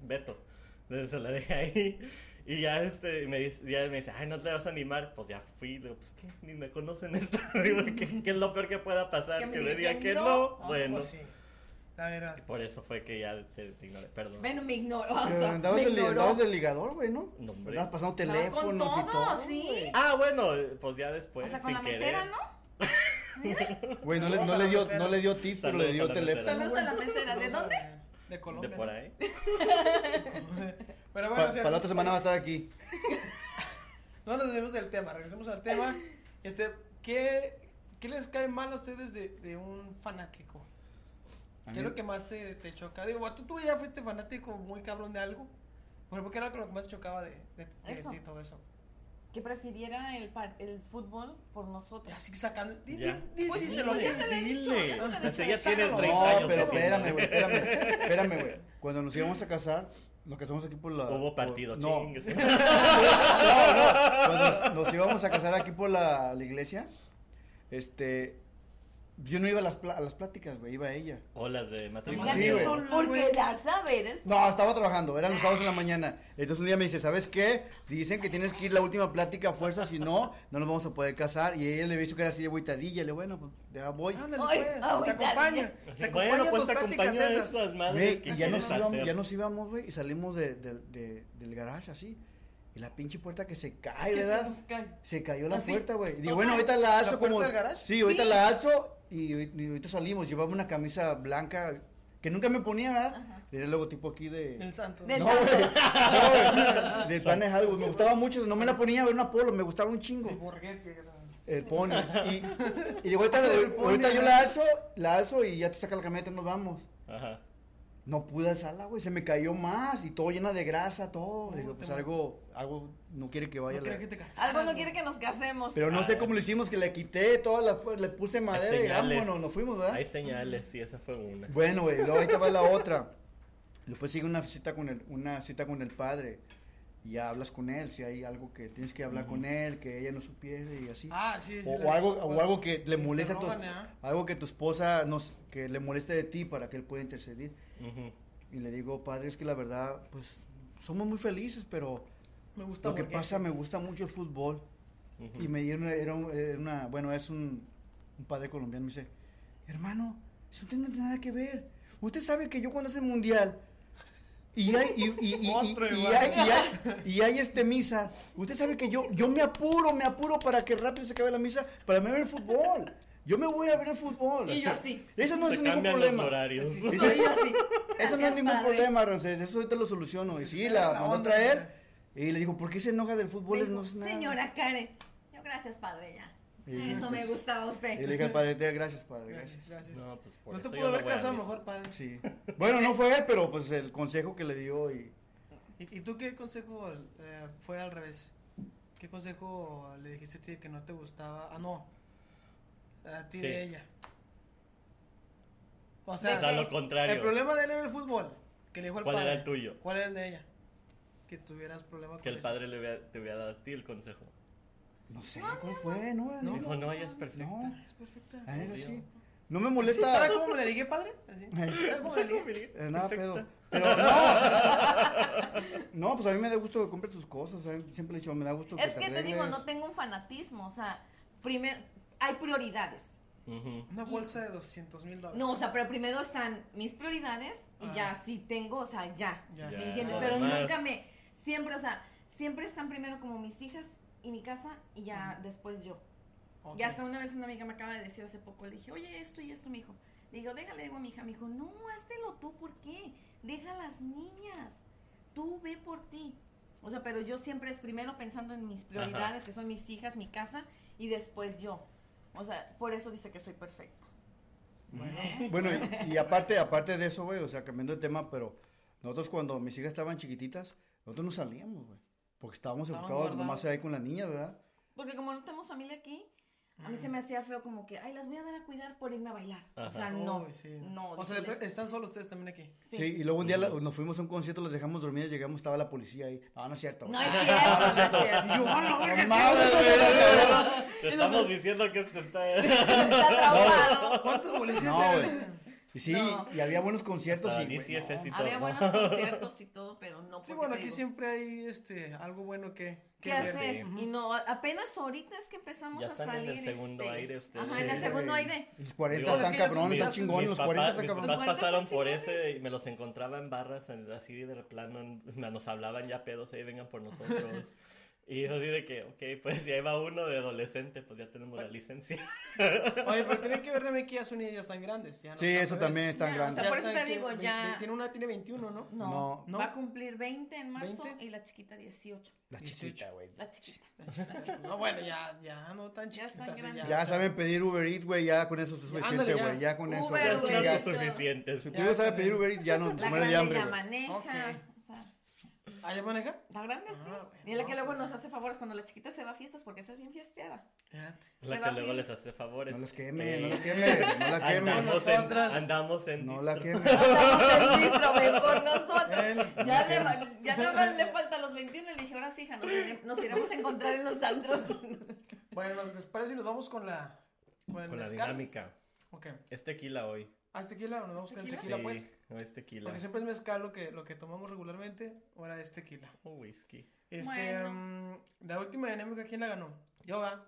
[SPEAKER 2] Beto. Entonces se la dejé ahí. Y ya este me dice, ya me dice, ay, no te vas a animar. Pues ya fui, le digo, pues qué, ni me conocen esto. Digo, ¿qué, qué es lo peor que pueda pasar?
[SPEAKER 4] Que
[SPEAKER 2] Que,
[SPEAKER 4] me
[SPEAKER 2] le
[SPEAKER 4] diga
[SPEAKER 2] diga
[SPEAKER 4] que
[SPEAKER 2] que
[SPEAKER 4] no.
[SPEAKER 2] no.
[SPEAKER 4] Ah,
[SPEAKER 2] Bueno,
[SPEAKER 1] Pues sí. La verdad.
[SPEAKER 2] por eso fue que ya te, te ignoré, perdón.
[SPEAKER 4] Bueno, me ignoró. o
[SPEAKER 3] Pero
[SPEAKER 4] sea,
[SPEAKER 3] Eh, Andabas
[SPEAKER 4] me
[SPEAKER 3] del
[SPEAKER 4] ignoró.
[SPEAKER 3] andabas del ligador, güey, ¿no?
[SPEAKER 2] No, hombre.
[SPEAKER 3] Andabas pasando
[SPEAKER 4] No, con
[SPEAKER 3] teléfonos
[SPEAKER 4] todo,
[SPEAKER 3] y todo.
[SPEAKER 4] sí.
[SPEAKER 2] Ah, bueno, pues ya después.
[SPEAKER 4] o sea, con la
[SPEAKER 2] sin querer.
[SPEAKER 4] mesera, ¿no?
[SPEAKER 3] Güey, no, le,
[SPEAKER 1] Saludos
[SPEAKER 3] no,
[SPEAKER 1] a
[SPEAKER 3] le
[SPEAKER 1] la
[SPEAKER 3] dio,
[SPEAKER 1] mesera.
[SPEAKER 3] no le dio tips, pero le
[SPEAKER 2] Saludos a
[SPEAKER 3] dio
[SPEAKER 2] la
[SPEAKER 3] teléfono.
[SPEAKER 2] mesera.
[SPEAKER 4] Saludos a la mesera. ¿De dónde?
[SPEAKER 1] De
[SPEAKER 2] De
[SPEAKER 1] Colombia.
[SPEAKER 2] por ahí.
[SPEAKER 1] Pero bueno,
[SPEAKER 3] Pa-
[SPEAKER 1] o sea,
[SPEAKER 3] para la otra semana va a estar aquí.
[SPEAKER 1] no nos desviemos del tema, regresemos al tema. Este, ¿qué, qué les cae mal a ustedes de, de un fanático?
[SPEAKER 3] A
[SPEAKER 1] ¿Qué es
[SPEAKER 3] mí-
[SPEAKER 1] lo que más te, te choca? Digo, tú, tú ya fuiste fanático muy cabrón de algo. Bueno, ¿por qué era lo que más te chocaba de, de, de
[SPEAKER 4] Eso.
[SPEAKER 1] ti todo eso?
[SPEAKER 4] Que prefiriera el, par- el fútbol por
[SPEAKER 1] Y
[SPEAKER 4] nosotros.
[SPEAKER 1] así sacando. Di,
[SPEAKER 2] Ya.
[SPEAKER 1] di- di-
[SPEAKER 4] Pues sí,
[SPEAKER 1] díselo
[SPEAKER 4] pues ya
[SPEAKER 1] que-
[SPEAKER 4] se le he dicho, ya se lo he
[SPEAKER 2] Dile.
[SPEAKER 4] dicho.
[SPEAKER 2] Ese ya tiene
[SPEAKER 1] Sácalo.
[SPEAKER 2] 30
[SPEAKER 3] No,
[SPEAKER 2] años.
[SPEAKER 3] pero
[SPEAKER 2] haciendo.
[SPEAKER 3] espérame, güey, espérame, espérame, güey. Cuando nos íbamos a casar, nos casamos aquí por la...
[SPEAKER 2] Hubo
[SPEAKER 3] por-
[SPEAKER 2] partido,
[SPEAKER 3] no,
[SPEAKER 2] chingues.
[SPEAKER 3] Cuando nos- nos íbamos a casar aquí por la, la iglesia, este, yo no iba a las, pla- a las pláticas, güey, iba ella.
[SPEAKER 2] Olas de matrimonio.
[SPEAKER 1] Nomás
[SPEAKER 3] Sí, güey.
[SPEAKER 1] sola,
[SPEAKER 4] por
[SPEAKER 1] güey.
[SPEAKER 4] quedarse a ver el
[SPEAKER 3] No, estaba trabajando, eran los sábados en la mañana. Entonces un día me dice, ¿sabes qué? Dicen que tienes que ir la última plática a fuerza, si no, no nos vamos a poder casar. Y ella le hizo que era así de agüitadilla, le bueno, pues ya voy.
[SPEAKER 1] Ándale,
[SPEAKER 4] Ay,
[SPEAKER 1] pues, te
[SPEAKER 4] ahorita,
[SPEAKER 1] acompaño.
[SPEAKER 4] ya.
[SPEAKER 2] Así,
[SPEAKER 1] Te
[SPEAKER 2] bueno,
[SPEAKER 1] acompaño a
[SPEAKER 2] pues
[SPEAKER 1] tus
[SPEAKER 2] te
[SPEAKER 1] prácticas
[SPEAKER 2] acompaño a
[SPEAKER 1] esas.
[SPEAKER 2] esas madres
[SPEAKER 3] Güey,
[SPEAKER 2] que
[SPEAKER 3] y ya
[SPEAKER 2] quieres
[SPEAKER 3] nos, íbamos,
[SPEAKER 2] hacer.
[SPEAKER 3] ya nos íbamos, güey, y salimos de- de- de- del garage así. Y la pinche puerta que se cae,
[SPEAKER 4] que se
[SPEAKER 3] ¿verdad?
[SPEAKER 4] nos cae.
[SPEAKER 3] Se cayó la
[SPEAKER 4] Así.
[SPEAKER 3] puerta, güey. Digo,
[SPEAKER 4] Total.
[SPEAKER 3] bueno, ahorita la alzo
[SPEAKER 1] ¿La puerta
[SPEAKER 3] como.
[SPEAKER 1] del garage?
[SPEAKER 3] Sí, ahorita
[SPEAKER 4] Sí.
[SPEAKER 3] la alzo y, ahorita- y ahorita salimos. Llevaba una camisa blanca que nunca me ponía, ¿verdad? Era el logotipo aquí de.
[SPEAKER 1] El santo.
[SPEAKER 4] Del-
[SPEAKER 3] No, güey. No, güey. Del Planet Hollywood. Me gustaba mucho. No me la ponía a ver una polo. Me gustaba un
[SPEAKER 1] El
[SPEAKER 3] chingo.
[SPEAKER 1] burgués que era-
[SPEAKER 3] El pony. Y, y digo, ahorita,
[SPEAKER 1] El pony,
[SPEAKER 3] ahorita yo
[SPEAKER 1] ajá.
[SPEAKER 3] la alzo, la alzo y ya tú sacas la camioneta y nos vamos.
[SPEAKER 2] Ajá.
[SPEAKER 3] No pude alzarla, güey. Se me cayó más y todo llena de grasa, todo. Digo,
[SPEAKER 1] Puta
[SPEAKER 3] pues
[SPEAKER 1] madre.
[SPEAKER 3] algo, algo no quiere que vaya
[SPEAKER 1] No
[SPEAKER 3] la-
[SPEAKER 1] quería que te casaras,
[SPEAKER 4] Algo no
[SPEAKER 1] güey.
[SPEAKER 4] quiere que nos casemos.
[SPEAKER 3] Pero no sé
[SPEAKER 2] Ah.
[SPEAKER 3] cómo lo hicimos, que le quité todas las, pues, le puse madera y vámonos, nos fuimos, ¿verdad?
[SPEAKER 2] Hay señales, sí, esa fue una.
[SPEAKER 3] Bueno, güey, luego ahí te va la otra. Después sigue una cita con el, una cita con el padre. Y ya hablas con él, si hay algo que tienes que hablar con él, que ella no supiese y así.
[SPEAKER 1] Ah, sí, sí.
[SPEAKER 3] o,
[SPEAKER 1] la-
[SPEAKER 3] o algo, o algo que
[SPEAKER 1] Te
[SPEAKER 3] le moleste a tu,
[SPEAKER 1] roban, ¿ah?
[SPEAKER 3] algo que tu esposa nos, que le moleste de ti para que él pueda intercedir.
[SPEAKER 2] Ujú.
[SPEAKER 3] Y le digo, padre, es que la verdad, pues, somos muy felices, pero
[SPEAKER 1] Me gusta
[SPEAKER 3] lo que
[SPEAKER 1] burgués.
[SPEAKER 3] pasa, me gusta mucho el fútbol.
[SPEAKER 2] Ujú.
[SPEAKER 3] Y me dieron, era, un- era una, bueno, es un, un padre colombiano, me dice, hermano, eso no tiene nada que ver. Usted sabe que yo cuando es el mundial y hay, y, y- y- y-
[SPEAKER 1] Otro
[SPEAKER 3] y
[SPEAKER 1] igual.
[SPEAKER 3] hay, y hay- y hay, este misa, usted sabe que yo, yo me apuro, me apuro para que rápido se acabe la misa, para me ver el fútbol. Yo me voy a ver el fútbol.
[SPEAKER 4] Y yo así.
[SPEAKER 3] Eso no
[SPEAKER 2] Se
[SPEAKER 3] es ningún
[SPEAKER 2] cambian
[SPEAKER 3] problema.
[SPEAKER 2] los horarios.
[SPEAKER 3] Sí,
[SPEAKER 4] No, yo así.
[SPEAKER 3] Eso no es
[SPEAKER 4] Gracias,
[SPEAKER 3] ningún
[SPEAKER 4] padre.
[SPEAKER 3] problema, Ramsés. Eso ahorita lo soluciono. Y
[SPEAKER 1] Sí,
[SPEAKER 3] sí,
[SPEAKER 1] sí,
[SPEAKER 3] la
[SPEAKER 1] la
[SPEAKER 3] mandó a
[SPEAKER 1] onda,
[SPEAKER 3] traer.
[SPEAKER 1] señora.
[SPEAKER 3] Y le digo, ¿por qué se enoja del fútbol?
[SPEAKER 4] Me
[SPEAKER 3] Pues No
[SPEAKER 4] dijo,
[SPEAKER 3] es nada.
[SPEAKER 4] Señora Karen, yo gracias, padre, ya.
[SPEAKER 3] Y- pues,
[SPEAKER 4] Eso me gustaba usted.
[SPEAKER 3] Y le dije al padre, "Te- gracias, padre,
[SPEAKER 1] Gracias, gracias.
[SPEAKER 3] gracias.
[SPEAKER 1] No,
[SPEAKER 2] No, pues por
[SPEAKER 1] te
[SPEAKER 2] eso yo
[SPEAKER 1] pudo haber
[SPEAKER 2] voy a
[SPEAKER 1] casado
[SPEAKER 2] misa.
[SPEAKER 1] mejor, padre.
[SPEAKER 3] Sí. Bueno, no fue él, pero pues el consejo que le dio y...
[SPEAKER 1] ¿Y, y tú qué consejo eh, fue al revés? ¿Qué consejo le dijiste a ti que no te gustaba? Ah, no. A ti
[SPEAKER 2] Sí.
[SPEAKER 1] de ella. O
[SPEAKER 2] O sea,
[SPEAKER 1] sea,
[SPEAKER 2] lo contrario.
[SPEAKER 1] el problema de él era el fútbol. Que le dijo al
[SPEAKER 2] ¿Cuál
[SPEAKER 1] padre.
[SPEAKER 2] era el tuyo?
[SPEAKER 1] ¿Cuál era el de ella? Que tuvieras problema
[SPEAKER 2] Que
[SPEAKER 1] con
[SPEAKER 2] el
[SPEAKER 1] eso.
[SPEAKER 2] padre le hubiera- te hubiera dado a ti el consejo.
[SPEAKER 3] No sé, ¿cuál fue? No,
[SPEAKER 1] No,
[SPEAKER 3] no.
[SPEAKER 2] Dijo, no, ella es perfecta.
[SPEAKER 3] No,
[SPEAKER 1] Ah, Es perfecta.
[SPEAKER 3] a él
[SPEAKER 2] Obvio.
[SPEAKER 3] así. No
[SPEAKER 1] ¿Sí
[SPEAKER 3] me
[SPEAKER 1] ¿Sabe
[SPEAKER 3] molesta.
[SPEAKER 1] cómo me la ligué, padre? Así. ¿Sabe cómo me la ligué?
[SPEAKER 3] Es nada
[SPEAKER 2] Perfecta.
[SPEAKER 3] pedo. Pero no. No, pues a mí me da gusto que compres tus cosas. a mí Siempre le he dicho, me da gusto que
[SPEAKER 4] es que te digo,
[SPEAKER 3] arregles.
[SPEAKER 4] no tengo un fanatismo, o sea, primero, hay prioridades.
[SPEAKER 2] Ujú.
[SPEAKER 1] Una bolsa de 200 mil dólares.
[SPEAKER 4] No, o sea, pero primero están mis prioridades y
[SPEAKER 1] Ah.
[SPEAKER 4] ya, si tengo, o sea, ya.
[SPEAKER 1] Ya.
[SPEAKER 2] Ya.
[SPEAKER 4] ¿Me entiendes?
[SPEAKER 1] Ah.
[SPEAKER 4] Pero
[SPEAKER 2] Más.
[SPEAKER 4] nunca me. Siempre, o sea, siempre están primero como mis hijas y mi casa y ya después yo.
[SPEAKER 1] Ok.
[SPEAKER 4] Ya hasta una vez una amiga me acaba de decir hace poco, le dije, oye, esto y esto, mi hijo. Le digo, déjale, digo a mi hija, me dijo, no, háztelo tú, ¿por qué? Deja a las niñas, tú ve por ti. O sea, pero yo siempre es primero pensando en mis prioridades, que son mis hijas, mi casa, y después yo. O sea, por eso dice que soy perfecta.
[SPEAKER 3] Bueno, y, y aparte, aparte de eso, güey, o sea, cambiando de tema, pero nosotros cuando mis hijas estaban chiquititas, nosotros no salíamos, güey. Porque estábamos
[SPEAKER 1] Estaban
[SPEAKER 3] enfocados
[SPEAKER 1] guardados.
[SPEAKER 3] nomás ahí con la niña, ¿verdad?
[SPEAKER 4] Porque como no tenemos familia aquí, a mí se me hacía feo como que, ay, las voy a dar a cuidar por irme a bailar.
[SPEAKER 2] Ajá.
[SPEAKER 4] O sea, no.
[SPEAKER 1] Uy, sí.
[SPEAKER 4] No.
[SPEAKER 1] O sea,
[SPEAKER 4] déjales.
[SPEAKER 1] están solos ustedes también aquí.
[SPEAKER 3] Sí. y luego un día la- nos fuimos a un concierto, los dejamos dormidas, llegamos, estaba la policía ahí. Ah, no es cierto.
[SPEAKER 4] No
[SPEAKER 3] güey.
[SPEAKER 4] es cierto, no es cierto.
[SPEAKER 3] Y yo, "Ah, la verga, sí,
[SPEAKER 2] Mames,
[SPEAKER 3] güey".
[SPEAKER 2] güey, Te estamos diciendo que te está.
[SPEAKER 4] Está traumado.
[SPEAKER 1] ¿Cuántos policías
[SPEAKER 3] No,
[SPEAKER 1] eran?
[SPEAKER 3] Y sí,
[SPEAKER 4] No.
[SPEAKER 3] y había buenos conciertos.
[SPEAKER 2] Hasta
[SPEAKER 3] y, güey,
[SPEAKER 2] DCFS y
[SPEAKER 3] no.
[SPEAKER 2] todo.
[SPEAKER 4] Había buenos conciertos y todo, pero no
[SPEAKER 1] Sí,
[SPEAKER 4] porque
[SPEAKER 1] bueno,
[SPEAKER 4] te
[SPEAKER 1] aquí
[SPEAKER 4] digo,
[SPEAKER 1] siempre hay este, algo bueno que, que
[SPEAKER 4] ¿Qué
[SPEAKER 1] ver.
[SPEAKER 2] Sí.
[SPEAKER 4] hacer? Y no, apenas ahorita es que empezamos
[SPEAKER 2] Ya
[SPEAKER 4] a
[SPEAKER 2] están en
[SPEAKER 4] salir.
[SPEAKER 2] el segundo
[SPEAKER 4] este,
[SPEAKER 2] aire ustedes.
[SPEAKER 4] Ajá,
[SPEAKER 2] Sí,
[SPEAKER 4] en el segundo
[SPEAKER 3] güey.
[SPEAKER 4] aire.
[SPEAKER 3] Los 40
[SPEAKER 2] Digo,
[SPEAKER 1] es
[SPEAKER 3] están
[SPEAKER 1] que
[SPEAKER 3] cabrones,
[SPEAKER 1] mis-
[SPEAKER 3] están chingones, los
[SPEAKER 2] papás-
[SPEAKER 3] 40 están
[SPEAKER 2] mis
[SPEAKER 3] cabrones.
[SPEAKER 2] papás
[SPEAKER 4] Los 40
[SPEAKER 2] pasaron
[SPEAKER 4] están
[SPEAKER 2] por
[SPEAKER 4] chingones.
[SPEAKER 2] ese y me los encontraba en barras, en- así de plano, en- nos hablaban ya pedos, ahí vengan por nosotros. Y yo así de que, ok, pues ya iba uno de adolescente, pues ya tenemos la licencia.
[SPEAKER 1] Oye, pero tiene que ver también que ya son ellas tan grandes. Ya no
[SPEAKER 3] Sí,
[SPEAKER 1] están
[SPEAKER 3] eso
[SPEAKER 1] bebés.
[SPEAKER 3] también están
[SPEAKER 4] Ya, o
[SPEAKER 3] grandes.
[SPEAKER 4] sea, por eso
[SPEAKER 1] están,
[SPEAKER 4] te
[SPEAKER 1] ¿qué?
[SPEAKER 4] digo,
[SPEAKER 1] Ve-
[SPEAKER 4] ya-
[SPEAKER 1] ve- Tiene una, tiene 21, ¿no?
[SPEAKER 4] No,
[SPEAKER 1] No.
[SPEAKER 4] va a cumplir 20 en marzo
[SPEAKER 1] 20.
[SPEAKER 4] y la chiquita 18.
[SPEAKER 3] La
[SPEAKER 1] 18.
[SPEAKER 3] chiquita, güey.
[SPEAKER 4] La chiquita.
[SPEAKER 1] No, bueno, ya, ya no tan
[SPEAKER 4] Ya
[SPEAKER 1] chiquitas.
[SPEAKER 4] están
[SPEAKER 1] sí,
[SPEAKER 4] grandes.
[SPEAKER 3] Ya
[SPEAKER 1] o sea,
[SPEAKER 3] saben pedir Uber Eats, güey, ya con eso es suficiente,
[SPEAKER 1] Ándale, ya.
[SPEAKER 3] güey, ya con eso.
[SPEAKER 4] Uber,
[SPEAKER 2] Ya
[SPEAKER 3] ya
[SPEAKER 4] güey.
[SPEAKER 2] son
[SPEAKER 3] chingas.
[SPEAKER 2] los suficientes.
[SPEAKER 3] Si tú no sabes
[SPEAKER 1] güey.
[SPEAKER 3] pedir Uber Eats, ya no, se
[SPEAKER 4] La
[SPEAKER 3] muere de
[SPEAKER 4] grande
[SPEAKER 3] hambre,
[SPEAKER 4] ya
[SPEAKER 3] güey.
[SPEAKER 4] maneja.
[SPEAKER 1] Ok.
[SPEAKER 4] O sea,
[SPEAKER 1] ¿Ah, ya maneja?
[SPEAKER 4] la grande sí.
[SPEAKER 1] Ah, bueno,
[SPEAKER 4] y es la que
[SPEAKER 1] no,
[SPEAKER 4] luego
[SPEAKER 1] pero-
[SPEAKER 4] nos hace favores cuando la chiquita se va a fiestas porque esa es bien fiesteada.
[SPEAKER 1] Fíjate.
[SPEAKER 2] La
[SPEAKER 4] Se
[SPEAKER 2] que
[SPEAKER 4] va
[SPEAKER 2] luego
[SPEAKER 4] bien.
[SPEAKER 2] les hace favores.
[SPEAKER 3] No los queme,
[SPEAKER 2] Eh,
[SPEAKER 3] no los queme, no la queme.
[SPEAKER 2] Andamos en,
[SPEAKER 1] Nosotras.
[SPEAKER 2] andamos en
[SPEAKER 3] No la
[SPEAKER 2] distro.
[SPEAKER 3] queme.
[SPEAKER 4] Estamos en distro, güey, por nosotros.
[SPEAKER 1] Él.
[SPEAKER 4] Ya, le, va- ya nada más le falta los 21 y le dije, ahora sí, hija, nos, iremos- nos iremos a encontrar en los antros.
[SPEAKER 1] Bueno, ¿les parece si nos vamos con la. Con, el
[SPEAKER 2] Con la
[SPEAKER 1] mezcal?
[SPEAKER 2] dinámica.
[SPEAKER 1] Ok.
[SPEAKER 2] Es tequila hoy.
[SPEAKER 1] ¿Haz tequila o nos vamos con el
[SPEAKER 4] ¿Tequila?
[SPEAKER 1] tequila,
[SPEAKER 2] sí,
[SPEAKER 1] pues?
[SPEAKER 2] no es tequila.
[SPEAKER 1] Porque siempre es mezcal lo que, lo que tomamos regularmente, ahora es tequila.
[SPEAKER 2] O whisky.
[SPEAKER 1] Este,
[SPEAKER 4] Bueno.
[SPEAKER 1] mm, la última dinámica, ¿quién la ganó? Yo va.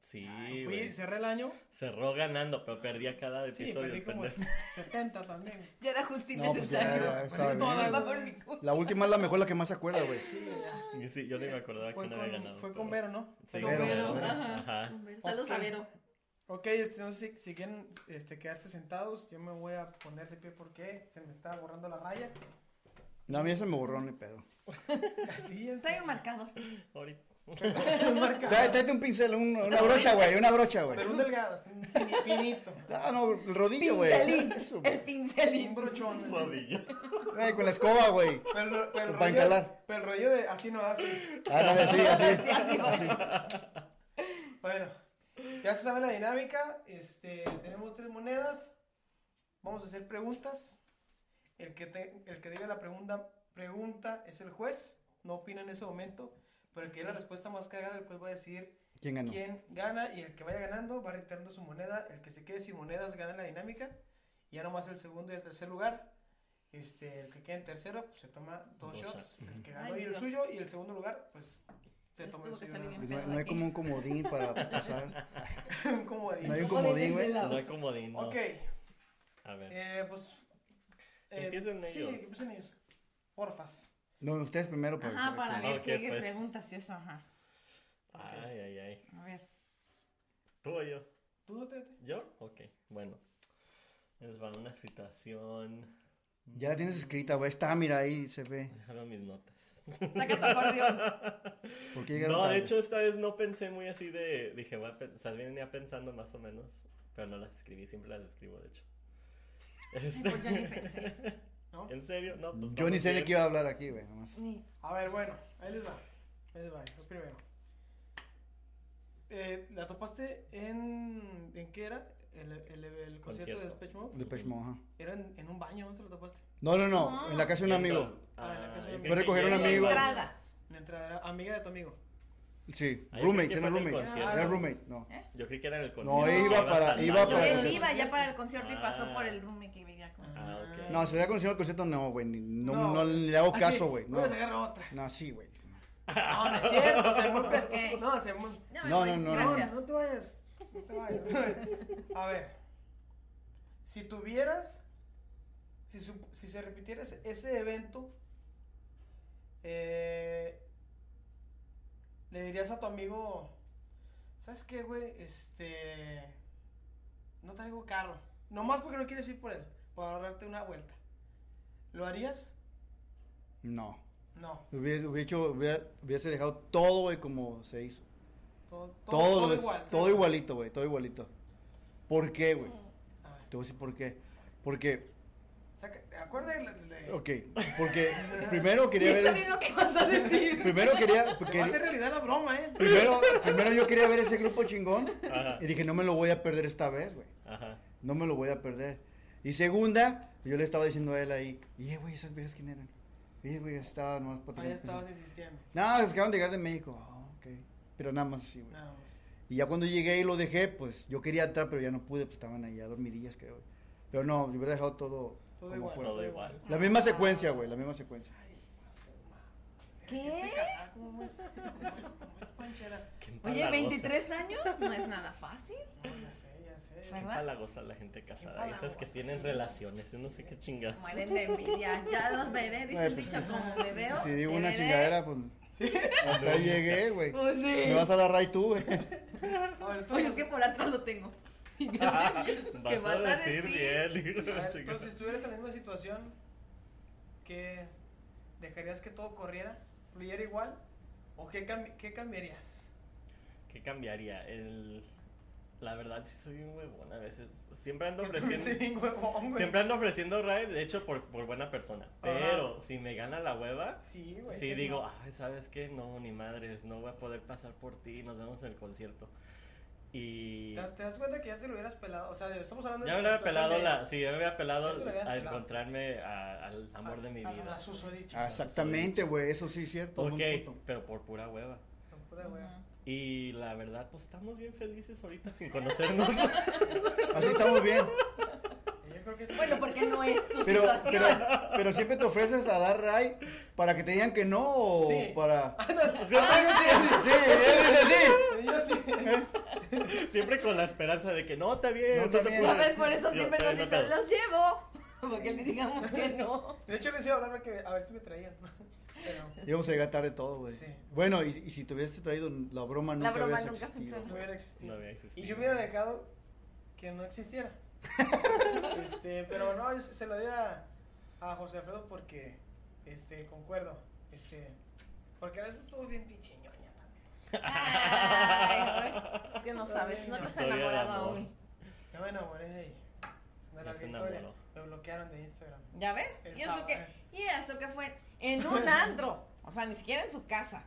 [SPEAKER 2] Sí,
[SPEAKER 1] Fui,
[SPEAKER 2] güey.
[SPEAKER 1] cerré el año.
[SPEAKER 2] Cerró ganando, pero perdía cada
[SPEAKER 1] Sí,
[SPEAKER 2] episodio.
[SPEAKER 1] perdí como
[SPEAKER 2] pendejo.
[SPEAKER 1] 70 también.
[SPEAKER 4] Ya era justo y
[SPEAKER 3] No, pues ya,
[SPEAKER 4] necesario.
[SPEAKER 3] ya, estaba
[SPEAKER 1] Perdí toda
[SPEAKER 3] bien.
[SPEAKER 4] Va por mi culpa.
[SPEAKER 3] La última es la mejor, la que más se acuerda, güey.
[SPEAKER 2] Y sí, yo no me acordaba
[SPEAKER 1] Fue
[SPEAKER 2] que no había
[SPEAKER 1] con,
[SPEAKER 2] ganado.
[SPEAKER 1] fue
[SPEAKER 2] pero-
[SPEAKER 1] con Vero, ¿no?
[SPEAKER 2] Sí,
[SPEAKER 3] Vero,
[SPEAKER 2] Vero.
[SPEAKER 3] Vero.
[SPEAKER 2] Ajá.
[SPEAKER 4] Con Vero. Saludos a
[SPEAKER 1] Ok.
[SPEAKER 4] Vero.
[SPEAKER 1] Ok, este, no sé si, si quieren este, quedarse sentados, yo me voy a poner de pie porque se me está borrando la raya.
[SPEAKER 3] No, a mí ya se me borró ni pedo.
[SPEAKER 1] Sí, está
[SPEAKER 4] Trae un marcador.
[SPEAKER 2] Ahorita.
[SPEAKER 1] marcado.
[SPEAKER 3] Trá- Tráete un pincel, un- una brocha, güey, una brocha, güey.
[SPEAKER 1] Pero un delgado, así, un finito.
[SPEAKER 3] Ah, no, el rodillo, güey.
[SPEAKER 4] Pincelín.
[SPEAKER 3] Eso, güey.
[SPEAKER 4] El
[SPEAKER 1] Un
[SPEAKER 4] pincelín.
[SPEAKER 1] brochón.
[SPEAKER 2] Rodilla.
[SPEAKER 3] Ay, Con la escoba, güey.
[SPEAKER 1] Pero, pero, el
[SPEAKER 3] Para
[SPEAKER 1] rollo,
[SPEAKER 3] encalar.
[SPEAKER 1] pero el rollo de así no así.
[SPEAKER 3] Ándale, Ah, así, así.
[SPEAKER 4] Sí, así va.
[SPEAKER 1] Bueno, ya se sabe la dinámica. Este, tenemos tres monedas. Vamos a hacer preguntas. El que, te- el que diga la pregunta, pregunta es el juez. No opina en ese momento. Pero el que dé la respuesta más cagada, el juez va a decidir
[SPEAKER 3] ¿Quién ganó?
[SPEAKER 1] quién gana. Y el que vaya ganando va retirando su moneda. El que se quede sin monedas gana la dinámica. Y ya nomás el segundo y el tercer lugar. Este, el que quede en tercero pues, se toma dos,
[SPEAKER 2] Dos
[SPEAKER 1] shots.
[SPEAKER 2] shots.
[SPEAKER 1] El que ganó
[SPEAKER 4] Ay,
[SPEAKER 1] y el
[SPEAKER 4] Dios.
[SPEAKER 1] suyo. Y el segundo lugar, pues se
[SPEAKER 4] Pues
[SPEAKER 1] toma el
[SPEAKER 4] tuvo que
[SPEAKER 1] suyo.
[SPEAKER 4] salir
[SPEAKER 1] nada
[SPEAKER 4] bien
[SPEAKER 1] más.
[SPEAKER 3] No, hay- no hay como un comodín para pasar.
[SPEAKER 1] Un comodín.
[SPEAKER 3] No hay un
[SPEAKER 4] Comodín
[SPEAKER 3] comodín,
[SPEAKER 4] es
[SPEAKER 3] güey.
[SPEAKER 4] de la-
[SPEAKER 2] No hay comodín. no.
[SPEAKER 1] Ok,
[SPEAKER 2] A ver.
[SPEAKER 1] eh, pues. eh,
[SPEAKER 2] Empiecen
[SPEAKER 1] sí,
[SPEAKER 2] ellos.
[SPEAKER 1] empiecen ellos. Porfas.
[SPEAKER 3] No, ustedes primero para saber
[SPEAKER 4] Ajá, para
[SPEAKER 3] quién.
[SPEAKER 4] ver
[SPEAKER 2] Ok,
[SPEAKER 4] qué
[SPEAKER 2] pues.
[SPEAKER 4] preguntas y eso, ajá.
[SPEAKER 2] Ay, ay, ay.
[SPEAKER 4] A ver.
[SPEAKER 2] ¿Tú o yo?
[SPEAKER 1] Tú, Tete.
[SPEAKER 2] ¿Yo? Ok, bueno. Les va una situación
[SPEAKER 3] Ya la tienes escrita, güey. Está, mira, ahí se ve.
[SPEAKER 2] Déjame mis notas.
[SPEAKER 4] Saca tu acordeón.
[SPEAKER 3] ¿Por qué llegaron
[SPEAKER 2] No, de
[SPEAKER 3] tarde?
[SPEAKER 2] hecho esta vez no pensé muy así de... Dije, voy a pen- o sea, venía pensando más o menos, pero no las escribí, siempre las escribo, de hecho. Este-
[SPEAKER 4] pues yo ni pensé.
[SPEAKER 1] ¿no?
[SPEAKER 2] ¿En serio? No, pues
[SPEAKER 3] Yo ni
[SPEAKER 2] vamos
[SPEAKER 3] sé de
[SPEAKER 2] bien.
[SPEAKER 3] qué iba a hablar aquí, güey. nomás.
[SPEAKER 4] Ni-
[SPEAKER 1] A ver, bueno, ahí les va. Ahí les va, pues primero. Eh, ¿La topaste en. ¿En qué era? El, el, el concierto, de
[SPEAKER 2] Concierto.
[SPEAKER 1] Depeche Mode.
[SPEAKER 3] De Peshmo, ajá.
[SPEAKER 1] Era en, en un baño, ¿dónde la topaste?
[SPEAKER 3] No, no, no.
[SPEAKER 4] No.
[SPEAKER 3] En la casa de un amigo.
[SPEAKER 1] Ah, en la casa de un amigo.
[SPEAKER 2] yo creí
[SPEAKER 3] Fue a recoger
[SPEAKER 2] que
[SPEAKER 3] un
[SPEAKER 2] era
[SPEAKER 3] amigo.
[SPEAKER 2] el baño.
[SPEAKER 4] Entrada.
[SPEAKER 1] En la entrada era amiga de tu amigo.
[SPEAKER 3] Sí.
[SPEAKER 2] Ah, yo creí
[SPEAKER 3] roommate,
[SPEAKER 2] que fue
[SPEAKER 3] era
[SPEAKER 2] en el
[SPEAKER 3] roommate.
[SPEAKER 2] concierto.
[SPEAKER 3] Era roommate, no.
[SPEAKER 2] Yo creí que era en el
[SPEAKER 3] No,
[SPEAKER 2] concierto.
[SPEAKER 3] iba
[SPEAKER 2] ibas
[SPEAKER 3] para-
[SPEAKER 2] al
[SPEAKER 3] iba
[SPEAKER 2] baño.
[SPEAKER 3] para-
[SPEAKER 4] Él
[SPEAKER 1] el
[SPEAKER 4] iba ya
[SPEAKER 1] concierto.
[SPEAKER 4] para el concierto y pasó
[SPEAKER 2] Ah.
[SPEAKER 4] por el roomie que vivía con.
[SPEAKER 2] Ah, ok.
[SPEAKER 3] No, si hubiera conocido el concierto, no, güey. ni- No, no, le hago
[SPEAKER 1] Así,
[SPEAKER 3] caso, güey. No.
[SPEAKER 1] Ah, voy a sacar otra.
[SPEAKER 3] no, sí, güey.
[SPEAKER 1] No, no es cierto, se muy pe-
[SPEAKER 4] Ok.
[SPEAKER 1] No, se muy.
[SPEAKER 4] Ya me
[SPEAKER 3] No,
[SPEAKER 4] voy,
[SPEAKER 3] no, no,
[SPEAKER 1] No,
[SPEAKER 4] Gracias.
[SPEAKER 1] no te vayas. No te vayas. A ver. Si tuvieras. Si, sup- si se repitiera ese- ese evento. eh, le dirías a tu amigo. ¿Sabes qué, güey? Este. No traigo carro. Nomás porque no quieres ir por él. Para ahorrarte una vuelta. ¿Lo harías?
[SPEAKER 3] No.
[SPEAKER 1] No.
[SPEAKER 3] Hubiese, hubiera hecho- hubiera- hubiese dejado todo, güey, como se hizo.
[SPEAKER 1] Todo, todo,
[SPEAKER 3] Todo,
[SPEAKER 1] todo
[SPEAKER 3] lo des-
[SPEAKER 1] igual.
[SPEAKER 3] todo igualito, güey. Todo igualito. ¿Por qué, güey?
[SPEAKER 1] Mm. A ver,
[SPEAKER 3] Te voy a decir por qué. Porque,
[SPEAKER 1] saca- acuérdate de- de-
[SPEAKER 3] ok, porque primero quería ver...
[SPEAKER 4] Piensa bien lo que vas a decir.
[SPEAKER 3] Primero quería...
[SPEAKER 1] Se va a hacer
[SPEAKER 3] quería-
[SPEAKER 1] realidad la broma, ¿eh?
[SPEAKER 3] primero, primero yo quería ver ese grupo chingón
[SPEAKER 2] Ajá,
[SPEAKER 3] y dije, no me lo voy a perder esta vez, güey.
[SPEAKER 2] ajá.
[SPEAKER 3] No me lo voy a perder. Y segunda, yo le estaba diciendo a él ahí, oye, güey, esas viejas quién eran. Oye, güey, estaba nomás
[SPEAKER 1] Ahí
[SPEAKER 3] platicando.
[SPEAKER 1] Ah, estabas insistiendo.
[SPEAKER 3] No, es que acaban de llegar de México. Ah, ok. Pero nada más así, güey.
[SPEAKER 1] Nada más.
[SPEAKER 3] Y ya cuando llegué y lo dejé, pues yo quería entrar, pero ya no pude, pues estaban ahí ya dormidillas, creo. güey. Pero no, yo hubiera dejado todo.
[SPEAKER 1] Todo
[SPEAKER 3] como
[SPEAKER 1] igual.
[SPEAKER 3] fuera.
[SPEAKER 2] Todo igual.
[SPEAKER 3] La misma secuencia, güey, la misma secuencia.
[SPEAKER 1] Gente
[SPEAKER 4] ¿Qué?
[SPEAKER 1] casada, ¿Cómo es? ¿Cómo es? ¿Cómo es panchera?
[SPEAKER 2] Qué
[SPEAKER 4] Oye,
[SPEAKER 2] empalagosa.
[SPEAKER 4] 23 años no es nada fácil.
[SPEAKER 1] No, ya sé, ya sé.
[SPEAKER 2] Qué
[SPEAKER 4] ¿Verdad?
[SPEAKER 2] empalagosa la gente casada. Esas que
[SPEAKER 1] empalagosa,
[SPEAKER 2] tienen
[SPEAKER 1] sí.
[SPEAKER 2] relaciones. Yo no sé qué chingados.
[SPEAKER 4] Mueren de envidia. Ya los veré. Dice
[SPEAKER 3] Ay,
[SPEAKER 4] el
[SPEAKER 3] pues,
[SPEAKER 4] dicho como me veo.
[SPEAKER 3] Si digo
[SPEAKER 4] te
[SPEAKER 3] una
[SPEAKER 4] veré.
[SPEAKER 3] chingadera, pues
[SPEAKER 1] Sí.
[SPEAKER 3] hasta ahí llegué, güey.
[SPEAKER 4] Pues sí.
[SPEAKER 3] Me vas a dar ray tú, güey.
[SPEAKER 1] A ver, tú.
[SPEAKER 4] Oye, es que por atrás lo tengo.
[SPEAKER 2] Ah,
[SPEAKER 4] ¿Qué
[SPEAKER 2] Vas a decir bien, hijo de
[SPEAKER 1] A
[SPEAKER 2] la
[SPEAKER 1] ver,
[SPEAKER 2] chingada.
[SPEAKER 1] Entonces, si estuvieras en la misma situación, ¿qué dejarías que todo corriera? ¿Fluyera igual? ¿O qué, cambi- qué cambiarías?
[SPEAKER 2] ¿Qué cambiaría? El... La verdad, sí soy un huevón a veces. Siempre ando
[SPEAKER 1] Es que tú eres
[SPEAKER 2] ofreciendo.
[SPEAKER 1] bien huevón, güey.
[SPEAKER 2] Siempre ando ofreciendo ride, de hecho, por, por buena persona. Pero si me gana la hueva,
[SPEAKER 1] Sí, güey.
[SPEAKER 2] sí
[SPEAKER 1] ese
[SPEAKER 2] digo,
[SPEAKER 1] no.
[SPEAKER 2] ay, ¿sabes qué? No, ni madres, no voy a poder pasar por ti, nos vemos en el concierto. Y.
[SPEAKER 1] ¿Te, das- te das cuenta que ya te lo hubieras pelado? O sea, estamos hablando
[SPEAKER 2] Ya me
[SPEAKER 1] de
[SPEAKER 2] hubiera
[SPEAKER 1] la situación
[SPEAKER 2] pelado
[SPEAKER 1] de
[SPEAKER 2] la.
[SPEAKER 1] ellos.
[SPEAKER 2] Sí, ya me hubiera pelado
[SPEAKER 1] Ya te lo hubieras
[SPEAKER 2] a
[SPEAKER 1] pelado.
[SPEAKER 2] encontrarme a- al amor de mi
[SPEAKER 1] A- a
[SPEAKER 2] vida.
[SPEAKER 1] La susodicha.
[SPEAKER 3] Ah, exactamente, güey, eso sí es cierto.
[SPEAKER 2] Ok,
[SPEAKER 3] buen punto.
[SPEAKER 2] pero por pura hueva.
[SPEAKER 1] Con pura hueva.
[SPEAKER 2] Y la verdad, pues estamos bien felices ahorita sin conocernos.
[SPEAKER 3] Así estamos bien.
[SPEAKER 1] Y Yo creo que
[SPEAKER 4] Bueno, porque no es tu
[SPEAKER 3] Pero, pero,
[SPEAKER 4] situación.
[SPEAKER 3] pero siempre te ofreces a dar ray para que te digan que no o
[SPEAKER 1] Sí.
[SPEAKER 3] para.
[SPEAKER 1] Ándale,
[SPEAKER 3] Yo
[SPEAKER 2] Ah,
[SPEAKER 3] sí, él dice sí.
[SPEAKER 1] Yo sí.
[SPEAKER 2] Eh. Siempre con la esperanza de que no, está bien.
[SPEAKER 3] No, está
[SPEAKER 2] te
[SPEAKER 3] bien.
[SPEAKER 4] Ya
[SPEAKER 2] preocupes.
[SPEAKER 4] ves, por eso
[SPEAKER 2] Yo,
[SPEAKER 4] siempre
[SPEAKER 2] "Está
[SPEAKER 4] nos
[SPEAKER 2] bien, no
[SPEAKER 4] dicen,
[SPEAKER 2] te-
[SPEAKER 4] los llevo. Porque le digamos que no.
[SPEAKER 1] De hecho, les iba a hablar que a ver si me traían. Pero
[SPEAKER 3] Íbamos a llegar tarde todo, güey.
[SPEAKER 1] Sí.
[SPEAKER 3] Bueno, y, y si te hubieses traído la broma nunca
[SPEAKER 4] La broma
[SPEAKER 3] hubiese
[SPEAKER 4] nunca
[SPEAKER 3] existido.
[SPEAKER 1] no
[SPEAKER 4] funcionó.
[SPEAKER 1] hubiera existido.
[SPEAKER 2] No había existido.
[SPEAKER 1] Y yo hubiera dejado que no existiera. este, pero no, yo se se lo doy a, a José Alfredo porque este, concuerdo. Este, porque a veces estuvo bien pinche ñoña también.
[SPEAKER 4] Ay, güey. es que no sabes, no te has
[SPEAKER 2] Historia de
[SPEAKER 4] enamorado
[SPEAKER 2] amor.
[SPEAKER 4] aún.
[SPEAKER 1] Yo me enamoré de ella. Es una
[SPEAKER 2] Ya
[SPEAKER 1] larga
[SPEAKER 2] se
[SPEAKER 1] historia.
[SPEAKER 2] enamoró.
[SPEAKER 1] Me bloquearon de Instagram.
[SPEAKER 4] ¿Ya ves?
[SPEAKER 1] El
[SPEAKER 4] Y eso
[SPEAKER 1] sábado.
[SPEAKER 4] que, y eso que fue en un antro. O sea, ni siquiera en su casa.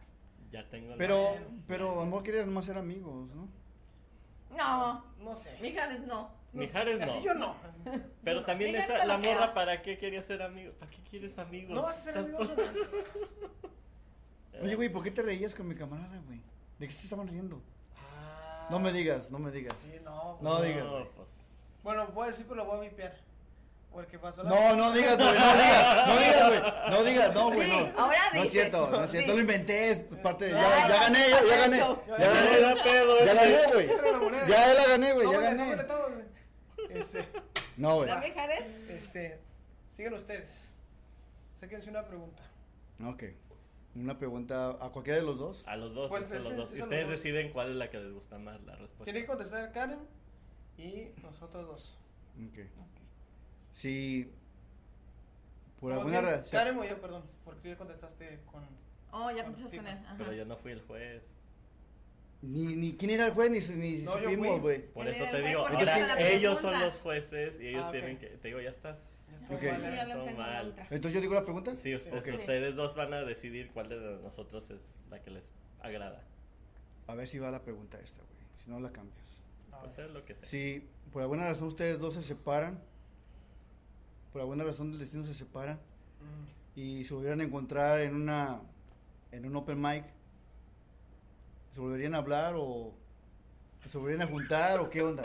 [SPEAKER 2] Ya tengo la-
[SPEAKER 3] Pero, pero amor quería nomás ser amigos, ¿no?
[SPEAKER 4] No,
[SPEAKER 1] No sé.
[SPEAKER 4] Mijales no.
[SPEAKER 2] Mijares no.
[SPEAKER 1] Así yo no.
[SPEAKER 2] Pero también
[SPEAKER 4] Mijares
[SPEAKER 2] esa,
[SPEAKER 4] te
[SPEAKER 2] la
[SPEAKER 4] lo queda.
[SPEAKER 2] morra, ¿para qué quería ser amigo? ¿Para qué quieres amigos?
[SPEAKER 1] No vas a ser amigos. o no.
[SPEAKER 2] Eh.
[SPEAKER 3] Oye, güey, ¿por qué te reías con mi camarada, güey? ¿De qué se estaban riendo?
[SPEAKER 1] Ah.
[SPEAKER 3] No me digas, no me digas.
[SPEAKER 1] Sí, no.
[SPEAKER 3] No digas, güey.
[SPEAKER 2] No, pues.
[SPEAKER 1] Bueno, puedo decir, pero lo voy a vipear. Porque pasó la.
[SPEAKER 3] No, no digas, güey, no digas, no digas, güey. No digas, no, güey,
[SPEAKER 4] Sí,
[SPEAKER 3] no.
[SPEAKER 4] ahora
[SPEAKER 3] No es
[SPEAKER 4] dices.
[SPEAKER 3] cierto, no es cierto,
[SPEAKER 4] Sí.
[SPEAKER 3] lo inventé, es parte de... Ya,
[SPEAKER 1] Ay,
[SPEAKER 3] ya gané, ya, ya gané,
[SPEAKER 4] Pancho.
[SPEAKER 3] ya gané,
[SPEAKER 2] Ya da pedo,
[SPEAKER 3] ya
[SPEAKER 2] este.
[SPEAKER 3] gané, güey.
[SPEAKER 1] Entra la moneda.
[SPEAKER 3] Ya la gané, güey, ya
[SPEAKER 1] Tómale, tómale,
[SPEAKER 3] gané.
[SPEAKER 1] tómale. Este,
[SPEAKER 3] No, güey.
[SPEAKER 4] ¿La Mijares?
[SPEAKER 1] este, sigan ustedes. Sáquense una pregunta.
[SPEAKER 3] Ah, Ok. Una pregunta a cualquiera de los dos.
[SPEAKER 2] A los dos,
[SPEAKER 1] Pues,
[SPEAKER 2] es a
[SPEAKER 1] ese-
[SPEAKER 2] los dos.
[SPEAKER 1] ese
[SPEAKER 2] Y
[SPEAKER 1] a los
[SPEAKER 2] ustedes
[SPEAKER 1] dos.
[SPEAKER 2] deciden cuál es la que les gusta más, la respuesta.
[SPEAKER 1] Tiene que contestar Karen y nosotros dos.
[SPEAKER 3] Ok. Si Por alguna
[SPEAKER 1] Joaquín,
[SPEAKER 3] razón.
[SPEAKER 1] Karen o yo, perdón, porque tú ya contestaste con...
[SPEAKER 4] Oh, ya contestas con él. Ajá.
[SPEAKER 2] Pero yo no fui el juez.
[SPEAKER 3] Ni, ni quién era el juez, ni, ni
[SPEAKER 1] No, yo
[SPEAKER 3] supimos,
[SPEAKER 1] fui.
[SPEAKER 3] güey.
[SPEAKER 2] Por
[SPEAKER 4] Él
[SPEAKER 2] eso
[SPEAKER 4] era
[SPEAKER 2] te
[SPEAKER 4] el
[SPEAKER 2] digo,
[SPEAKER 4] juez
[SPEAKER 3] porque
[SPEAKER 2] ahora
[SPEAKER 3] hizo la
[SPEAKER 2] ellos
[SPEAKER 4] pregunta.
[SPEAKER 2] son los jueces y ellos
[SPEAKER 1] Ah, ok.
[SPEAKER 2] tienen que. Te digo, ya estás.
[SPEAKER 1] Ya
[SPEAKER 3] Ok.
[SPEAKER 1] mal,
[SPEAKER 4] Sí,
[SPEAKER 1] ¿eh?
[SPEAKER 4] ya lo
[SPEAKER 2] Todo
[SPEAKER 4] empezó
[SPEAKER 2] mal.
[SPEAKER 4] otra.
[SPEAKER 3] Entonces yo digo la pregunta.
[SPEAKER 2] Sí, ustedes,
[SPEAKER 4] Ok.
[SPEAKER 2] ustedes dos van a decidir cuál de nosotros es la que les agrada.
[SPEAKER 3] A ver si va la pregunta esta, güey. Si no la cambias.
[SPEAKER 1] A
[SPEAKER 2] Pues
[SPEAKER 1] ver.
[SPEAKER 2] es lo que sea.
[SPEAKER 3] Si por alguna razón ustedes dos se separan, por alguna razón del destino se separan
[SPEAKER 1] Mm.
[SPEAKER 3] y se volvieran a encontrar en una en un open mic, se volverían a hablar o se volverían a juntar o qué onda?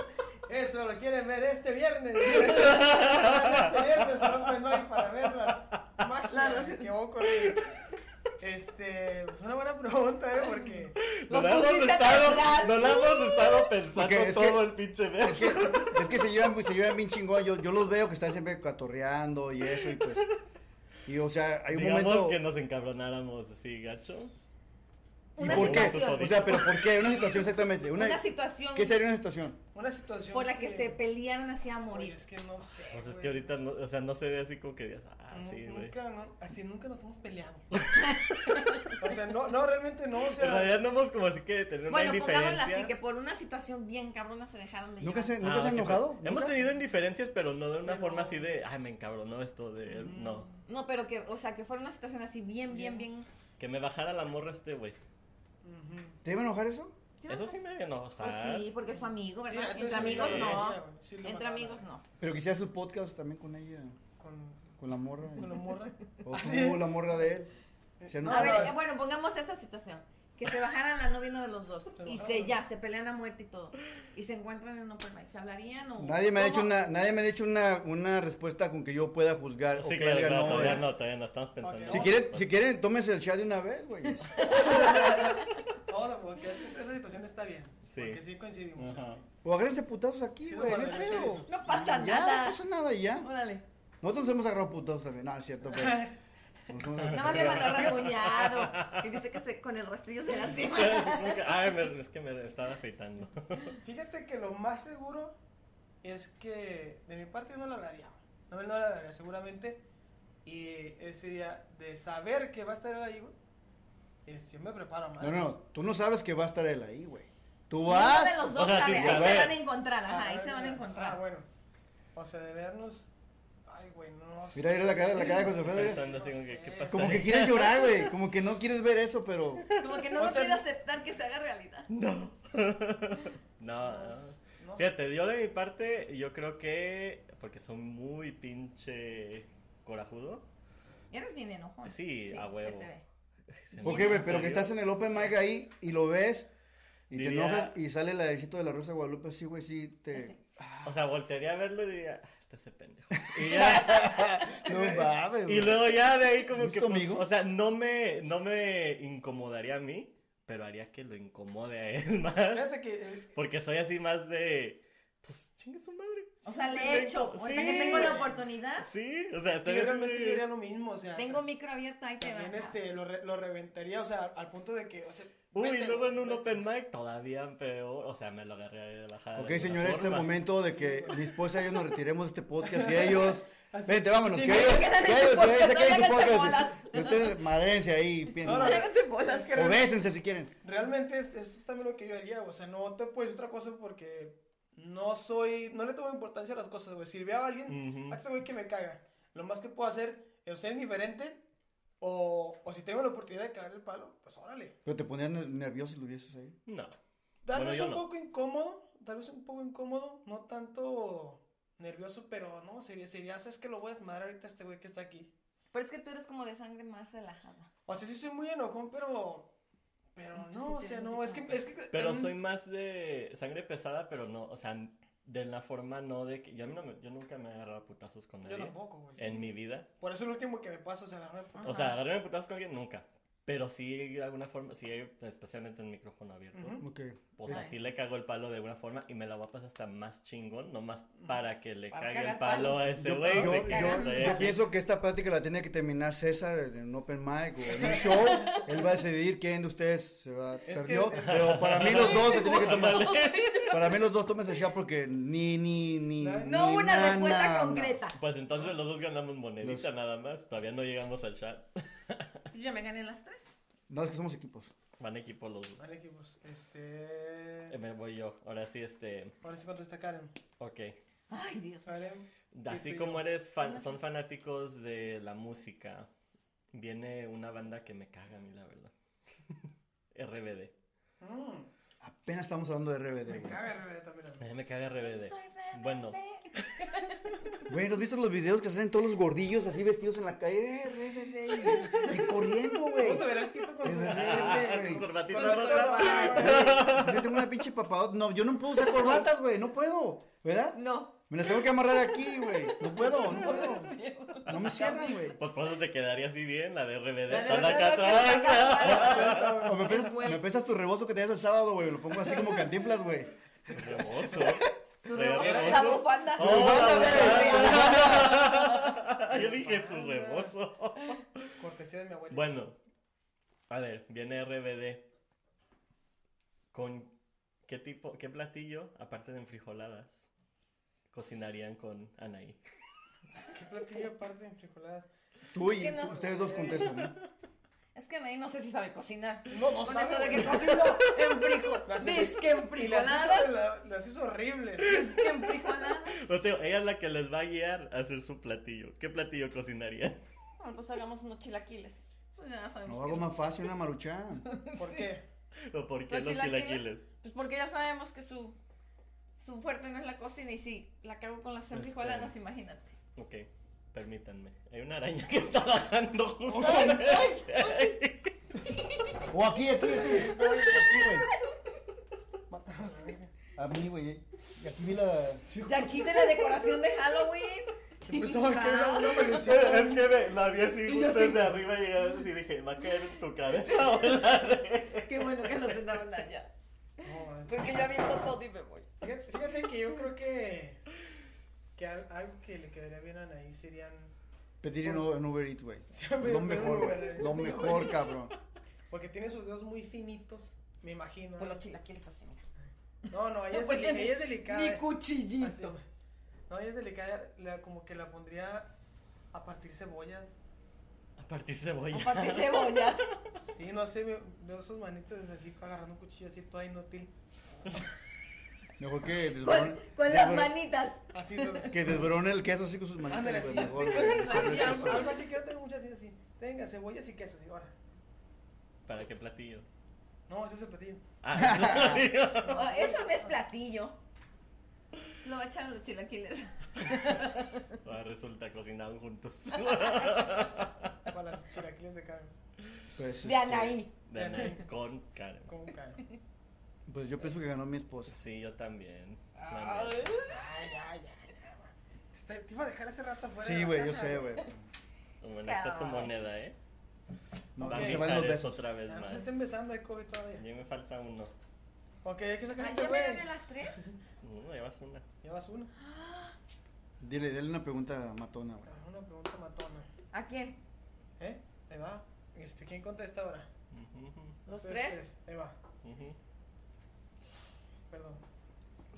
[SPEAKER 1] Eso lo quieren ver este viernes. este viernes en Open Mic para ver las
[SPEAKER 4] Claro.
[SPEAKER 1] magias que va a ocurrir. Este, es una buena pregunta, ¿eh? Porque
[SPEAKER 2] Nos
[SPEAKER 4] Los
[SPEAKER 2] la hemos
[SPEAKER 4] pusiste a
[SPEAKER 2] estado,
[SPEAKER 4] temblar.
[SPEAKER 2] nos la hemos estado pensando
[SPEAKER 3] Porque es
[SPEAKER 2] todo
[SPEAKER 3] que-
[SPEAKER 2] el pinche mes.
[SPEAKER 3] Es que se llevan, se llevan bien chingón, yo, yo los veo que están siempre catorreando y eso y pues y o sea, hay un
[SPEAKER 2] Digamos
[SPEAKER 3] momento
[SPEAKER 2] que nos encabronáramos así, gacho.
[SPEAKER 3] ¿Y
[SPEAKER 4] Una
[SPEAKER 3] por qué?
[SPEAKER 4] situación.
[SPEAKER 3] O sea, pero ¿por qué? Una situación exactamente, una,
[SPEAKER 4] Una situación
[SPEAKER 3] ¿qué sería una situación?
[SPEAKER 1] una situación.
[SPEAKER 4] por la que se pelearon así a
[SPEAKER 1] Oye,
[SPEAKER 4] morir.
[SPEAKER 1] Es que no sé.
[SPEAKER 2] Pues es
[SPEAKER 1] güey.
[SPEAKER 2] que ahorita, no, o sea, no se ve así como que digas, ah,
[SPEAKER 1] Nu-
[SPEAKER 2] sí, güey.
[SPEAKER 1] nunca, no, así nunca nos hemos peleado. o sea, no, no, realmente no. O
[SPEAKER 2] En
[SPEAKER 1] sea,
[SPEAKER 2] realidad no hemos como así que tener
[SPEAKER 4] Bueno,
[SPEAKER 2] una
[SPEAKER 4] pongámosla
[SPEAKER 2] indiferencia.
[SPEAKER 4] así, que por una situación bien cabrona se dejaron de
[SPEAKER 3] Nunca se
[SPEAKER 4] llevar.
[SPEAKER 2] Ah,
[SPEAKER 3] nunca
[SPEAKER 2] ok,
[SPEAKER 3] se han
[SPEAKER 2] pues,
[SPEAKER 3] enojado?
[SPEAKER 2] Hemos
[SPEAKER 3] ¿Nunca?
[SPEAKER 2] tenido indiferencias, pero no de una
[SPEAKER 1] Pero-
[SPEAKER 2] forma así de, ay, me encabronó esto de él.
[SPEAKER 1] Mm.
[SPEAKER 2] eh, No.
[SPEAKER 4] No, pero que, o sea, que fuera una situación así bien, bien, bien.
[SPEAKER 2] Que me bajara la morra este güey.
[SPEAKER 1] ujú.
[SPEAKER 3] ¿Te iba a enojar eso?
[SPEAKER 2] Eso sí ah. me había
[SPEAKER 4] Pues
[SPEAKER 2] enojado.
[SPEAKER 4] sí, porque es su amigo,
[SPEAKER 1] Sí,
[SPEAKER 4] ¿verdad?
[SPEAKER 1] antes
[SPEAKER 4] Entre
[SPEAKER 1] sí me
[SPEAKER 4] amigos no.
[SPEAKER 1] enojaba, güey, sí lo
[SPEAKER 4] Entre
[SPEAKER 1] mataba.
[SPEAKER 4] amigos no.
[SPEAKER 3] Pero quisiera su podcast también con ella,
[SPEAKER 1] Con,
[SPEAKER 3] con la morra.
[SPEAKER 1] con la morra.
[SPEAKER 3] O
[SPEAKER 1] Ah,
[SPEAKER 3] tú,
[SPEAKER 1] sí.
[SPEAKER 3] la morra de él. Se
[SPEAKER 1] No,
[SPEAKER 4] A
[SPEAKER 3] enojaron.
[SPEAKER 1] no,
[SPEAKER 4] ver, eh,
[SPEAKER 1] es-
[SPEAKER 4] bueno, pongamos esa situación. Que se bajaran la novia uno de los dos.
[SPEAKER 1] Pero-
[SPEAKER 4] Y se ya, se pelean a muerte y todo. Y se encuentran en un open mic. ¿Se hablarían o.?
[SPEAKER 3] Nadie me ha
[SPEAKER 4] ¿Cómo?
[SPEAKER 3] hecho una, nadie me ha hecho una, una respuesta con que yo pueda juzgar o
[SPEAKER 2] Sí,
[SPEAKER 3] que
[SPEAKER 2] claro,
[SPEAKER 3] él
[SPEAKER 2] claro,
[SPEAKER 3] ganó,
[SPEAKER 2] todavía
[SPEAKER 3] eh.
[SPEAKER 2] no, todavía no estamos pensando.
[SPEAKER 1] Ok.
[SPEAKER 3] Si
[SPEAKER 1] No,
[SPEAKER 3] quieren, si quieren, tómense el chat de una vez, güey.
[SPEAKER 1] Vamos a porque es- esa situación está bien.
[SPEAKER 2] Sí.
[SPEAKER 1] Porque sí coincidimos.
[SPEAKER 2] Ajá.
[SPEAKER 1] este.
[SPEAKER 3] O agárrense putazos aquí,
[SPEAKER 1] Sí,
[SPEAKER 3] güey.
[SPEAKER 1] no,
[SPEAKER 3] no hay
[SPEAKER 1] no,
[SPEAKER 3] pedo.
[SPEAKER 1] no,
[SPEAKER 4] No pasa
[SPEAKER 3] Ya, no
[SPEAKER 4] nada.
[SPEAKER 3] pasa nada y ya.
[SPEAKER 4] Órale.
[SPEAKER 3] Nosotros nos hemos agarrado putazos también. No, es cierto, pues. Nos hemos
[SPEAKER 4] Nada
[SPEAKER 3] agarrado-
[SPEAKER 4] más le mandó rasguñado. Y dice que se, con el rastrillo se lastima.
[SPEAKER 2] Sí, es como que, Ay, me- es que me estaba afeitando.
[SPEAKER 1] Fíjate que lo más seguro es que de mi parte yo no la hablaría. No, él no la hablaría seguramente. Y ese día de saber que va a estar él ahí, güey, este, yo me preparo más.
[SPEAKER 3] No, no, tú no sabes que va a estar él ahí, güey. Tú
[SPEAKER 4] Uno
[SPEAKER 3] vas.
[SPEAKER 4] de los
[SPEAKER 2] O
[SPEAKER 4] dos
[SPEAKER 2] sea,
[SPEAKER 4] sabe,
[SPEAKER 2] sin
[SPEAKER 4] ahí se
[SPEAKER 2] saber.
[SPEAKER 4] van a encontrar, ajá, ahí se van a
[SPEAKER 1] Ah,
[SPEAKER 4] encontrar.
[SPEAKER 1] bueno. O sea, de vernos. Ay, güey, no sé.
[SPEAKER 3] Mira, mira la cara, la cara de José Alfredo, mira.
[SPEAKER 2] Pensando así como que, ¿qué
[SPEAKER 1] sé.
[SPEAKER 2] pasa?
[SPEAKER 3] Como que quieres llorar, güey. Como que no quieres ver eso, pero.
[SPEAKER 4] Como que
[SPEAKER 1] O
[SPEAKER 4] no lo
[SPEAKER 1] sea,
[SPEAKER 4] quiere
[SPEAKER 1] no-
[SPEAKER 4] aceptar que se haga realidad.
[SPEAKER 2] No.
[SPEAKER 1] No,
[SPEAKER 2] no.
[SPEAKER 1] no sé.
[SPEAKER 2] Fíjate, yo de mi parte, yo creo que. Porque soy muy pinche corajudo.
[SPEAKER 4] Eres bien enojón.
[SPEAKER 2] Sí, a huevo.
[SPEAKER 4] Se te ve.
[SPEAKER 2] Se me-
[SPEAKER 3] Ok, güey,
[SPEAKER 2] ¿en
[SPEAKER 3] pero
[SPEAKER 2] serio?
[SPEAKER 3] que estás en el open mic ahí y lo ves y
[SPEAKER 2] Diría-
[SPEAKER 3] te enojas y sale el airecito de la Rosa de Guadalupe, sí, güey, sí, te...
[SPEAKER 4] Ese.
[SPEAKER 2] O sea, voltearía a verlo y diría, "Ah, este ese pendejo. Y ya.
[SPEAKER 3] No mames,
[SPEAKER 2] y
[SPEAKER 3] güey.
[SPEAKER 2] luego ya de ahí como
[SPEAKER 3] ¿Es
[SPEAKER 2] que.
[SPEAKER 3] tu
[SPEAKER 2] pues,
[SPEAKER 3] amigo?
[SPEAKER 2] o sea, no me, no me incomodaría a mí, pero haría que lo incomode a él más.
[SPEAKER 1] Fíjate que. eh,
[SPEAKER 2] Porque soy así más de. Pues chingue su madre.
[SPEAKER 4] O sea, le
[SPEAKER 2] Sí,
[SPEAKER 4] he hecho. O sea, que
[SPEAKER 2] sí.
[SPEAKER 4] tengo la oportunidad.
[SPEAKER 2] Sí, o sea,
[SPEAKER 1] es que
[SPEAKER 2] estoy
[SPEAKER 1] yo
[SPEAKER 2] así
[SPEAKER 1] realmente
[SPEAKER 2] de-
[SPEAKER 1] yo haría lo mismo, o sea.
[SPEAKER 4] Tengo micro abierto, ahí te va.
[SPEAKER 1] También este, lo, re- lo reventaría, o sea, al punto de que. O sea,
[SPEAKER 2] Uy,
[SPEAKER 1] vete,
[SPEAKER 2] luego
[SPEAKER 1] güey,
[SPEAKER 2] en un
[SPEAKER 1] vete.
[SPEAKER 2] open mic todavía peor. O sea, me lo agarré de bajada.
[SPEAKER 3] Ok, señores, este momento de que mi esposa y yo nos retiremos de este podcast y ellos...
[SPEAKER 1] Así.
[SPEAKER 3] Vente, vámonos,
[SPEAKER 1] Sí,
[SPEAKER 3] que
[SPEAKER 1] no,
[SPEAKER 3] ellos,
[SPEAKER 4] se quedan en
[SPEAKER 3] que
[SPEAKER 4] su
[SPEAKER 3] ellos,
[SPEAKER 4] podcast,
[SPEAKER 3] se queden en su
[SPEAKER 4] no háganse
[SPEAKER 3] podcast. Ustedes madrense ahí, piensen.
[SPEAKER 1] No, no,
[SPEAKER 4] Háganse
[SPEAKER 1] Es
[SPEAKER 4] bolas.
[SPEAKER 1] que
[SPEAKER 3] O
[SPEAKER 1] realmente-
[SPEAKER 3] bésense si quieren.
[SPEAKER 1] Realmente es, es también lo que yo haría, o sea, no te puedes otra cosa porque no soy, no le tomo importancia a las cosas, güey. Si veo a alguien,
[SPEAKER 2] Ujú.
[SPEAKER 1] a este güey que me caga, lo más que puedo hacer es ser indiferente o, o si tengo la oportunidad de cagarle el palo, pues órale.
[SPEAKER 3] Pero te pondrías ner- nervioso si lo vieses ahí.
[SPEAKER 2] No.
[SPEAKER 1] Tal
[SPEAKER 2] Bueno,
[SPEAKER 1] vez
[SPEAKER 2] yo
[SPEAKER 1] un
[SPEAKER 2] no.
[SPEAKER 1] poco incómodo, tal vez un poco incómodo, no tanto nervioso, pero no, sería, sería, "Ah, sabes que lo voy a desmadrar ahorita a este güey que está aquí.
[SPEAKER 4] Pero es que tú eres como de sangre más relajada.
[SPEAKER 1] O sea, sí soy muy enojón, pero, pero
[SPEAKER 4] Entonces,
[SPEAKER 1] no, o
[SPEAKER 4] sí,
[SPEAKER 1] sea,
[SPEAKER 4] así
[SPEAKER 1] no,
[SPEAKER 4] como
[SPEAKER 1] es que,
[SPEAKER 4] que-
[SPEAKER 1] es que.
[SPEAKER 2] Pero
[SPEAKER 1] en-
[SPEAKER 2] soy más de sangre pesada, pero no. O sea, de la forma no de que. Yo, a mí no me- yo nunca me he agarrado a putazos con
[SPEAKER 1] Yo
[SPEAKER 2] nadie.
[SPEAKER 1] tampoco, güey.
[SPEAKER 2] En mi vida.
[SPEAKER 1] Por eso el último que me pasa es agarrarme a putazos.
[SPEAKER 2] O sea, agarrarme a putazos con alguien nunca. Pero sí, de alguna forma, sí, especialmente en micrófono abierto.
[SPEAKER 1] Ujú.
[SPEAKER 3] Ok.
[SPEAKER 2] Pues
[SPEAKER 4] Sí.
[SPEAKER 2] así le cago el palo de alguna forma y me la voy a pasar hasta más chingón, nomás para que le
[SPEAKER 4] Para
[SPEAKER 2] cague
[SPEAKER 4] cagar
[SPEAKER 2] el palo
[SPEAKER 4] palo.
[SPEAKER 2] a ese
[SPEAKER 3] Yo,
[SPEAKER 2] güey.
[SPEAKER 3] yo-
[SPEAKER 2] de
[SPEAKER 3] yo-
[SPEAKER 2] que estoy
[SPEAKER 3] yo
[SPEAKER 2] aquí.
[SPEAKER 3] pienso que esta plática la tiene que terminar César en un open mic o en un show. Él va a decidir quién de ustedes se va
[SPEAKER 1] que-
[SPEAKER 3] perdió. Pero para mí los dos se tienen que tomar.
[SPEAKER 2] Ándale.
[SPEAKER 3] Para mí los dos tomen ese shot porque ni ni ni.
[SPEAKER 4] No
[SPEAKER 3] ni
[SPEAKER 4] una
[SPEAKER 3] na,
[SPEAKER 4] respuesta
[SPEAKER 3] na, na.
[SPEAKER 4] concreta.
[SPEAKER 2] Pues entonces los dos ganamos monedita
[SPEAKER 3] Los-
[SPEAKER 2] nada más. Todavía no llegamos al chat.
[SPEAKER 4] Yo ya me gané las tres.
[SPEAKER 3] No es que somos equipos.
[SPEAKER 2] Van equipo los dos.
[SPEAKER 1] Vale, equipos.
[SPEAKER 2] Eh,
[SPEAKER 1] Este.
[SPEAKER 2] Me voy yo. Ahora sí, este.
[SPEAKER 1] Ahora sí contesta Karen.
[SPEAKER 2] Ok.
[SPEAKER 4] Ay, Dios.
[SPEAKER 1] Karen.
[SPEAKER 2] Así
[SPEAKER 1] Sí,
[SPEAKER 2] como
[SPEAKER 1] yo.
[SPEAKER 2] eres fan,
[SPEAKER 4] Ajá.
[SPEAKER 2] son fanáticos de la música, viene una banda que me caga a mí, la verdad. RBD.
[SPEAKER 1] Mm,
[SPEAKER 3] Apenas estamos hablando de
[SPEAKER 1] me
[SPEAKER 3] RBD. güey.
[SPEAKER 1] caga RBD también. a
[SPEAKER 2] A
[SPEAKER 1] mí.
[SPEAKER 2] mí me caga RBD.
[SPEAKER 4] Soy rebelde.
[SPEAKER 2] Bueno.
[SPEAKER 3] Güey, ¿no has visto los videos que hacen todos los gordillos así vestidos en la calle? Eh, RBD. Y, y corriendo, güey.
[SPEAKER 1] Vamos a ver al Tito con
[SPEAKER 3] Es
[SPEAKER 1] su.
[SPEAKER 3] verdad,
[SPEAKER 1] Ah,
[SPEAKER 3] güey.
[SPEAKER 1] con-
[SPEAKER 2] Corbatita
[SPEAKER 1] con la
[SPEAKER 2] roja.
[SPEAKER 3] Yo tengo una pinche papadota. No, yo no puedo usar corbatas, güey. No puedo. ¿Verdad?
[SPEAKER 4] No.
[SPEAKER 3] Me las tengo que amarrar aquí, güey. No puedo, no puedo. No me cierran, güey.
[SPEAKER 2] Pues por eso te quedaría así bien, la de RBD.
[SPEAKER 4] La de
[SPEAKER 2] Son acá
[SPEAKER 4] RBD,
[SPEAKER 2] atrás.
[SPEAKER 3] O me prestas,
[SPEAKER 4] Después.
[SPEAKER 3] me prestas tu rebozo que tenías el sábado, güey. Lo pongo así como cantinflas, güey.
[SPEAKER 2] Rebozo.
[SPEAKER 4] Su
[SPEAKER 2] Re-
[SPEAKER 4] rebozo,
[SPEAKER 2] rebozo.
[SPEAKER 4] la bufanda.
[SPEAKER 2] Oh,
[SPEAKER 3] bufanda,
[SPEAKER 2] Yo dije su rebozo.
[SPEAKER 1] Cortesía de mi abuela.
[SPEAKER 2] Bueno, a ver, viene RBD. ¿Con qué tipo, qué platillo, aparte de enfrijoladas, cocinarían con Anaí?
[SPEAKER 1] ¿Qué platillo aparte de frijoladas?
[SPEAKER 3] Tú
[SPEAKER 4] Es
[SPEAKER 3] y
[SPEAKER 4] que no-
[SPEAKER 3] ustedes dos contestan, ¿eh?
[SPEAKER 4] Es que May no sé si sabe cocinar.
[SPEAKER 1] No, no
[SPEAKER 4] Con
[SPEAKER 1] sabe,
[SPEAKER 4] esto de
[SPEAKER 1] güey.
[SPEAKER 4] que cocino en frijol.
[SPEAKER 1] Las-
[SPEAKER 4] Disque
[SPEAKER 1] Y las
[SPEAKER 4] en
[SPEAKER 1] hizo,
[SPEAKER 4] frijoladas.
[SPEAKER 1] la- las hizo horribles.
[SPEAKER 4] Disque en frijoladas.
[SPEAKER 2] No te digo, ella es la que les va a guiar a hacer su platillo. ¿Qué platillo cocinarían?
[SPEAKER 4] Bueno, pues hagamos unos chilaquiles. Eso ya sabemos.
[SPEAKER 3] No,
[SPEAKER 4] que
[SPEAKER 3] algo más fácil, una maruchan.
[SPEAKER 1] ¿Por qué?
[SPEAKER 2] ¿O por qué los,
[SPEAKER 4] ¿Los
[SPEAKER 2] chilaquiles?
[SPEAKER 4] chilaquiles? Pues porque ya sabemos que su, su fuerte no es la cocina y si la cago con las
[SPEAKER 2] Este-
[SPEAKER 4] frijoladas, imagínate.
[SPEAKER 2] Ok, permítanme. Hay una araña que está bajando justo.
[SPEAKER 3] O aquí, aquí, aquí. Aquí, güey. A mí, güey. Y aquí vi la. Sí,
[SPEAKER 4] Y aquí de la decoración de Halloween. Ah,
[SPEAKER 1] Se empezó a
[SPEAKER 4] Chingado.
[SPEAKER 1] querer una una
[SPEAKER 2] Sí,
[SPEAKER 1] evolución.
[SPEAKER 2] Es que me- la vi así
[SPEAKER 4] Y yo
[SPEAKER 2] justo
[SPEAKER 4] sí.
[SPEAKER 2] desde arriba llegando y dije, va a caer en tu cabeza o en la de-
[SPEAKER 4] Qué bueno que nos tentaron allá.
[SPEAKER 1] No, man.
[SPEAKER 4] Porque yo aviento todo y me voy.
[SPEAKER 1] Fíjate, fíjate que yo creo que, que al- algo que le quedaría bien a Anaí serían.
[SPEAKER 3] Pedir en en Uber Eats, güey.
[SPEAKER 1] Sí, a ver,
[SPEAKER 3] Lo
[SPEAKER 1] un
[SPEAKER 3] mejor,
[SPEAKER 1] Uber,
[SPEAKER 3] güey.
[SPEAKER 1] eh.
[SPEAKER 3] Lo mejor, cabrón.
[SPEAKER 1] Porque tiene sus dedos muy finitos, me imagino.
[SPEAKER 4] Con los chilaquiles así, mira.
[SPEAKER 1] No, no, ella es,
[SPEAKER 4] Porque
[SPEAKER 1] deli-
[SPEAKER 4] mi-
[SPEAKER 1] ella es delicada.
[SPEAKER 4] Mi
[SPEAKER 1] eh. Así,
[SPEAKER 4] cuchillito.
[SPEAKER 1] güey. no, ella es delicada. la- como que la pondría a partir cebollas.
[SPEAKER 2] A partir cebolla.
[SPEAKER 4] Aparte cebollas.
[SPEAKER 1] Sí, no sé, veo- veo sus manitas así agarrando un cuchillo así toda inútil.
[SPEAKER 3] Mejor que desbarone.
[SPEAKER 4] Con, con las
[SPEAKER 3] desbarone-
[SPEAKER 4] manitas.
[SPEAKER 1] Así, todo.
[SPEAKER 3] Que desbarone el queso así con sus manitas.
[SPEAKER 1] Ándale,
[SPEAKER 3] güey,
[SPEAKER 1] así. ah,
[SPEAKER 3] Mejor, güey. Pues, este,
[SPEAKER 1] Así,
[SPEAKER 3] Sobre
[SPEAKER 1] algo
[SPEAKER 3] queso,
[SPEAKER 1] algo
[SPEAKER 3] güey.
[SPEAKER 1] así que yo tengo muchas así, así. Tenga cebollas y queso, digo, ahora.
[SPEAKER 2] ¿Para qué platillo?
[SPEAKER 1] No, ese es el platillo.
[SPEAKER 2] Ah, no,
[SPEAKER 4] Oh, eso no es platillo. Lo echan los chilaquiles.
[SPEAKER 2] no. Ah, resulta cocinaban juntos.
[SPEAKER 1] Para las chilaquiles de carne.
[SPEAKER 3] Pues, este,
[SPEAKER 4] De Anaí.
[SPEAKER 2] De Anaí con Karen.
[SPEAKER 1] Con carne.
[SPEAKER 3] Pues yo pienso que ganó mi esposa.
[SPEAKER 2] Sí, yo también. La
[SPEAKER 1] Ay,
[SPEAKER 2] neta.
[SPEAKER 1] ay, ay, ay. Te, te iba a dejar hace rato afuera. de
[SPEAKER 3] Sí,
[SPEAKER 1] la
[SPEAKER 3] güey, yo
[SPEAKER 1] casa,
[SPEAKER 3] sé, güey.
[SPEAKER 2] Bueno, está tu
[SPEAKER 4] Ay.
[SPEAKER 2] moneda, ¿eh?
[SPEAKER 3] No,
[SPEAKER 2] Va a
[SPEAKER 3] no se
[SPEAKER 2] fijar
[SPEAKER 3] van los
[SPEAKER 2] eso
[SPEAKER 3] besos.
[SPEAKER 2] otra
[SPEAKER 4] Ah,
[SPEAKER 2] vez
[SPEAKER 1] Ya
[SPEAKER 4] pues
[SPEAKER 1] no
[SPEAKER 2] más.
[SPEAKER 1] se estén besando de COVID
[SPEAKER 2] A
[SPEAKER 1] todavía.
[SPEAKER 2] mí me falta uno.
[SPEAKER 1] Ok, hay que sacar a este
[SPEAKER 4] ¿Ayer Ah, me gané
[SPEAKER 1] güey.
[SPEAKER 4] las tres?
[SPEAKER 2] No, llevas una.
[SPEAKER 1] Llevas una.
[SPEAKER 3] Dile, dale una pregunta matona, güey.
[SPEAKER 1] Ah, Una pregunta matona.
[SPEAKER 4] ¿A quién?
[SPEAKER 1] ¿Eh? Ahí va. Este, ¿Quién contesta ahora?
[SPEAKER 2] Ujú, ujú,
[SPEAKER 4] ¿Los
[SPEAKER 1] Ustedes
[SPEAKER 4] tres?
[SPEAKER 1] Ahí va.
[SPEAKER 2] ujú.
[SPEAKER 1] Perdón.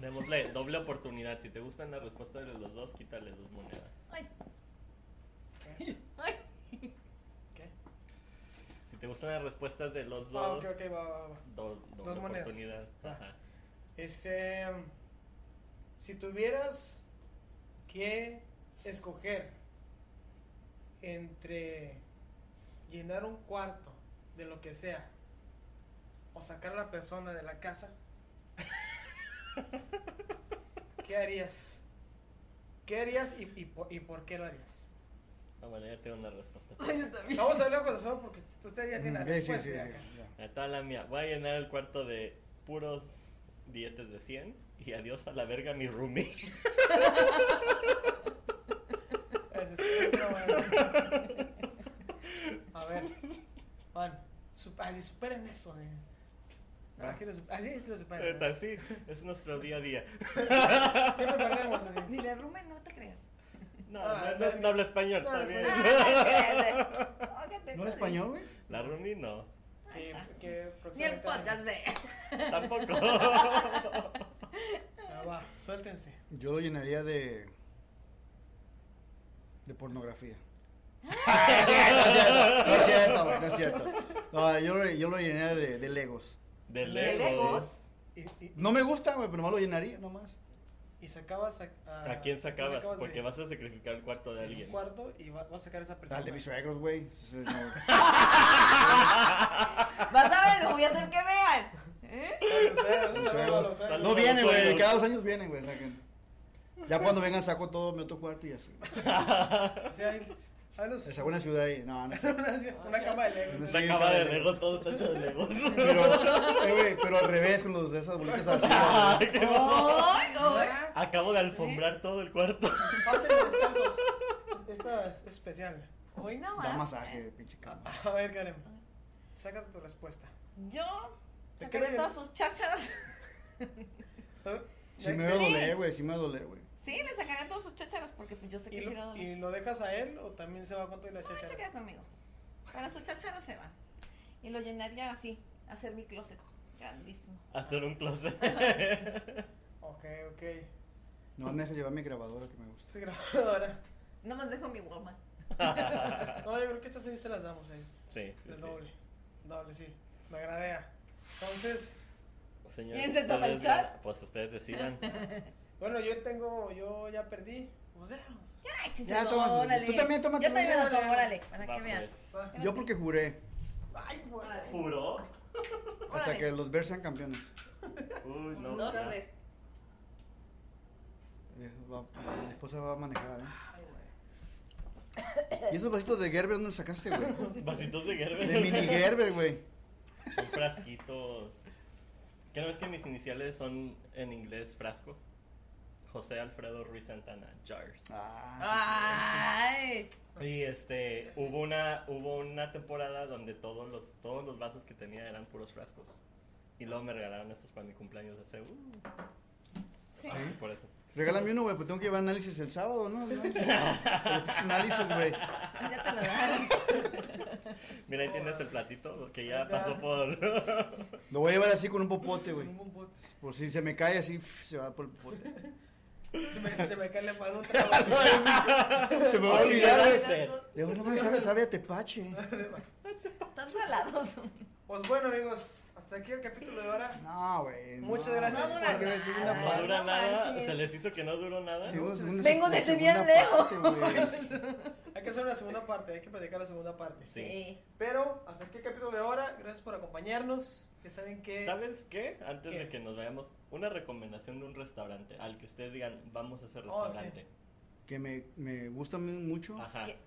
[SPEAKER 2] Démosle doble oportunidad. Si te gustan las respuestas de los dos, quítale dos monedas.
[SPEAKER 4] Ay,
[SPEAKER 1] ¿Qué?
[SPEAKER 4] ay.
[SPEAKER 1] ¿Qué?
[SPEAKER 2] Si te gustan las respuestas de los dos,
[SPEAKER 1] Ah, ok, ok, va, va, va.
[SPEAKER 2] do- doble
[SPEAKER 1] Dos monedas. Ah.
[SPEAKER 2] oportunidad.
[SPEAKER 1] Va.
[SPEAKER 2] Ajá.
[SPEAKER 1] Este. Si tuvieras que escoger entre llenar un cuarto de lo que sea o sacar a la persona de la casa, ¿qué harías? ¿Qué harías y, y por, y por qué lo harías?
[SPEAKER 2] No, bueno, ya tengo una respuesta.
[SPEAKER 4] Ay, yo también.
[SPEAKER 1] Vamos a hablar con los juegos porque usted ya tiene la
[SPEAKER 3] Mm, Sí, sí, sí.
[SPEAKER 1] respuesta. ya.
[SPEAKER 3] sí, ya.
[SPEAKER 2] Ahí está la mía. Voy a llenar el cuarto de puros dietes de 100 y adiós a la verga mi roomie.
[SPEAKER 1] Ese sí, pero bueno. A ver, Juan, sup- así, superen eso. eh. No,
[SPEAKER 2] Ah.
[SPEAKER 3] Va.
[SPEAKER 1] así lo, sup- así sí lo superan.
[SPEAKER 2] Neta, sí, es nuestro día a día.
[SPEAKER 1] Siempre perdemos así.
[SPEAKER 4] Dile, Rumen, no te creas.
[SPEAKER 2] No,
[SPEAKER 1] Ah,
[SPEAKER 2] no, no, no habla español,
[SPEAKER 1] no
[SPEAKER 2] está
[SPEAKER 1] habla
[SPEAKER 2] bien. Ah,
[SPEAKER 4] Ógate,
[SPEAKER 3] ¿No era español, güey?
[SPEAKER 2] La Rumi no,
[SPEAKER 1] Que, que
[SPEAKER 4] Ni el
[SPEAKER 1] próximamente-
[SPEAKER 4] podcast ve.
[SPEAKER 2] tampoco.
[SPEAKER 1] Ah, va, suéltense.
[SPEAKER 3] Yo lo llenaría de. de pornografía. no es cierto, güey, no es cierto. No, yo, lo- yo lo llenaría de, de Legos.
[SPEAKER 2] De
[SPEAKER 4] ¿De
[SPEAKER 2] lejos.
[SPEAKER 4] Legos?
[SPEAKER 1] Y, y-
[SPEAKER 3] No me gusta, güey, pero nomás lo llenaría, nomás.
[SPEAKER 1] y sacabas a, a,
[SPEAKER 2] ¿A quién sacabas?
[SPEAKER 1] sacabas de-
[SPEAKER 2] Porque vas a sacrificar el cuarto de
[SPEAKER 1] sí,
[SPEAKER 2] alguien.
[SPEAKER 1] Un cuarto y va- vas a sacar a esa persona.
[SPEAKER 3] Al Ah, de mis suegros, güey. Ese es el-
[SPEAKER 4] Vas a ver, lo voy a hacer que vean. ¿Eh?
[SPEAKER 1] Los suegros, los
[SPEAKER 3] Mis
[SPEAKER 1] suegros,
[SPEAKER 3] suegros.
[SPEAKER 1] los suegros.
[SPEAKER 3] No vienen, güey.
[SPEAKER 2] Suegros.
[SPEAKER 3] Cada dos años vienen, güey. sacan. Ya cuando vengan saco todo mi otro cuarto y así.
[SPEAKER 1] O sea, hay- hay los-
[SPEAKER 3] Es alguna ciudad ahí. No, no sé.
[SPEAKER 1] una, ciudad- una cama de Lego.
[SPEAKER 3] Una
[SPEAKER 2] Se acaba de Lego, todo está hecho de Legos.
[SPEAKER 3] Pero, eh, güey, pero al revés, con los de esas bolitas así. güey.
[SPEAKER 2] Ay, qué mamá.
[SPEAKER 4] Ay, ay.
[SPEAKER 1] Ah,
[SPEAKER 2] Acabo de alfombrar todo el cuarto.
[SPEAKER 1] Pasen los descansos. Esta es especial.
[SPEAKER 4] Hoy no
[SPEAKER 3] Da
[SPEAKER 4] más.
[SPEAKER 3] masaje, pinche cama.
[SPEAKER 1] A ver, Karen. Sácate tu respuesta.
[SPEAKER 4] Yo
[SPEAKER 1] Te
[SPEAKER 4] sacaré
[SPEAKER 1] creo.
[SPEAKER 4] todas sus chácharas.
[SPEAKER 1] ¿Eh?
[SPEAKER 3] Sí
[SPEAKER 1] Ya-
[SPEAKER 3] me dolé, güey. Sí me dolé, güey.
[SPEAKER 4] Sí, le sacaré todas sus chácharas porque pues, yo sé
[SPEAKER 1] ¿Y
[SPEAKER 4] que sí le
[SPEAKER 1] lo,
[SPEAKER 4] doy.
[SPEAKER 1] y lo dejas a él o también se va con tu y la
[SPEAKER 4] No, él se
[SPEAKER 1] chacha?
[SPEAKER 4] queda conmigo. Para sus chácharas se van. Y lo llenaría así, hacer mi closet. Grandísimo.
[SPEAKER 2] Hacer un closet.
[SPEAKER 1] Ok, ok.
[SPEAKER 3] No me dejes llevar mi grabadora que me gusta.
[SPEAKER 1] Estoy grabando ahora.
[SPEAKER 4] No más dejo mi woman.
[SPEAKER 1] No, yo creo que estas seis se las damos, es.
[SPEAKER 2] Sí, sí,
[SPEAKER 1] Es
[SPEAKER 2] sí.
[SPEAKER 1] doble. Doble, sí. Me agradea. Entonces,
[SPEAKER 2] Señores,
[SPEAKER 4] ¿Quién se toma el
[SPEAKER 2] ustedes
[SPEAKER 4] chat?
[SPEAKER 2] gana- Pues ustedes decidan.
[SPEAKER 1] bueno, yo tengo, yo ya perdí. O sea,
[SPEAKER 4] Ay,
[SPEAKER 3] Ya,
[SPEAKER 4] chichalo,
[SPEAKER 3] toma,
[SPEAKER 4] órale.
[SPEAKER 3] tú también toma
[SPEAKER 4] Yo
[SPEAKER 3] tu
[SPEAKER 4] también lo
[SPEAKER 1] vida.
[SPEAKER 4] tomo, órale. Para
[SPEAKER 2] Va,
[SPEAKER 4] que vean.
[SPEAKER 2] pues.
[SPEAKER 1] va.
[SPEAKER 3] Yo porque juré
[SPEAKER 1] Ay, bueno.
[SPEAKER 2] ¿Juró?
[SPEAKER 3] hasta
[SPEAKER 4] Órale.
[SPEAKER 3] que los Bears sean campeones.
[SPEAKER 2] Uy, no.
[SPEAKER 4] Dos
[SPEAKER 2] ya.
[SPEAKER 4] o tres.
[SPEAKER 3] Eh, va- mi esposa va a manejar, ¿eh? ¿Y esos vasitos de Gerber dónde los sacaste, güey?
[SPEAKER 2] Vasitos de Gerber.
[SPEAKER 3] De mini Gerber, güey.
[SPEAKER 2] Son frasquitos. ¿Qué no ves que mis iniciales son en inglés frasco? José Alfredo Ruiz Santana, Jars.
[SPEAKER 3] Ah,
[SPEAKER 4] Ay.
[SPEAKER 2] Y este, hubo una, hubo una temporada donde todos los, todos los vasos que tenía eran puros frascos. Y luego me regalaron estos para mi cumpleaños hace. Uh,
[SPEAKER 4] Sí.
[SPEAKER 2] así por eso.
[SPEAKER 3] sí. Regálame uno, güey, pues tengo que llevar análisis el sábado, ¿no? Los pinches análisis, güey.
[SPEAKER 4] Ya te lo dan.
[SPEAKER 2] Mira, ahí tienes el platito que
[SPEAKER 1] Ya.
[SPEAKER 2] ya pasó por.
[SPEAKER 3] Lo voy a llevar así con un popote, güey.
[SPEAKER 1] Un buen bote.
[SPEAKER 3] Por si se me cae así, pf, se va por el popote.
[SPEAKER 1] Se me, se me cae la palma otra vez.
[SPEAKER 3] Se me va a
[SPEAKER 2] Así
[SPEAKER 3] olvidar,
[SPEAKER 2] debe
[SPEAKER 3] güey.
[SPEAKER 2] ser.
[SPEAKER 3] Le digo, no mames, sabe, sabe a tepache.
[SPEAKER 4] Están salados.
[SPEAKER 1] Pues bueno, amigos, hasta aquí el capítulo de ahora.
[SPEAKER 3] No, güey. no.
[SPEAKER 1] Muchas gracias
[SPEAKER 4] No dura
[SPEAKER 1] por
[SPEAKER 3] Porque es una
[SPEAKER 4] nada.
[SPEAKER 2] No
[SPEAKER 3] parte.
[SPEAKER 2] dura
[SPEAKER 4] no
[SPEAKER 2] nada.
[SPEAKER 4] manches.
[SPEAKER 2] Se les hizo que no duró nada.
[SPEAKER 3] Digo, es una
[SPEAKER 4] Vengo
[SPEAKER 3] sec-
[SPEAKER 4] desde
[SPEAKER 3] segunda
[SPEAKER 4] bien lejos.
[SPEAKER 3] parte, güey.
[SPEAKER 1] Hay que hacer una segunda parte, hay que platicar la segunda parte.
[SPEAKER 2] Sí.
[SPEAKER 1] Pero hasta aquí el capítulo de ahora. Gracias por acompañarnos. Que saben que.
[SPEAKER 2] ¿Sabes qué? Antes
[SPEAKER 1] ¿Qué?
[SPEAKER 2] de que nos vayamos, una recomendación de un restaurante al que ustedes digan, vamos a ese
[SPEAKER 1] Oh, sí.
[SPEAKER 2] restaurante.
[SPEAKER 3] que me, me gusta a mí mucho.
[SPEAKER 2] Ajá.
[SPEAKER 4] Que-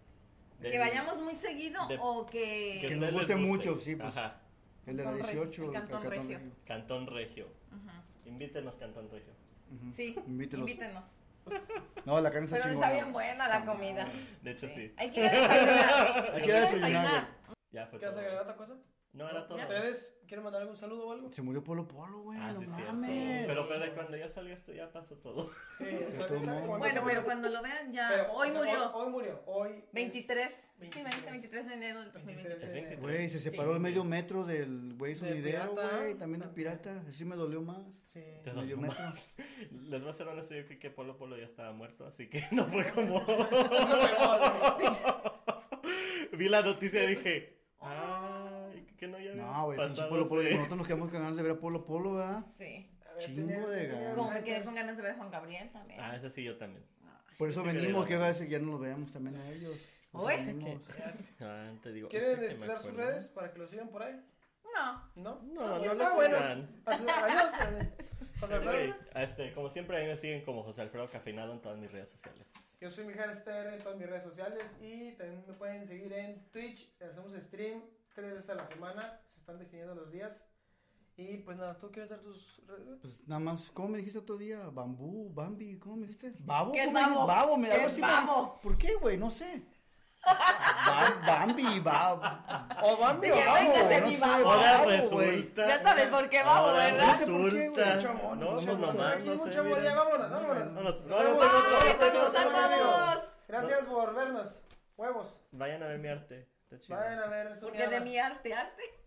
[SPEAKER 2] De-
[SPEAKER 4] Que vayamos muy seguido
[SPEAKER 2] de-
[SPEAKER 4] o que.
[SPEAKER 2] a
[SPEAKER 3] Que
[SPEAKER 2] ustedes
[SPEAKER 3] nos guste
[SPEAKER 2] les
[SPEAKER 3] mucho, sí, pues.
[SPEAKER 2] Ajá.
[SPEAKER 3] El eh, de la
[SPEAKER 4] Cantón Regio,
[SPEAKER 3] 18.
[SPEAKER 4] el Cantón
[SPEAKER 3] acá
[SPEAKER 4] Regio.
[SPEAKER 3] también.
[SPEAKER 2] Cantón Regio.
[SPEAKER 4] Ajá.
[SPEAKER 2] Invítenos, Cantón Regio.
[SPEAKER 3] Ujú.
[SPEAKER 4] Sí.
[SPEAKER 3] Invítelos.
[SPEAKER 4] Invítenos.
[SPEAKER 3] No, la carne está
[SPEAKER 4] Pero
[SPEAKER 3] chingona.
[SPEAKER 4] está bien buena la comida.
[SPEAKER 2] De hecho, sí.
[SPEAKER 4] Hay que ir a desayunar.
[SPEAKER 3] Hay que ir a desayunar,
[SPEAKER 2] Ya fue
[SPEAKER 1] ¿Quieres
[SPEAKER 2] todo.
[SPEAKER 1] agregar otra cosa?
[SPEAKER 2] No, era todo.
[SPEAKER 1] ¿Ustedes quieren mandar algún saludo o algo?
[SPEAKER 3] Se murió Polo Polo, güey.
[SPEAKER 2] Ah,
[SPEAKER 3] no
[SPEAKER 2] sí, sí.
[SPEAKER 3] mames.
[SPEAKER 2] Pero, pero cuando ya salga esto, ya pasó todo.
[SPEAKER 1] Sí, o sea,
[SPEAKER 3] Estuvo
[SPEAKER 1] Eh, ¿saben
[SPEAKER 3] muy
[SPEAKER 1] cuándo
[SPEAKER 4] Bueno,
[SPEAKER 1] se
[SPEAKER 4] pero
[SPEAKER 1] murió?
[SPEAKER 4] cuando lo vean ya.
[SPEAKER 1] Pero,
[SPEAKER 4] hoy
[SPEAKER 1] o sea,
[SPEAKER 4] murió.
[SPEAKER 1] Hoy, hoy murió. Hoy. es-
[SPEAKER 4] 23. Sí,
[SPEAKER 1] 23.
[SPEAKER 4] 20, 23 de enero del 2023.
[SPEAKER 2] Es 23.
[SPEAKER 3] Güey, se separó
[SPEAKER 4] Sí.
[SPEAKER 3] el medio metro del güey sonidero,
[SPEAKER 1] pirata.
[SPEAKER 3] güey. También del pirata. Así me dolió más.
[SPEAKER 1] Sí.
[SPEAKER 2] Te
[SPEAKER 3] Medio
[SPEAKER 2] dolió
[SPEAKER 3] metro.
[SPEAKER 2] Les voy a ser honesto, yo creí que Polo Polo ya estaba muerto, así que no fue como... Vi la noticia y dije... Ay, que no ya había
[SPEAKER 3] Oh. No, güey. pinche
[SPEAKER 2] pasado
[SPEAKER 3] Polo Polo.
[SPEAKER 2] ese-
[SPEAKER 3] Nosotros nos quedamos con ganas de ver a Polo Polo, ¿verdad?
[SPEAKER 4] Sí.
[SPEAKER 1] A ver,
[SPEAKER 3] Chingo
[SPEAKER 1] tenía-
[SPEAKER 3] de
[SPEAKER 1] tenía
[SPEAKER 3] ganas.
[SPEAKER 4] Como
[SPEAKER 1] un
[SPEAKER 4] me quedé
[SPEAKER 1] hyper.
[SPEAKER 4] con ganas de ver a Juan Gabriel también.
[SPEAKER 2] Ah, esa sí, yo también.
[SPEAKER 3] Por eso
[SPEAKER 2] Sí, que
[SPEAKER 3] venimos,
[SPEAKER 2] le
[SPEAKER 3] que
[SPEAKER 2] dolió.
[SPEAKER 3] va a decir que ya no los veamos también a ellos. Nos
[SPEAKER 4] Oye.
[SPEAKER 3] venimos.
[SPEAKER 2] Ah, te digo...
[SPEAKER 1] ¿Quieren
[SPEAKER 2] ahorita que me
[SPEAKER 1] este, dar sus
[SPEAKER 2] acuerdo.
[SPEAKER 1] redes para que lo sigan por ahí?
[SPEAKER 4] No.
[SPEAKER 1] ¿No?
[SPEAKER 2] No, no
[SPEAKER 1] Ah,
[SPEAKER 2] lo
[SPEAKER 1] bueno.
[SPEAKER 2] sigan.
[SPEAKER 1] Adiós. adiós. José
[SPEAKER 2] Güey,
[SPEAKER 1] Alfredo.
[SPEAKER 2] este, como siempre, a mí me siguen como José Alfredo Cafeinado en todas mis redes sociales.
[SPEAKER 1] Yo soy Mijares TR en todas mis redes sociales y también me pueden seguir en Twitch. Hacemos stream tres veces a la semana. Se están definiendo los días. Y pues nada, ¿tú quieres dar tus redes? güey?
[SPEAKER 3] Pues nada más, ¿cómo me dijiste otro día? Bambú, Bambi, ¿cómo me dijiste? Babo.
[SPEAKER 4] ¿Qué es
[SPEAKER 3] ¿Cómo me dijiste?
[SPEAKER 4] babo?
[SPEAKER 3] Babo, me
[SPEAKER 4] ¿Qué
[SPEAKER 3] algo
[SPEAKER 4] es
[SPEAKER 3] así me-
[SPEAKER 4] babo?
[SPEAKER 3] ¿Por qué, güey? No sé. Ba- Bambi, va.
[SPEAKER 1] O Bambi o
[SPEAKER 4] Ya
[SPEAKER 1] Babo,
[SPEAKER 4] véngase
[SPEAKER 1] no
[SPEAKER 4] mi
[SPEAKER 1] sé,
[SPEAKER 4] babo.
[SPEAKER 2] Ahora
[SPEAKER 3] Babo, güey.
[SPEAKER 2] resulta.
[SPEAKER 4] Ya sabes por qué vamos,
[SPEAKER 2] Ahora
[SPEAKER 4] ¿verdad?
[SPEAKER 1] No sé por qué, güey.
[SPEAKER 2] resulta.
[SPEAKER 1] Mucho amor,
[SPEAKER 2] No,
[SPEAKER 1] mucho
[SPEAKER 2] pues
[SPEAKER 1] amor.
[SPEAKER 2] nomás
[SPEAKER 1] Aquí
[SPEAKER 2] no
[SPEAKER 1] mucho
[SPEAKER 2] sé,
[SPEAKER 1] amor,
[SPEAKER 2] mira.
[SPEAKER 1] ya vámonos, vámonos.
[SPEAKER 2] Vámonos.
[SPEAKER 1] Nos
[SPEAKER 2] No,
[SPEAKER 1] vemos.
[SPEAKER 2] no tengo otro,
[SPEAKER 1] Ay,
[SPEAKER 2] no tengo
[SPEAKER 1] nos
[SPEAKER 2] otro.
[SPEAKER 1] vemos, amigos.
[SPEAKER 4] No.
[SPEAKER 1] Gracias por vernos. Huevos.
[SPEAKER 2] Vayan a ver mi arte. Está chido.
[SPEAKER 1] Vayan a ver su
[SPEAKER 4] Porque de
[SPEAKER 1] mierda.
[SPEAKER 4] mi arte, arte.